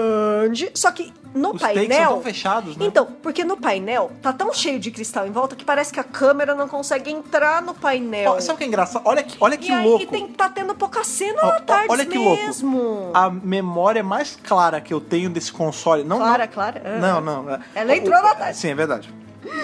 grande, só que no
Os takes são
painel.
tão fechados, né?
Então, porque no painel tá tão cheio de cristal em volta que parece que a câmera não consegue entrar no painel.
Ó, sabe o que é engraçado? Olha que, olha que
e aí
louco.
tem- tá tendo pouca cena
Ó, ó,
na tarde
olha que
mesmo.
louco. A memória mais clara que eu tenho desse console. Não,
Clara,
não,
clara. Ah.
Não, não. é-
Ela entrou
o-
na tarde.
Sim, é verdade.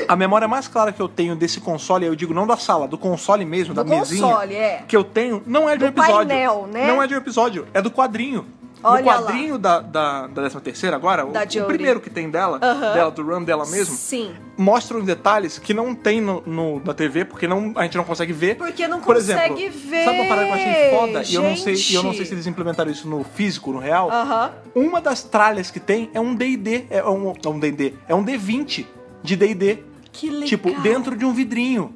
A memória mais clara que eu tenho desse console, eu digo não da sala, do console mesmo,
Do
da mesinha.
console, é.
Que eu tenho, não é de
Do
um episódio.
painel, né?
Não é de um episódio, é do quadrinho.
Olha
no quadrinho da, da, da 13 terceira agora, o-
Da
o,
Jodie.
primeiro que tem dela,
Aham.
dela, do run dela mesmo,
Sim.
mostram detalhes que não tem no, no- na TV, porque não, a gente não consegue ver.
Porque não
Por
consegue
exemplo,
ver,
Sabe uma parada que eu achei foda? E eu não, sei,
gente.
e eu não sei se eles implementaram isso no físico, no real.
Aham.
Uma das tralhas que tem é um D&D. É um, é um D&D. É um D20 de D&D.
Que legal. Ah.
Tipo, dentro de um vidrinho.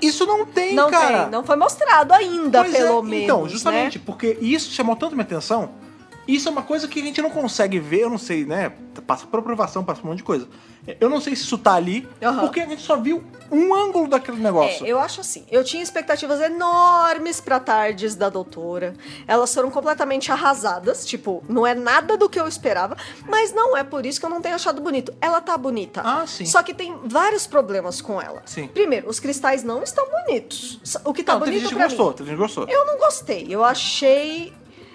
Isso não tem,
Não
cara.
tem, não foi mostrado ainda,
Pois é,
pelo menos.
Então, justamente,
né?
porque isso chamou tanto minha atenção. Isso é uma coisa que a gente não consegue ver, eu não sei, né? Passa por aprovação, passa por um monte de coisa. Eu não sei se isso tá ali,
Aham.
porque a gente só viu um ângulo daquele negócio.
É, eu acho assim. Eu tinha expectativas enormes pra tardes da doutora. Elas foram completamente arrasadas. Tipo, não é nada do que eu esperava. Mas não é por isso que eu não tenho achado bonito. Ela tá bonita.
Ah, sim.
Só que tem vários problemas com ela.
Sim.
Primeiro, os cristais não estão bonitos. O que tá
não, teve
bonito
gente que
pra
gostou,
mim.
teve gente que gostou.
Eu não gostei. Eu achei.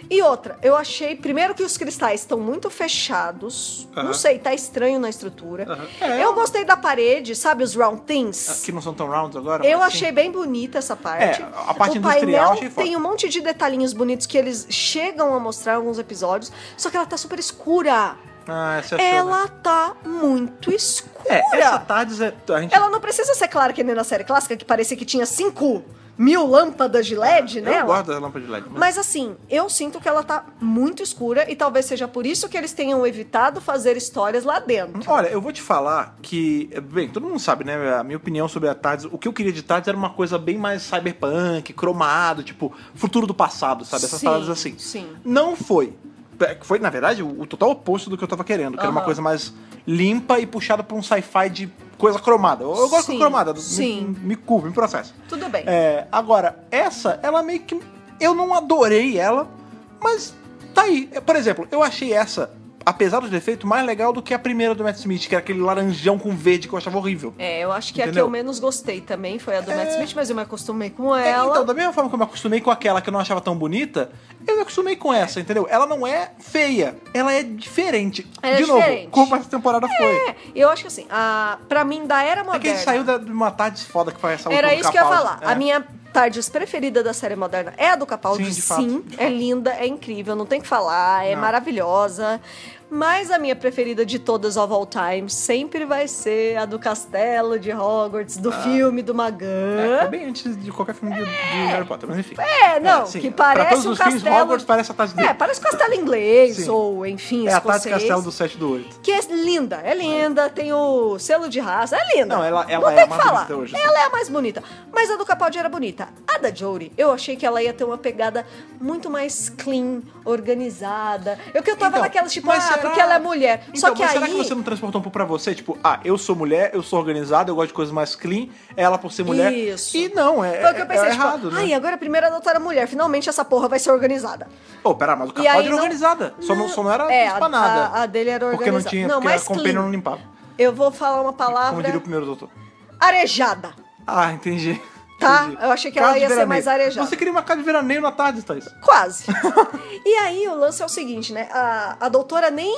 E outra, eu achei primeiro que os cristais estão muito fechados.
Aham.
Não sei, tá estranho na estrutura.
Aham. É,
eu
eu-
gostei da parede, sabe, os round
Ah,
things.
Que não são tão rounds agora?
Eu
mas assim. sim.
achei bem bonita essa parte.
É, a parte
o
industrial
painel
eu achei foda.
tem um monte de detalhinhos bonitos que eles chegam a mostrar em alguns episódios, só que ela tá super escura.
Ah, você achou, né?
ela tá muito escura.
É, essa tarde Zé, a gente.
Ela não precisa ser clara que nem na série clássica, que parecia que tinha 5 mil lâmpadas é de LED
eu
nela.
gosto da lâmpada de LED. Mas...
Mas assim, eu sinto que ela tá muito escura e talvez seja por isso que eles tenham evitado fazer histórias lá dentro.
Olha, eu vou te falar que. Bem, todo mundo sabe, né? A minha opinião sobre a Tardes. O que eu queria de Tardes era uma coisa bem mais cyberpunk, cromado, tipo, futuro do passado, sabe? Essas
Sim,
paradas assim.
sim.
Não foi. É, Foi, na verdade, o o total oposto do que eu tava querendo, que era uma
Aham.
coisa mais limpa e puxada pra um sci-fi de coisa cromada. Eu, eu gosto
Sim,
de cromada, me-
sim.
Me, me curva, me processa.
Tudo bem.
É, agora, essa, ela meio que. Eu não adorei ela, mas tá aí. Por exemplo, eu achei essa, apesar do defeito, mais legal do que a primeira do Matt Smith, que era aquele laranjão com verde que eu achava horrível.
É, eu acho que a que
Entendeu?
eu menos gostei também foi a do Matt Smith, mas eu me acostumei com
É,
ela.
Então, da mesma forma que eu me acostumei com aquela que eu não achava tão bonita, eu me acostumei com essa, entendeu? Ela não é feia, ela é diferente.
Ela é
De novo,
diferente.
como essa temporada foi.
É, eu acho que assim, a, pra mim, da era
É
moderna.
que a gente saiu da- de uma tarde foda que foi essa
Era
última do
isso que eu ia
Capaldi.
falar.
É.
A minha tardes preferida da série moderna é a do Capaldi,
Sim,
sim.
de fato, de fato.
É linda, é incrível, não tem o que falar, é
Não.
maravilhosa. Mas a minha preferida de todas of all time sempre vai ser a do Castelo de Hogwarts, do filme do
Ah. É, foi
Magan.
bem antes de qualquer filme de, de Harry Potter, mas enfim.
É, não,
sim,
que
pra
parece
todos
um
os
castelo-
Filmes, Hogwarts parece a tarde
É,
dele.
parece o castelo inglês,
Sim.
ou enfim,
É a
escocês.
Tati Castelo do 7 do 8.
Que é linda, é linda, tem o selo de raça, é linda.
Não, ela- ela
Não
é
tem
a
que
mais
falar.
bonita hoje, assim.
Ela é a mais bonita. Mas a do Capaldi era bonita. A da Jory, eu achei que ela ia ter uma pegada muito mais clean, organizada. Eu que eu tava
Então,
naquelas, tipo, ah,
mas será-
porque ela é mulher.
Então,
Só que
mas
aí.
será que você não transportou um pouco pra você? Tipo, ah, eu sou mulher, eu sou organizada, eu gosto de coisas mais clean, ela por ser mulher.
Isso.
E não, é,
Foi o que eu
é-
pensei,
é
tipo,
errado, né?
ai, agora a primeira doutora é mulher, finalmente essa porra vai ser organizada.
Pô, pera, mas o
E aí
Capaldi era
não-
organizada, só não, só não era
É, a-
espanada.
a- a dele era
Porque não
organizada.
tinha,
Não,
porque
mais
a companheira
clean.
não limpava.
Eu vou falar
Como
uma
diria o
palavra
primeiro doutor.
arejada.
Ah, entendi.
Tá,
Entendi.
eu achei que
Casa
ela
de
ia ser
veraneio.
mais arejada.
Você queria uma casa de veraneio na tarde, Thaís.
Quase. e aí o lance é o seguinte, né? A, a doutora nem,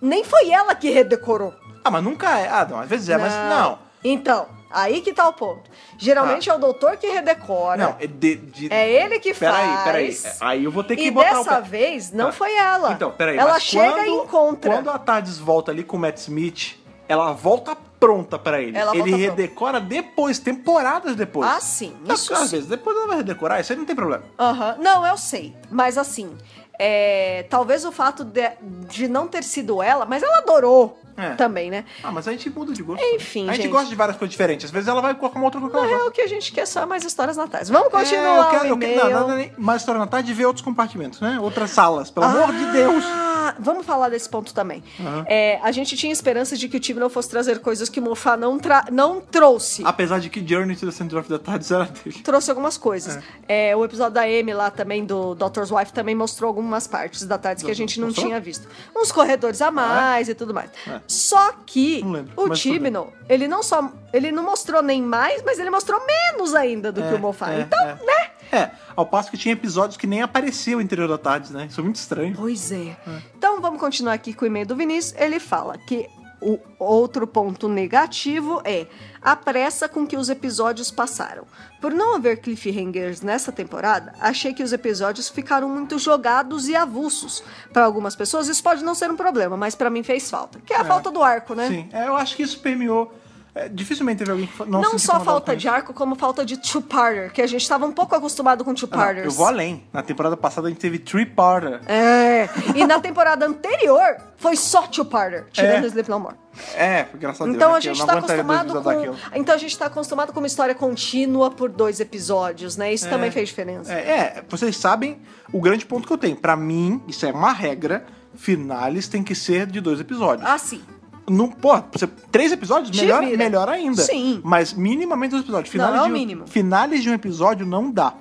nem foi ela que redecorou.
Ah, mas nunca é. Ah, não, às vezes é, mas não. Tá.
Então, aí que tá o ponto. Geralmente é o doutor que redecora.
Não, é de. de...
É ele que faz.
Peraí, peraí. Aí eu vou ter que
e
botar o
dessa
pé.
vez não
Ah.
foi ela.
Então, peraí.
Ela
mas
chega
quando-
e encontra.
Quando a Tardes volta ali com o Matt Smith, ela volta pronta pra ele.
Ela
ele
volta pronta.
redecora depois, temporadas depois.
Ah, sim,
Tá,
isso
Às
sim.
vezes, depois ela vai redecorar, isso aí não tem problema.
Aham. Não, eu sei. Mas assim, é, talvez o fato de, de não ter sido ela, mas ela adorou.
É.
também, né?
Ah, mas a gente muda de gosto.
Enfim,
A gente,
gente.
gosta de várias coisas diferentes. Às vezes ela vai colocar uma outra coisa que
Na
ela gosta.
real, o que a gente quer só é mais histórias natais. Vamos
É,
continuar
eu quero,
o
eu quero-
e-mail.
não, não, não, mais história natal de ver outros compartimentos, né? Outras salas, pelo amor de Deus.
Ah,
Vamos falar desse ponto também. É, a gente tinha esperança de que o time não fosse trazer coisas que o Mofá não, tra- não trouxe.
Apesar de que Journey to the Center of the Tides era dele.
Trouxe algumas coisas. É, o episódio da Amy lá também, do Doctor's Wife, também mostrou algumas partes da tarde que a gente não
Mostrou?
tinha visto. Uns corredores a mais e tudo mais.
É.
Só que
Não lembro,
o
mas tudo bem.
Timino, ele não só. Ele não mostrou nem mais, mas ele mostrou menos ainda do que o Mofá.
é,
então,
é. É, ao passo que tinha episódios que nem aparecia o interior da tarde, né? Isso é muito estranho.
Pois é. Então vamos continuar aqui com o e-mail do Vinícius. Ele fala que o outro ponto negativo é a pressa com que os episódios passaram. Por não haver cliffhangers nessa temporada, achei que os episódios ficaram muito jogados e avulsos. Para algumas pessoas isso pode não ser um problema, mas para mim fez falta. Que é a falta do arco, né?
Sim, é, eu acho que isso permeou. é, dificilmente teve alguém que fa- não
Não,
se
só
incomodou
falta
com
de
isso.
arco, como falta de two-parter, que a gente estava um pouco acostumado com
Ah, não,
two-parters.
eu vou além. Na temporada passada a gente teve three-parter.
É. E na temporada anterior foi só two-parter, tirando
É.
o Slipknot More.
É, graças a Deus.
Então
né,
a
que eu
gente
não
está
aguentaria dois
acostumado com.
episódios daquilo.
Então a gente tá acostumado com uma história contínua por dois episódios, né? Isso também fez diferença.
É, é, vocês sabem o grande ponto que eu tenho. Pra mim, isso é uma regra. Finales tem que ser de dois episódios.
Ah, sim.
Não, pô, você- três episódios?
Te
Melhor,
vira.
melhor ainda.
Sim.
Mas minimamente dois episódios. Finales
Não, é o
de um-
mínimo.
Finales de um episódio não dá.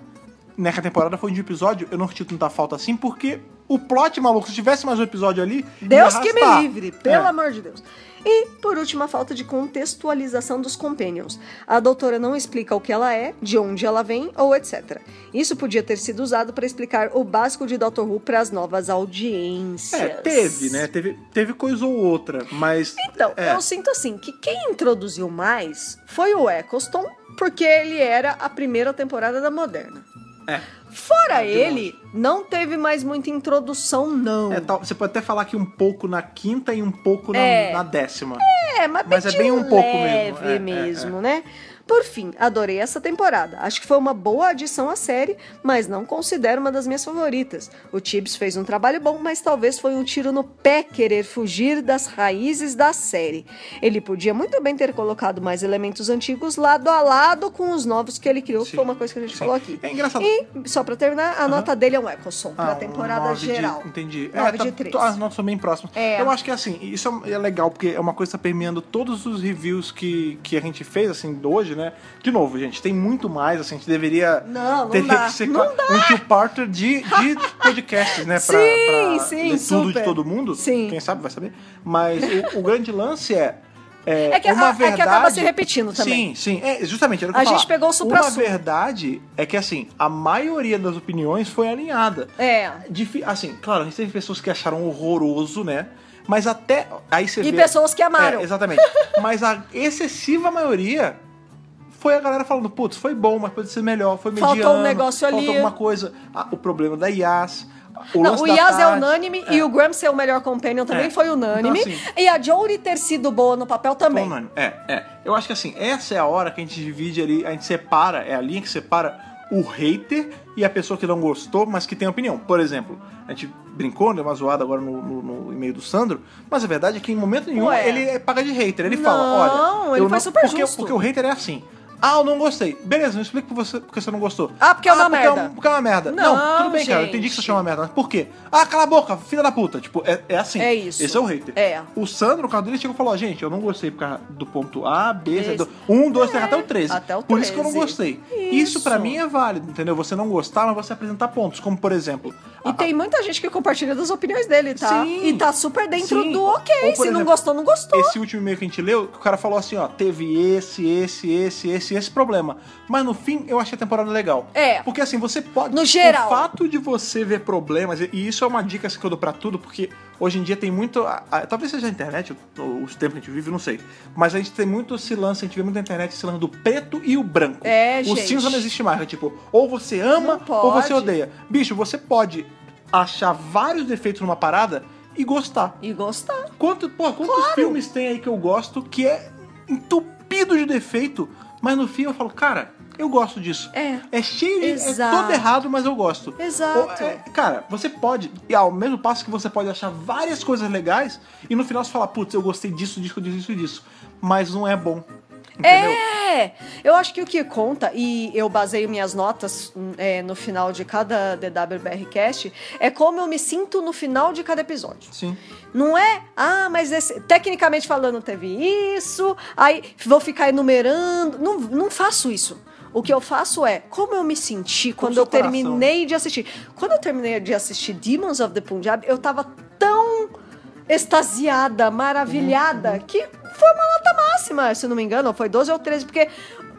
Nessa temporada foi de um episódio, eu não senti tanta falta assim, porque o plot, maluco, se tivesse mais um episódio ali. ia
Deus que me
arrastar.
livre, pelo
É.
amor de Deus. E, por último, a falta de contextualização dos companions. A doutora não explica o que ela é, de onde ela vem ou etc. Isso podia ter sido usado para explicar o básico de Dr. Who para as novas audiências.
É, teve, né? Teve, teve coisa ou outra, mas.
Então,
é,
eu sinto assim que quem introduziu mais foi o Eccleston, porque ele era a primeira temporada da moderna.
é.
Fora
É, de
ele, não teve mais muita introdução, não.
É, tal- você pode até falar que um pouco na quinta e um pouco na,
É.
na décima.
É, mas,
Mas é bem um
leve
pouco mesmo, é, é,
né? Por fim, adorei essa temporada. Acho que foi uma boa adição à série, mas não considero uma das minhas favoritas. O Tibbs fez um trabalho bom, mas talvez foi um tiro no pé querer fugir das raízes da série. Ele podia muito bem ter colocado mais elementos antigos lado a lado com os novos que ele criou, que
Sim,
foi uma coisa que a gente
sim.
falou aqui.
É engraçado.
E, só pra terminar, a nota dele é um Eccleston, pra
Ah,
temporada
nove de-
geral.
entendi.
Nove
tá-
de três.
As notas são bem próximas.
É.
Eu acho que assim, isso é um- é legal, porque é uma coisa que tá permeando todos os reviews que, que a gente fez, assim, hoje, né? De novo, gente, tem muito mais, assim, a gente deveria.
Não, não
teria
dá,
que ser
não
ca- um two-parter de, de podcasts, né? Pra,
Sim,
pra
sim,
ler tudo
super.
de todo mundo.
Sim.
Quem sabe vai saber. Mas o, o grande lance é. É,
É que a-
uma
é que acaba
verdade...
se repetindo também.
Sim, sim. É, justamente, era o que
A
eu ia
gente
falar.
pegou o
Uma
supra-sumo.
verdade é que, assim, a maioria das opiniões foi alinhada.
É.
Difi- assim, claro, a gente teve pessoas que acharam horroroso, né? Mas até. Aí você
E
vê-
pessoas que amaram.
É, exatamente. mas a excessiva maioria foi a galera falando: putz, foi bom, mas pode ser melhor, foi
Faltou um
mediano.
negócio ali.
Faltou alguma coisa. Ah, o problema da IAS. O,
Não,
lance
o
da
Yas é
Tati.
unânime e o Graham ser o melhor companion também
É.
foi unânime.
Então, assim-
e a Jory ter sido boa no papel também.
Bom, Nani, É, é. Eu acho que assim, essa é a hora que a gente divide ali, a gente separa, é a linha que separa o hater e a pessoa que não gostou, mas que tem opinião. Por exemplo, a gente brincou, deu uma zoada agora no, no- no e-mail do Sandro, mas a verdade é que em momento nenhum
Ué.
ele é paga de hater. Ele
Não,
fala, olha.
ele
eu
foi super
porque,
justo.
Porque o hater é assim. Ah, eu não gostei. Beleza, me explica por você, porque você não gostou.
Ah, porque é uma
porque É
merda.
um- porque é uma merda. Não,
Não,
tudo bem, cara. Eu
gente.
entendi que você achou uma merda. Mas por quê? Ah, cala a boca, filha da puta. Tipo, é, é assim.
É isso.
Esse é o hater.
É.
O Sandro, o carro dele, chegou e falou: ó, gente, eu não gostei por causa do ponto A, B, C,
Esse.
do 1, 2, 3, até o 13.
até o
Por isso que eu não
13.
gostei. Isso, pra
Isso.
mim é válido, entendeu? Você não gostar, mas você apresentar pontos. Como, por exemplo.
E
a-
tem muita gente que compartilha das opiniões dele, tá?
Sim.
e tá super dentro
Sim.
do ok.
Ou, por
Se não
exemplo,
gostou, não gostou.
Esse último e-mail que a gente leu, que o cara falou assim, ó, teve esse, esse, esse, esse, esse problema. Mas no fim, eu achei a temporada legal.
É.
Porque assim, você pode...
No geral.
O fato de você ver problemas, e isso é uma dica assim, que eu dou pra tudo, porque hoje em dia tem muito... a- a- talvez seja a internet, o- os tempos que a gente vive, não sei. Mas a gente tem muito esse lance, a gente vê muito na internet esse lance do preto e o branco.
É,
o
gente.
cinza não existe mais. É tipo, ou você ama,
Não
ou você
pode.
odeia. Bicho, você pode achar vários defeitos numa parada e gostar.
E gostar.
Quanto, pô, quantos filmes tem aí que eu gosto que é entupido de defeito, mas no fim eu falo, cara, Eu gosto disso.
É.
É cheio de.
Exato.
É todo errado, mas eu gosto.
Exato.
Ou- é- cara, você pode. E ao mesmo passo que você pode achar várias coisas legais e no final você fala, putz, eu gostei disso, disso, disso, disso, disso. Mas não é bom. Entendeu?
É, eu acho que o que conta, e eu baseio minhas notas hum, é, no final de cada DWBRcast, é como eu me sinto no final de cada episódio.
Sim.
Não é, ah, mas esse- tecnicamente falando teve isso, aí vou ficar enumerando. Não, não faço isso. O que eu faço é como eu me senti quando
seu
eu
coração.
terminei de assistir. Quando eu terminei de assistir Demons of the Punjab, eu tava tão extasiada, maravilhada,
Uhum.
que foi uma nota máxima, se não me engano, ou foi 12 ou 13, porque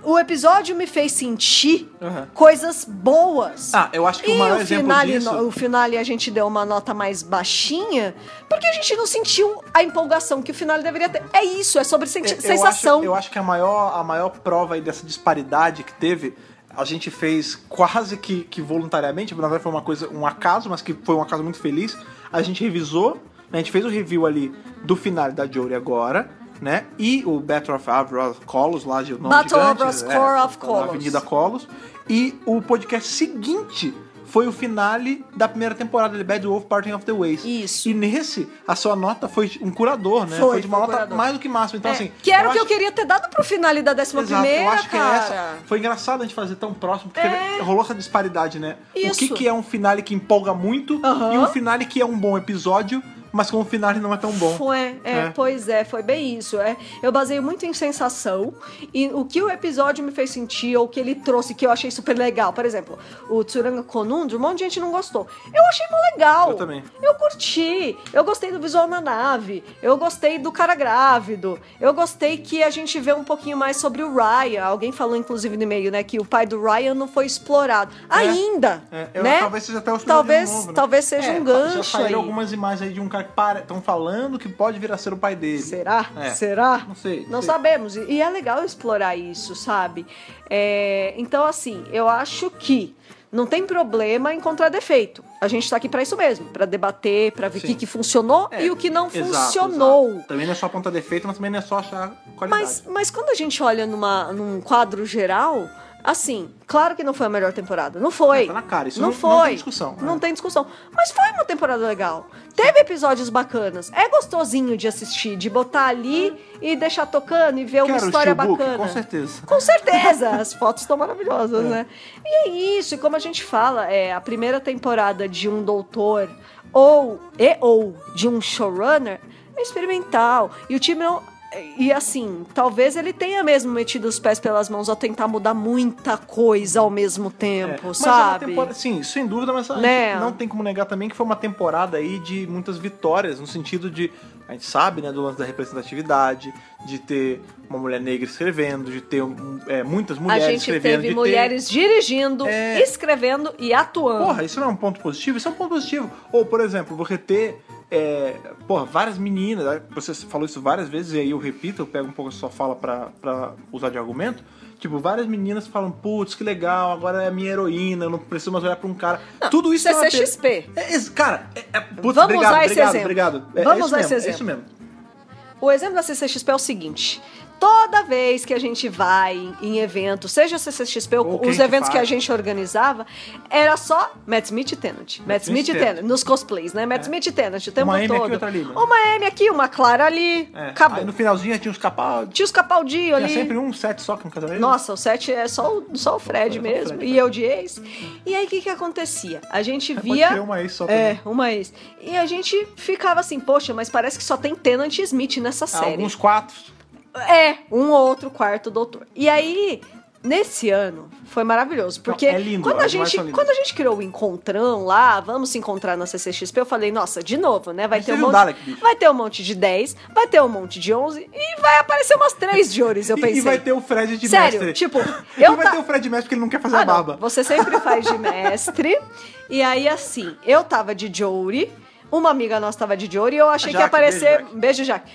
o episódio me fez sentir
Aham.
coisas boas.
Ah, eu acho que o
E
maior
o
exemplo
finale,
disso-
no- o finale a gente deu uma nota mais baixinha, porque a gente não sentiu a empolgação que o finale deveria ter. É isso, é sobre senti-
Eu- eu
sensação.
acho- Eu acho, que a maior, a maior prova aí dessa disparidade que teve, a gente fez quase que, que voluntariamente, na verdade foi uma coisa, um acaso, mas que foi um acaso muito feliz. A gente revisou, né, a gente fez o review ali do final da Jory agora, né? E o Battle of Avros Colos, lá de o nome
Battle
gigante,
of Avros
é,
of Colos.
Na Avenida Colos. E o podcast seguinte foi o finale da primeira temporada de Bad Wolf Parting of the Ways.
Isso.
E nesse, a sua nota foi de um curador, né?
Foi,
de uma
foi um
nota
curador.
mais do que máxima. Então,
É,
assim.
que era o que
acho-
eu queria ter dado pro finale da 11
Exato,
primeira,
eu acho que
cara. É.
é essa. Foi engraçado a gente fazer tão próximo, porque teve- rolou essa disparidade, né? O
Isso.
que, que é um finale que empolga muito
Aham.
e um finale que é um bom episódio, mas como o finale não é tão bom.
Foi, é,
É.
pois é, foi bem isso. É. Eu baseio muito em sensação e o que o episódio me fez sentir, ou o que ele trouxe, que eu achei super legal. Por exemplo, o Tsuranga Conundrum, um monte de gente não gostou. Eu achei mó legal.
Eu também.
Eu curti. Eu gostei do visual na nave. Eu gostei do cara grávido. Eu gostei que a gente vê um pouquinho mais sobre o Ryan. Alguém falou, inclusive, no e-mail, né, que o pai do Ryan não foi explorado. Ainda!
É, eu-
né?
Talvez seja até o episódio
talvez,
novo, né?
talvez seja
É,
um
Já
gancho.
saíram
Aí.
algumas imagens aí de um cara que estão falando que pode vir a ser o pai dele.
Será?
É.
Será?
Não sei,
Não
sei.
sabemos. E e é legal explorar isso, sabe? É, então, assim, eu acho que não tem problema encontrar defeito. A gente tá aqui pra isso mesmo, pra debater, pra ver o
Sim.
que, que funcionou
É,
e o que não
exato,
funcionou.
exato. Também não é só apontar defeito, mas também não é só achar qualidade.
Mas, é mas quando a gente olha numa, num quadro geral, assim, claro que não foi a melhor temporada. Não foi.
É, tá na cara, isso
não
não-
foi.
não tem discussão,
Não
é.
tem discussão. Mas foi uma temporada legal. Teve episódios bacanas. É gostosinho de assistir, de botar ali e deixar tocando e ver uma
É. Quero o
história
steelbook,
bacana.
com certeza.
Com certeza, as fotos estão maravilhosas, né? E é isso, e como a gente fala, é a primeira temporada de um doutor ou e ou de um showrunner é experimental. E o time não e assim, talvez ele tenha mesmo metido os pés pelas mãos ao tentar mudar muita coisa ao mesmo
É,
tempo,
mas é uma
sabe?
temporada, sim, sem dúvida, mas a
Né?
gente não tem como negar também que foi uma temporada aí de muitas vitórias, no sentido de. A gente sabe, né, do lance da representatividade, de ter uma mulher negra escrevendo, de ter um, é, muitas
a
mulheres
gente
escrevendo.
teve
de ter-
mulheres dirigindo,
É.
escrevendo e atuando.
Porra, isso não é um ponto positivo? Isso é um ponto positivo. Ou, por exemplo, você ter. É, porra, várias meninas, né? você falou isso várias vezes, e aí eu repito, eu pego um pouco a sua fala pra, pra usar de argumento. Tipo, várias meninas falam, putz, que legal, agora é a minha heroína, eu não preciso mais olhar pra um cara. Tudo isso é uma per-
CCXP.
É, é, cara, é, é, putz,
Vamos
obrigado,
usar esse
obrigado,
exemplo.
obrigado. É,
Vamos
é isso
usar
mesmo,
esse
É isso mesmo.
O exemplo da CCXP é o seguinte. Toda vez que a gente vai em- em evento, seja a CCXP ou,
Ou quem
os
que
eventos que a
faz.
gente organizava, era só Matt Smith e Tennant. Matt Smith e Tennant, nos cosplays, né? Matt Smith e Tennant o tempo
É. Uma M aqui,
todo.
outra ali, né?
Uma M aqui, uma Clara ali.
É.
Acabou.
Aí no finalzinho tinha os capazes,
Tinha os Capaldinho
tinha
ali.
sempre um set só que no casamento.
Nossa, o 7 é só o, só o Fred
Só o
mesmo.
Fred, tá É,
e eu de ex. E aí, o que que acontecia? A gente
Pode
via...
ter uma ex só
É,
também.
uma ex. E a gente ficava assim, poxa, mas parece que só tem Tennant e Smith nessa série.
Ah, Alguns quatro.
É, um ou outro quarto doutor. E aí, nesse ano, foi maravilhoso. Porque
é lindo,
quando, a
as imagens
gente,
são lindas.
quando a gente criou o encontrão lá, vamos se encontrar na CCXP, eu falei, nossa, de novo, né? Vai
Mas
ter um
teve um
monte.
Dalek, bicho.
vai ter um monte de 10, vai ter um monte de 11 e vai aparecer umas três de ouros, eu
E-
pensei.
E vai ter o Fred de
Sério,
mestre.
tipo,
E
eu
vai
ta-
ter o Fred de mestre porque ele não quer fazer
Ah,
a
não.
barba.
Você sempre faz de mestre. e aí, assim, eu tava de Jory, uma amiga nossa tava de Jory, e eu achei
A
que ia
Jaque,
aparecer.
beijo, Jaque.
beijo, Jaque.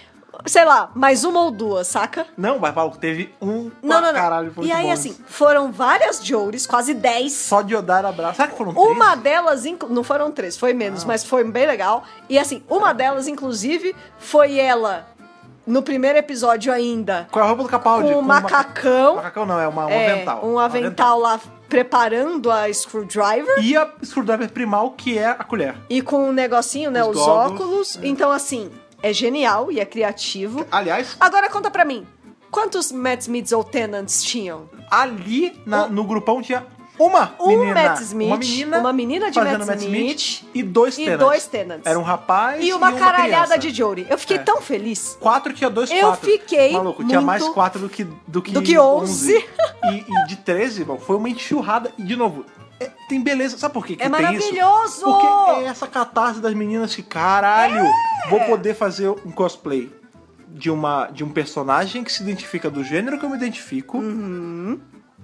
Sei lá, mais uma ou duas, saca?
Não, mas Paulo, teve um
Não,
pra
não, não.
caralho. foi
e
muito
aí,
bom
assim,
isso.
foram várias Joures, quase 10.
Só de Odar abraço. Será que foram três? Ah.
Uma delas, inclu- não foram três, foi menos, mas foi bem legal. E assim, uma delas, inclusive, foi ela
no primeiro episódio ainda,
Com é a roupa do Capaldi.
com o
com uma-
macacão,
Macacão não, é uma, um
é,
avental.
um avental lá preparando a screwdriver.
E a screwdriver primal, que é a colher.
E com um negocinho, né?
Os
Os,
goggles,
óculos. Então, assim, é genial e é criativo.
Aliás,
Agora conta pra mim. Quantos Matt Smiths ou Tenants tinham?
ali na- no grupão tinha uma
Um
menina.
Matt Smith,
uma menina,
uma menina de
fazendo
Matt
Matt Smith,
Smith,
e dois
e
tenants.
dois tenants.
Era um rapaz
E uma caralhada
criança.
de Jory. Eu fiquei
É.
tão feliz.
Quatro tinha dois
Eu
quatro.
fiquei
Maluco, tinha
muito-
mais quatro do que Do que,
do que onze.
E, e de 13, irmão, foi uma enxurrada. E, de novo, é- tem beleza. Sabe por que, que
É
tem isso?
maravilhoso!
Porque é essa catarse das meninas que, caralho,
É!
vou poder fazer um cosplay de, uma, de um personagem que se identifica do gênero que eu me identifico.
Uhum.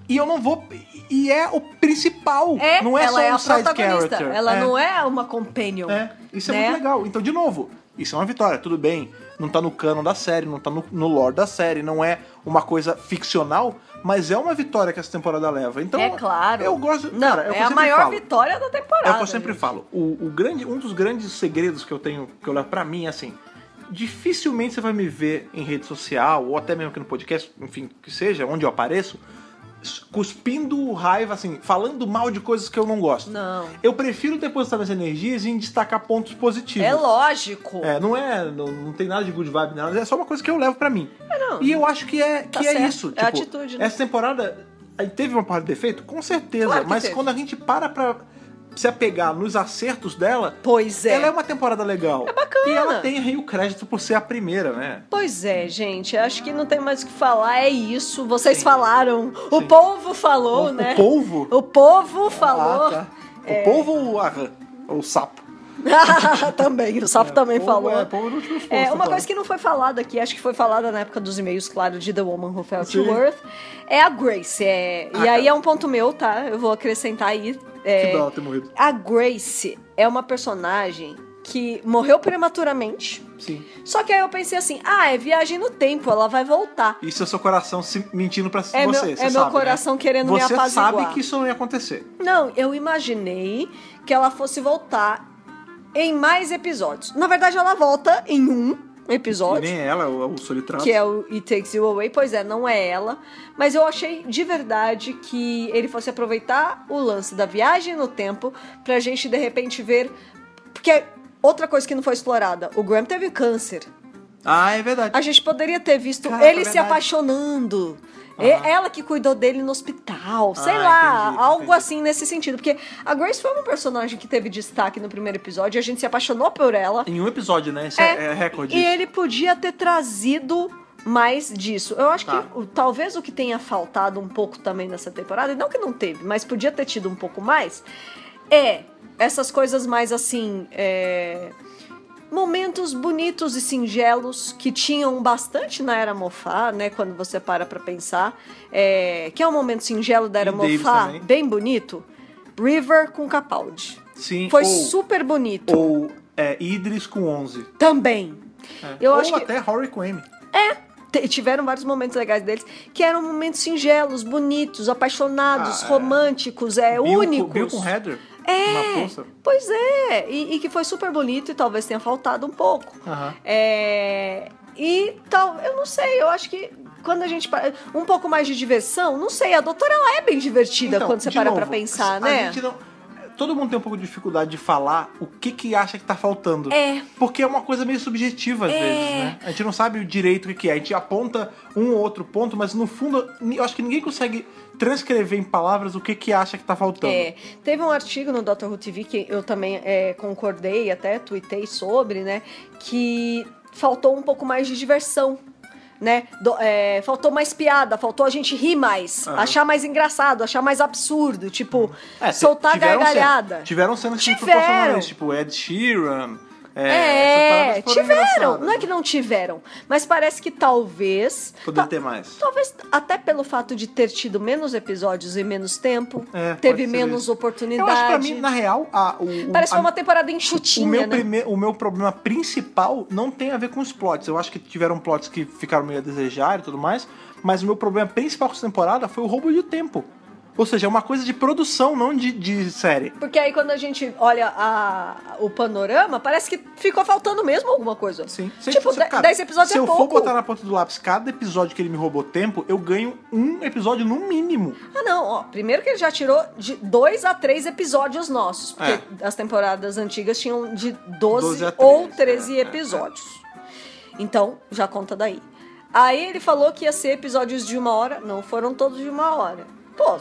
E eu não vou. E é o principal.
É,
não é
ela
só
é
um
a
side
protagonista.
character.
Ela não é uma companion.
É, isso é
né?
muito legal. Então, de novo, isso é uma vitória, tudo bem. Não tá no canon da série, não tá no, no lore da série, não é uma coisa ficcional, mas é uma vitória que essa temporada leva. Então,
É claro.
Eu gosto.
Não,
cara, é, o que
é
eu
a
sempre
maior
falo.
vitória da temporada.
É o que eu sempre
gente.
falo. O, o grande, um dos grandes segredos que eu tenho, que eu levo pra mim, é assim. Dificilmente você vai me ver em rede social, ou até mesmo aqui no podcast, enfim, que seja, onde eu apareço, s- cuspindo raiva, assim, falando mal de coisas que eu não gosto.
Não.
Eu prefiro depositar minhas energias em destacar pontos positivos.
É lógico.
É, não é. Não, não tem nada de good vibe, nada. É só uma coisa que eu levo pra mim.
não.
E eu acho que é, que
Tá
é
certo.
isso.
É a atitude, né?
Essa temporada aí teve uma parte de defeito? Com certeza.
Claro que
mas
teve.
quando a gente para pra se apegar nos acertos dela,
Pois é.
ela é uma temporada legal. É
bacana.
E ela tem aí o crédito por ser a primeira, né?
Pois é, gente. Acho que não tem mais o que falar. É isso. Vocês falaram. O
Sim.
povo falou,
o,
né?
o polvo.
O povo falou. É.
Ah, tá. O polvo ou a rã? Ou o sapo?
Ah, também, o sapo também
polvo,
falou.
É, polvo nos últimos postos,
É, uma
tá
coisa
falando.
que não foi falada aqui, acho que foi falada na época dos e-mails, claro, de The Woman Who Fell to
Sim.
Earth, é a Grace. é-
Ah,
e aí
cara.
é um ponto meu, tá? Eu vou acrescentar aí. é,
Que dó ter morrido.
a Grace é uma personagem que morreu prematuramente.
Sim.
Só que aí eu pensei assim: ah, é viagem no tempo, ela vai voltar.
Isso é seu coração se- mentindo pra
É
você.
meu,
você
é meu
sabe, né?
coração querendo me
Você
apaziguar.
sabe que isso não ia acontecer.
Não, eu imaginei que ela fosse voltar em mais episódios. Na verdade, ela volta em um
E
episódio.
nem ela, o, o solitário.
Que é o It Takes You Away, pois é, não é ela. Mas eu achei de verdade que ele fosse aproveitar o lance da viagem no tempo pra gente de repente ver. Porque é outra coisa que não foi explorada: o Graham teve câncer.
Ah, é verdade.
A gente poderia ter visto
Caraca, é
ele se
verdade.
apaixonando.
Aham.
E- Ela que cuidou dele no hospital, sei
Ah,
lá,
entendi,
algo
entendi.
assim nesse sentido. Porque a Grace foi um personagem que teve destaque no primeiro episódio, a gente se apaixonou por ela.
Em um episódio, né? Isso é,
É,
é recorde.
E ele podia ter trazido mais disso. Eu acho
Tá.
que o- talvez o que tenha faltado um pouco também nessa temporada, e não que não teve, mas podia ter tido um pouco mais, é essas coisas mais assim. é, Momentos bonitos e singelos que tinham bastante na Era Mofá, né? Quando você para pra pensar. É, que é um momento singelo da Era
E Davis
Mofá,
também.
bem bonito. River com Capaldi.
Sim,
Foi
ou,
super bonito.
Ou é, Idris com 11.
Também.
É.
Eu
ou
acho que-
até Rory com M.
Te- Tiveram vários momentos legais deles, que eram momentos singelos, bonitos, apaixonados,
Ah, é.
românticos, é,
Bill,
únicos.
Com, Bill com Heather.
É.
Na força.
Pois é, e, e que foi super bonito e talvez tenha faltado um pouco.
Aham.
É, e tal, eu não sei, eu acho que quando a gente. para- Um pouco mais de diversão, não sei, a doutora ela é bem divertida
Então,
quando você
de
para
novo,
pra pensar,
a
né?
gente não- Todo mundo tem um pouco de dificuldade de falar o que que acha que tá faltando.
É.
Porque é uma coisa meio subjetiva às
É.
vezes, né? A gente não sabe o direito o que que é. A gente aponta um ou outro ponto, mas no fundo, eu acho que ninguém consegue transcrever em palavras o que que acha que tá faltando.
É, teve um artigo no Dr. Who TV que eu também é, concordei, até tuitei sobre, né? Que faltou um pouco mais de diversão. Né? Do- é, faltou mais piada, faltou a gente rir mais,
Aham.
achar mais engraçado, achar mais absurdo, tipo,
É,
soltar
tiveram
gargalhada.
cenas- tiveram cenas que
Tiveram.
proporcionaram isso, tipo Ed Sheeran. essas paradas
É,
foram
tiveram.
engraçadas.
Não é que não tiveram, mas parece que talvez.
Poderia
ta-
ter mais.
Talvez até pelo fato de ter tido menos episódios e menos tempo,
É, pode
teve
ser
menos
isso. Eu
oportunidade.
acho que pra mim, na real, a, o, o-
Parece que
Hum, a-
foi uma temporada
o,
enxutinha,
meu
né?
prime- o meu problema principal não tem a ver com os plots. Eu acho que tiveram plots que ficaram meio a desejar e tudo mais, mas o meu problema principal com essa temporada foi o roubo de tempo. Ou seja, é uma coisa de produção, não de, de série.
Porque aí quando a gente olha a- o panorama, parece que ficou faltando mesmo alguma coisa.
Sim.
Tipo, de-
cara,
10 episódios
Se
é
eu
pouco.
for botar na ponta do lápis cada episódio que ele me roubou tempo, eu ganho um episódio no mínimo.
Ah, não, ó. Primeiro que ele já tirou de 2 a 3 episódios nossos. Porque as temporadas antigas tinham de 12,
12 É. a
ou
13,
13
é, é,
episódios. Então, já conta daí. Aí ele falou que ia ser episódios de uma hora. Não foram todos de uma hora. Pô,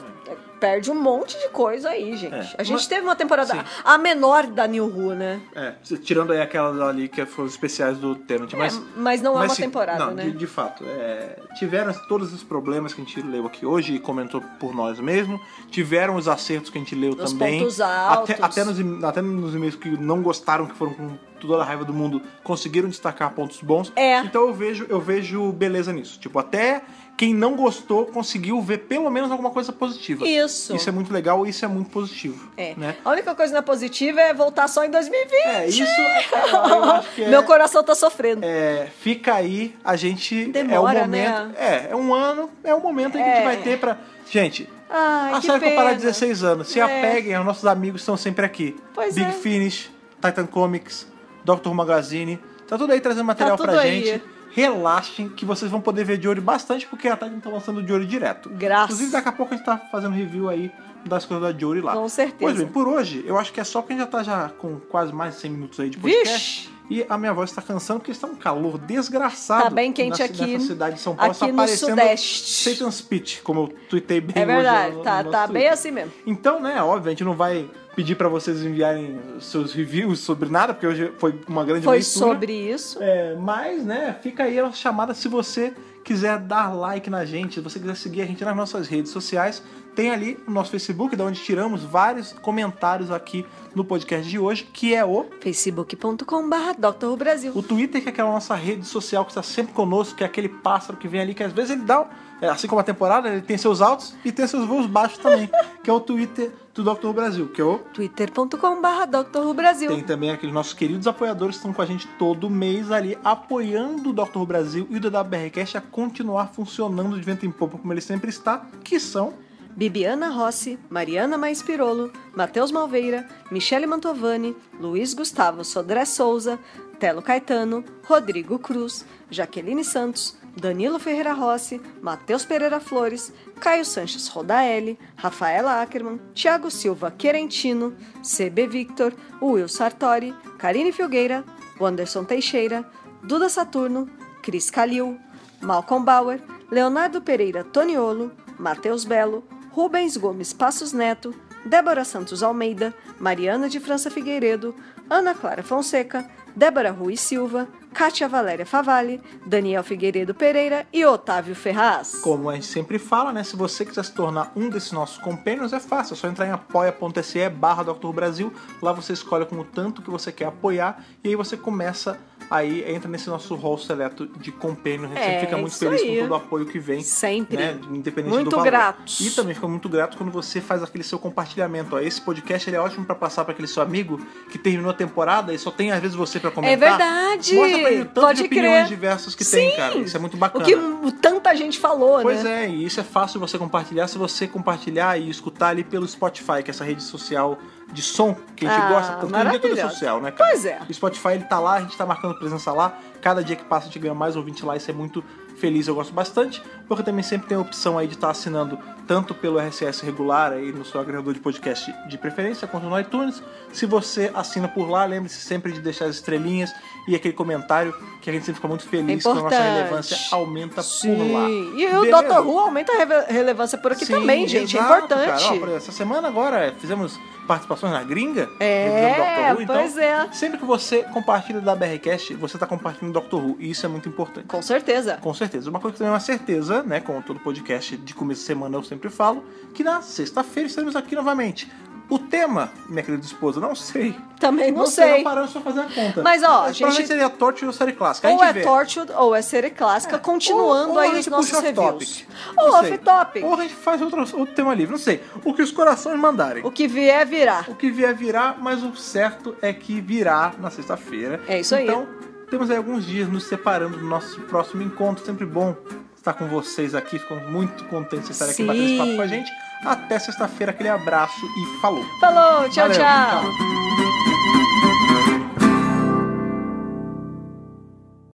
perde um monte de coisa aí, gente.
É,
a gente
mas-
teve uma temporada.
Sim.
A menor da New Who, né?
É, tirando aí aquela ali que foram os especiais do Tenant, mas...
mas não é
mas
uma
se-
temporada,
não,
né?
De, de fato, é, tiveram todos os problemas que a gente leu aqui hoje e comentou por nós mesmos, tiveram os acertos que a gente leu
Os
também.
pontos altos.
Até, até nos, e- até nos e-mails que não gostaram, que foram com toda a raiva do mundo, conseguiram destacar pontos bons.
É.
Então eu vejo, eu vejo beleza nisso. Tipo, até quem não gostou conseguiu ver pelo menos alguma coisa positiva.
Isso.
Isso é muito legal e isso é muito positivo.
É.
Né?
A única coisa na positiva é voltar só em 2020.
É, isso eu acho que é.
Meu coração tá sofrendo.
É, fica aí, a gente
Demora,
é o momento.
né?
É, é um ano, é o momento aí que a
É.
gente vai ter pra. Gente,
Ai,
a
que
série foi
pena.
parar 16 anos. Se
É.
apeguem, os nossos amigos estão sempre aqui.
Pois
Big
é.
Finish, Titan Comics, Doctor Who Magazine. Tá tudo aí trazendo material
tudo
pra
aí.
gente. Relaxem, que vocês vão poder ver de olho bastante, porque a Titan tá lançando de olho direto.
Graças.
Inclusive, daqui a pouco a gente tá fazendo review aí das coisas da Jory lá.
Com certeza.
Pois bem, por hoje, eu acho que é só porque a gente já tá já com quase mais de 100 minutos aí de podcast.
Vixe!
E a minha voz tá cansando porque está um calor desgraçado.
Tá bem quente
nessa-
aqui,
Nessa cidade de São Paulo
aqui
está
no
parecendo
Sudeste.
Satan's Pit, como eu tuitei bem
É
hoje
verdade,
no-
tá,
no nosso
tá
Twitter.
bem assim mesmo.
Então, né, óbvio, a gente não vai pedir pra vocês enviarem seus reviews sobre nada, porque hoje foi uma grande
Foi
leitura.
sobre isso.
É, mas, né, fica aí a nossa chamada se você quiser dar like na gente, se você quiser seguir a gente nas nossas redes sociais, tem ali o nosso Facebook, da onde tiramos vários comentários aqui no podcast de hoje, que é o
facebook.com.br Dr. Brasil.
o Twitter, que é aquela nossa rede social que está sempre conosco, que é aquele pássaro que vem ali, que às vezes ele dá, é, assim como a temporada, ele tem seus altos e tem seus voos baixos também, que é o Twitter do Dr. Brasil, que é o...
twitter.com.br Dr. Brasil.
Tem também aqueles nossos queridos apoiadores que estão com a gente todo mês ali, apoiando o Dr. Brasil e o DWRcast a continuar funcionando de vento em popa como ele sempre está, que são...
Bibiana Rossi, Mariana Mais Pirolo, Matheus Malveira, Michele Mantovani, Luiz Gustavo Sodré Souza, Telo Caetano, Rodrigo Cruz, Jaqueline Santos, Danilo Ferreira Rossi, Matheus Pereira Flores, Caio Sanches Rodaelli, Rafaela Ackerman, Thiago Silva Querentino, CB Victor, Will Sartori, Karine Filgueira, Wanderson Teixeira, Duda Saturno, Cris Calil, Malcolm Bauer, Leonardo Pereira Toniolo, Matheus Belo, Rubens Gomes Passos Neto, Débora Santos Almeida, Mariana de França Figueiredo, Ana Clara Fonseca, Débora Rui Silva, Kátia Valéria Favalli, Daniel Figueiredo Pereira e Otávio Ferraz.
Como a gente sempre fala, né? Se você quiser se tornar um desses nossos companions, é fácil. É só entrar em apoia.se barra Dr. Brasil. Lá você escolhe como tanto que você quer apoiar. E aí você começa aí, entra nesse nosso hall seleto de companions. A gente
É,
sempre fica muito
isso
feliz
aí.
com todo o apoio que vem.
Sempre.
Né? Independente
Muito
do valor.
gratos.
E também fica muito grato quando você faz aquele seu compartilhamento. Ó, esse podcast ele é ótimo pra passar pra aquele seu amigo que terminou a temporada e só tem às vezes você pra comentar.
É verdade.
Mostra pra ele o tanto
Pode
de opiniões
crer.
diversas que
Sim.
tem, cara. Isso é muito
O
bacana.
que m- tanta gente falou,
Pois
né?
é, e isso é fácil você compartilhar se você compartilhar e escutar ali pelo Spotify, que é essa rede social de som que a gente
Ah,
gosta tanto. Hoje em dia tudo é
maravilhosa.
social, né, cara?
Pois é.
O Spotify, ele tá lá, a gente tá marcando presença lá. Cada dia que passa, a gente ganha mais ouvinte lá. Isso é muito feliz, eu gosto bastante. Porque também sempre tem a opção aí de estar assinando tanto pelo RSS regular aí no seu agregador de podcast de preferência, quanto no iTunes. Se você assina por lá, lembre-se sempre de deixar as estrelinhas e aquele comentário, que a gente sempre fica muito feliz com a nossa
Importante.
relevância aumenta por
Sim.
Tá lá.
E o
Beleza?
Dr. Who aumenta a reve- relevância por aqui
Sim,
também, gente.
exato,
é importante.
cara. Ó, por exemplo, essa semana agora é, fizemos participações na gringa.
É,
revisando Doctor Who,
pois
então,
é.
Sempre que você compartilha da BRCast, você está compartilhando Doctor Who. E isso é muito importante.
Com certeza.
Com certeza. Uma coisa que também é uma certeza, né? Como todo podcast de começo de semana eu sempre falo, que na sexta-feira estaremos aqui novamente. O tema, minha querida esposa, não sei.
Também não,
sei.
sei.
Não paramos pra fazer a conta.
Mas, ó, a gente-
Provavelmente seria Torture ou série clássica. A
Ou
gente
é
vê.
Tortured ou é série clássica, continuando
Ou- ou a
aí
gente puxa
os nossos reviews.
off-topic.
Ou
Não sei.
off-topic.
Ou a gente faz outro, outro tema livre, não sei. O que os corações mandarem.
O que vier, virá.
O que vier virá, mas o certo é que virá na sexta-feira.
É isso aí.
Então, temos aí alguns dias nos separando do nosso próximo encontro. Sempre bom estar com vocês aqui. Ficamos muito contentes de estarem aqui
Sim.
batendo esse papo com a gente.
Até sexta-feira, aquele abraço e falou.
Falou, tchau,
Valeu,
tchau.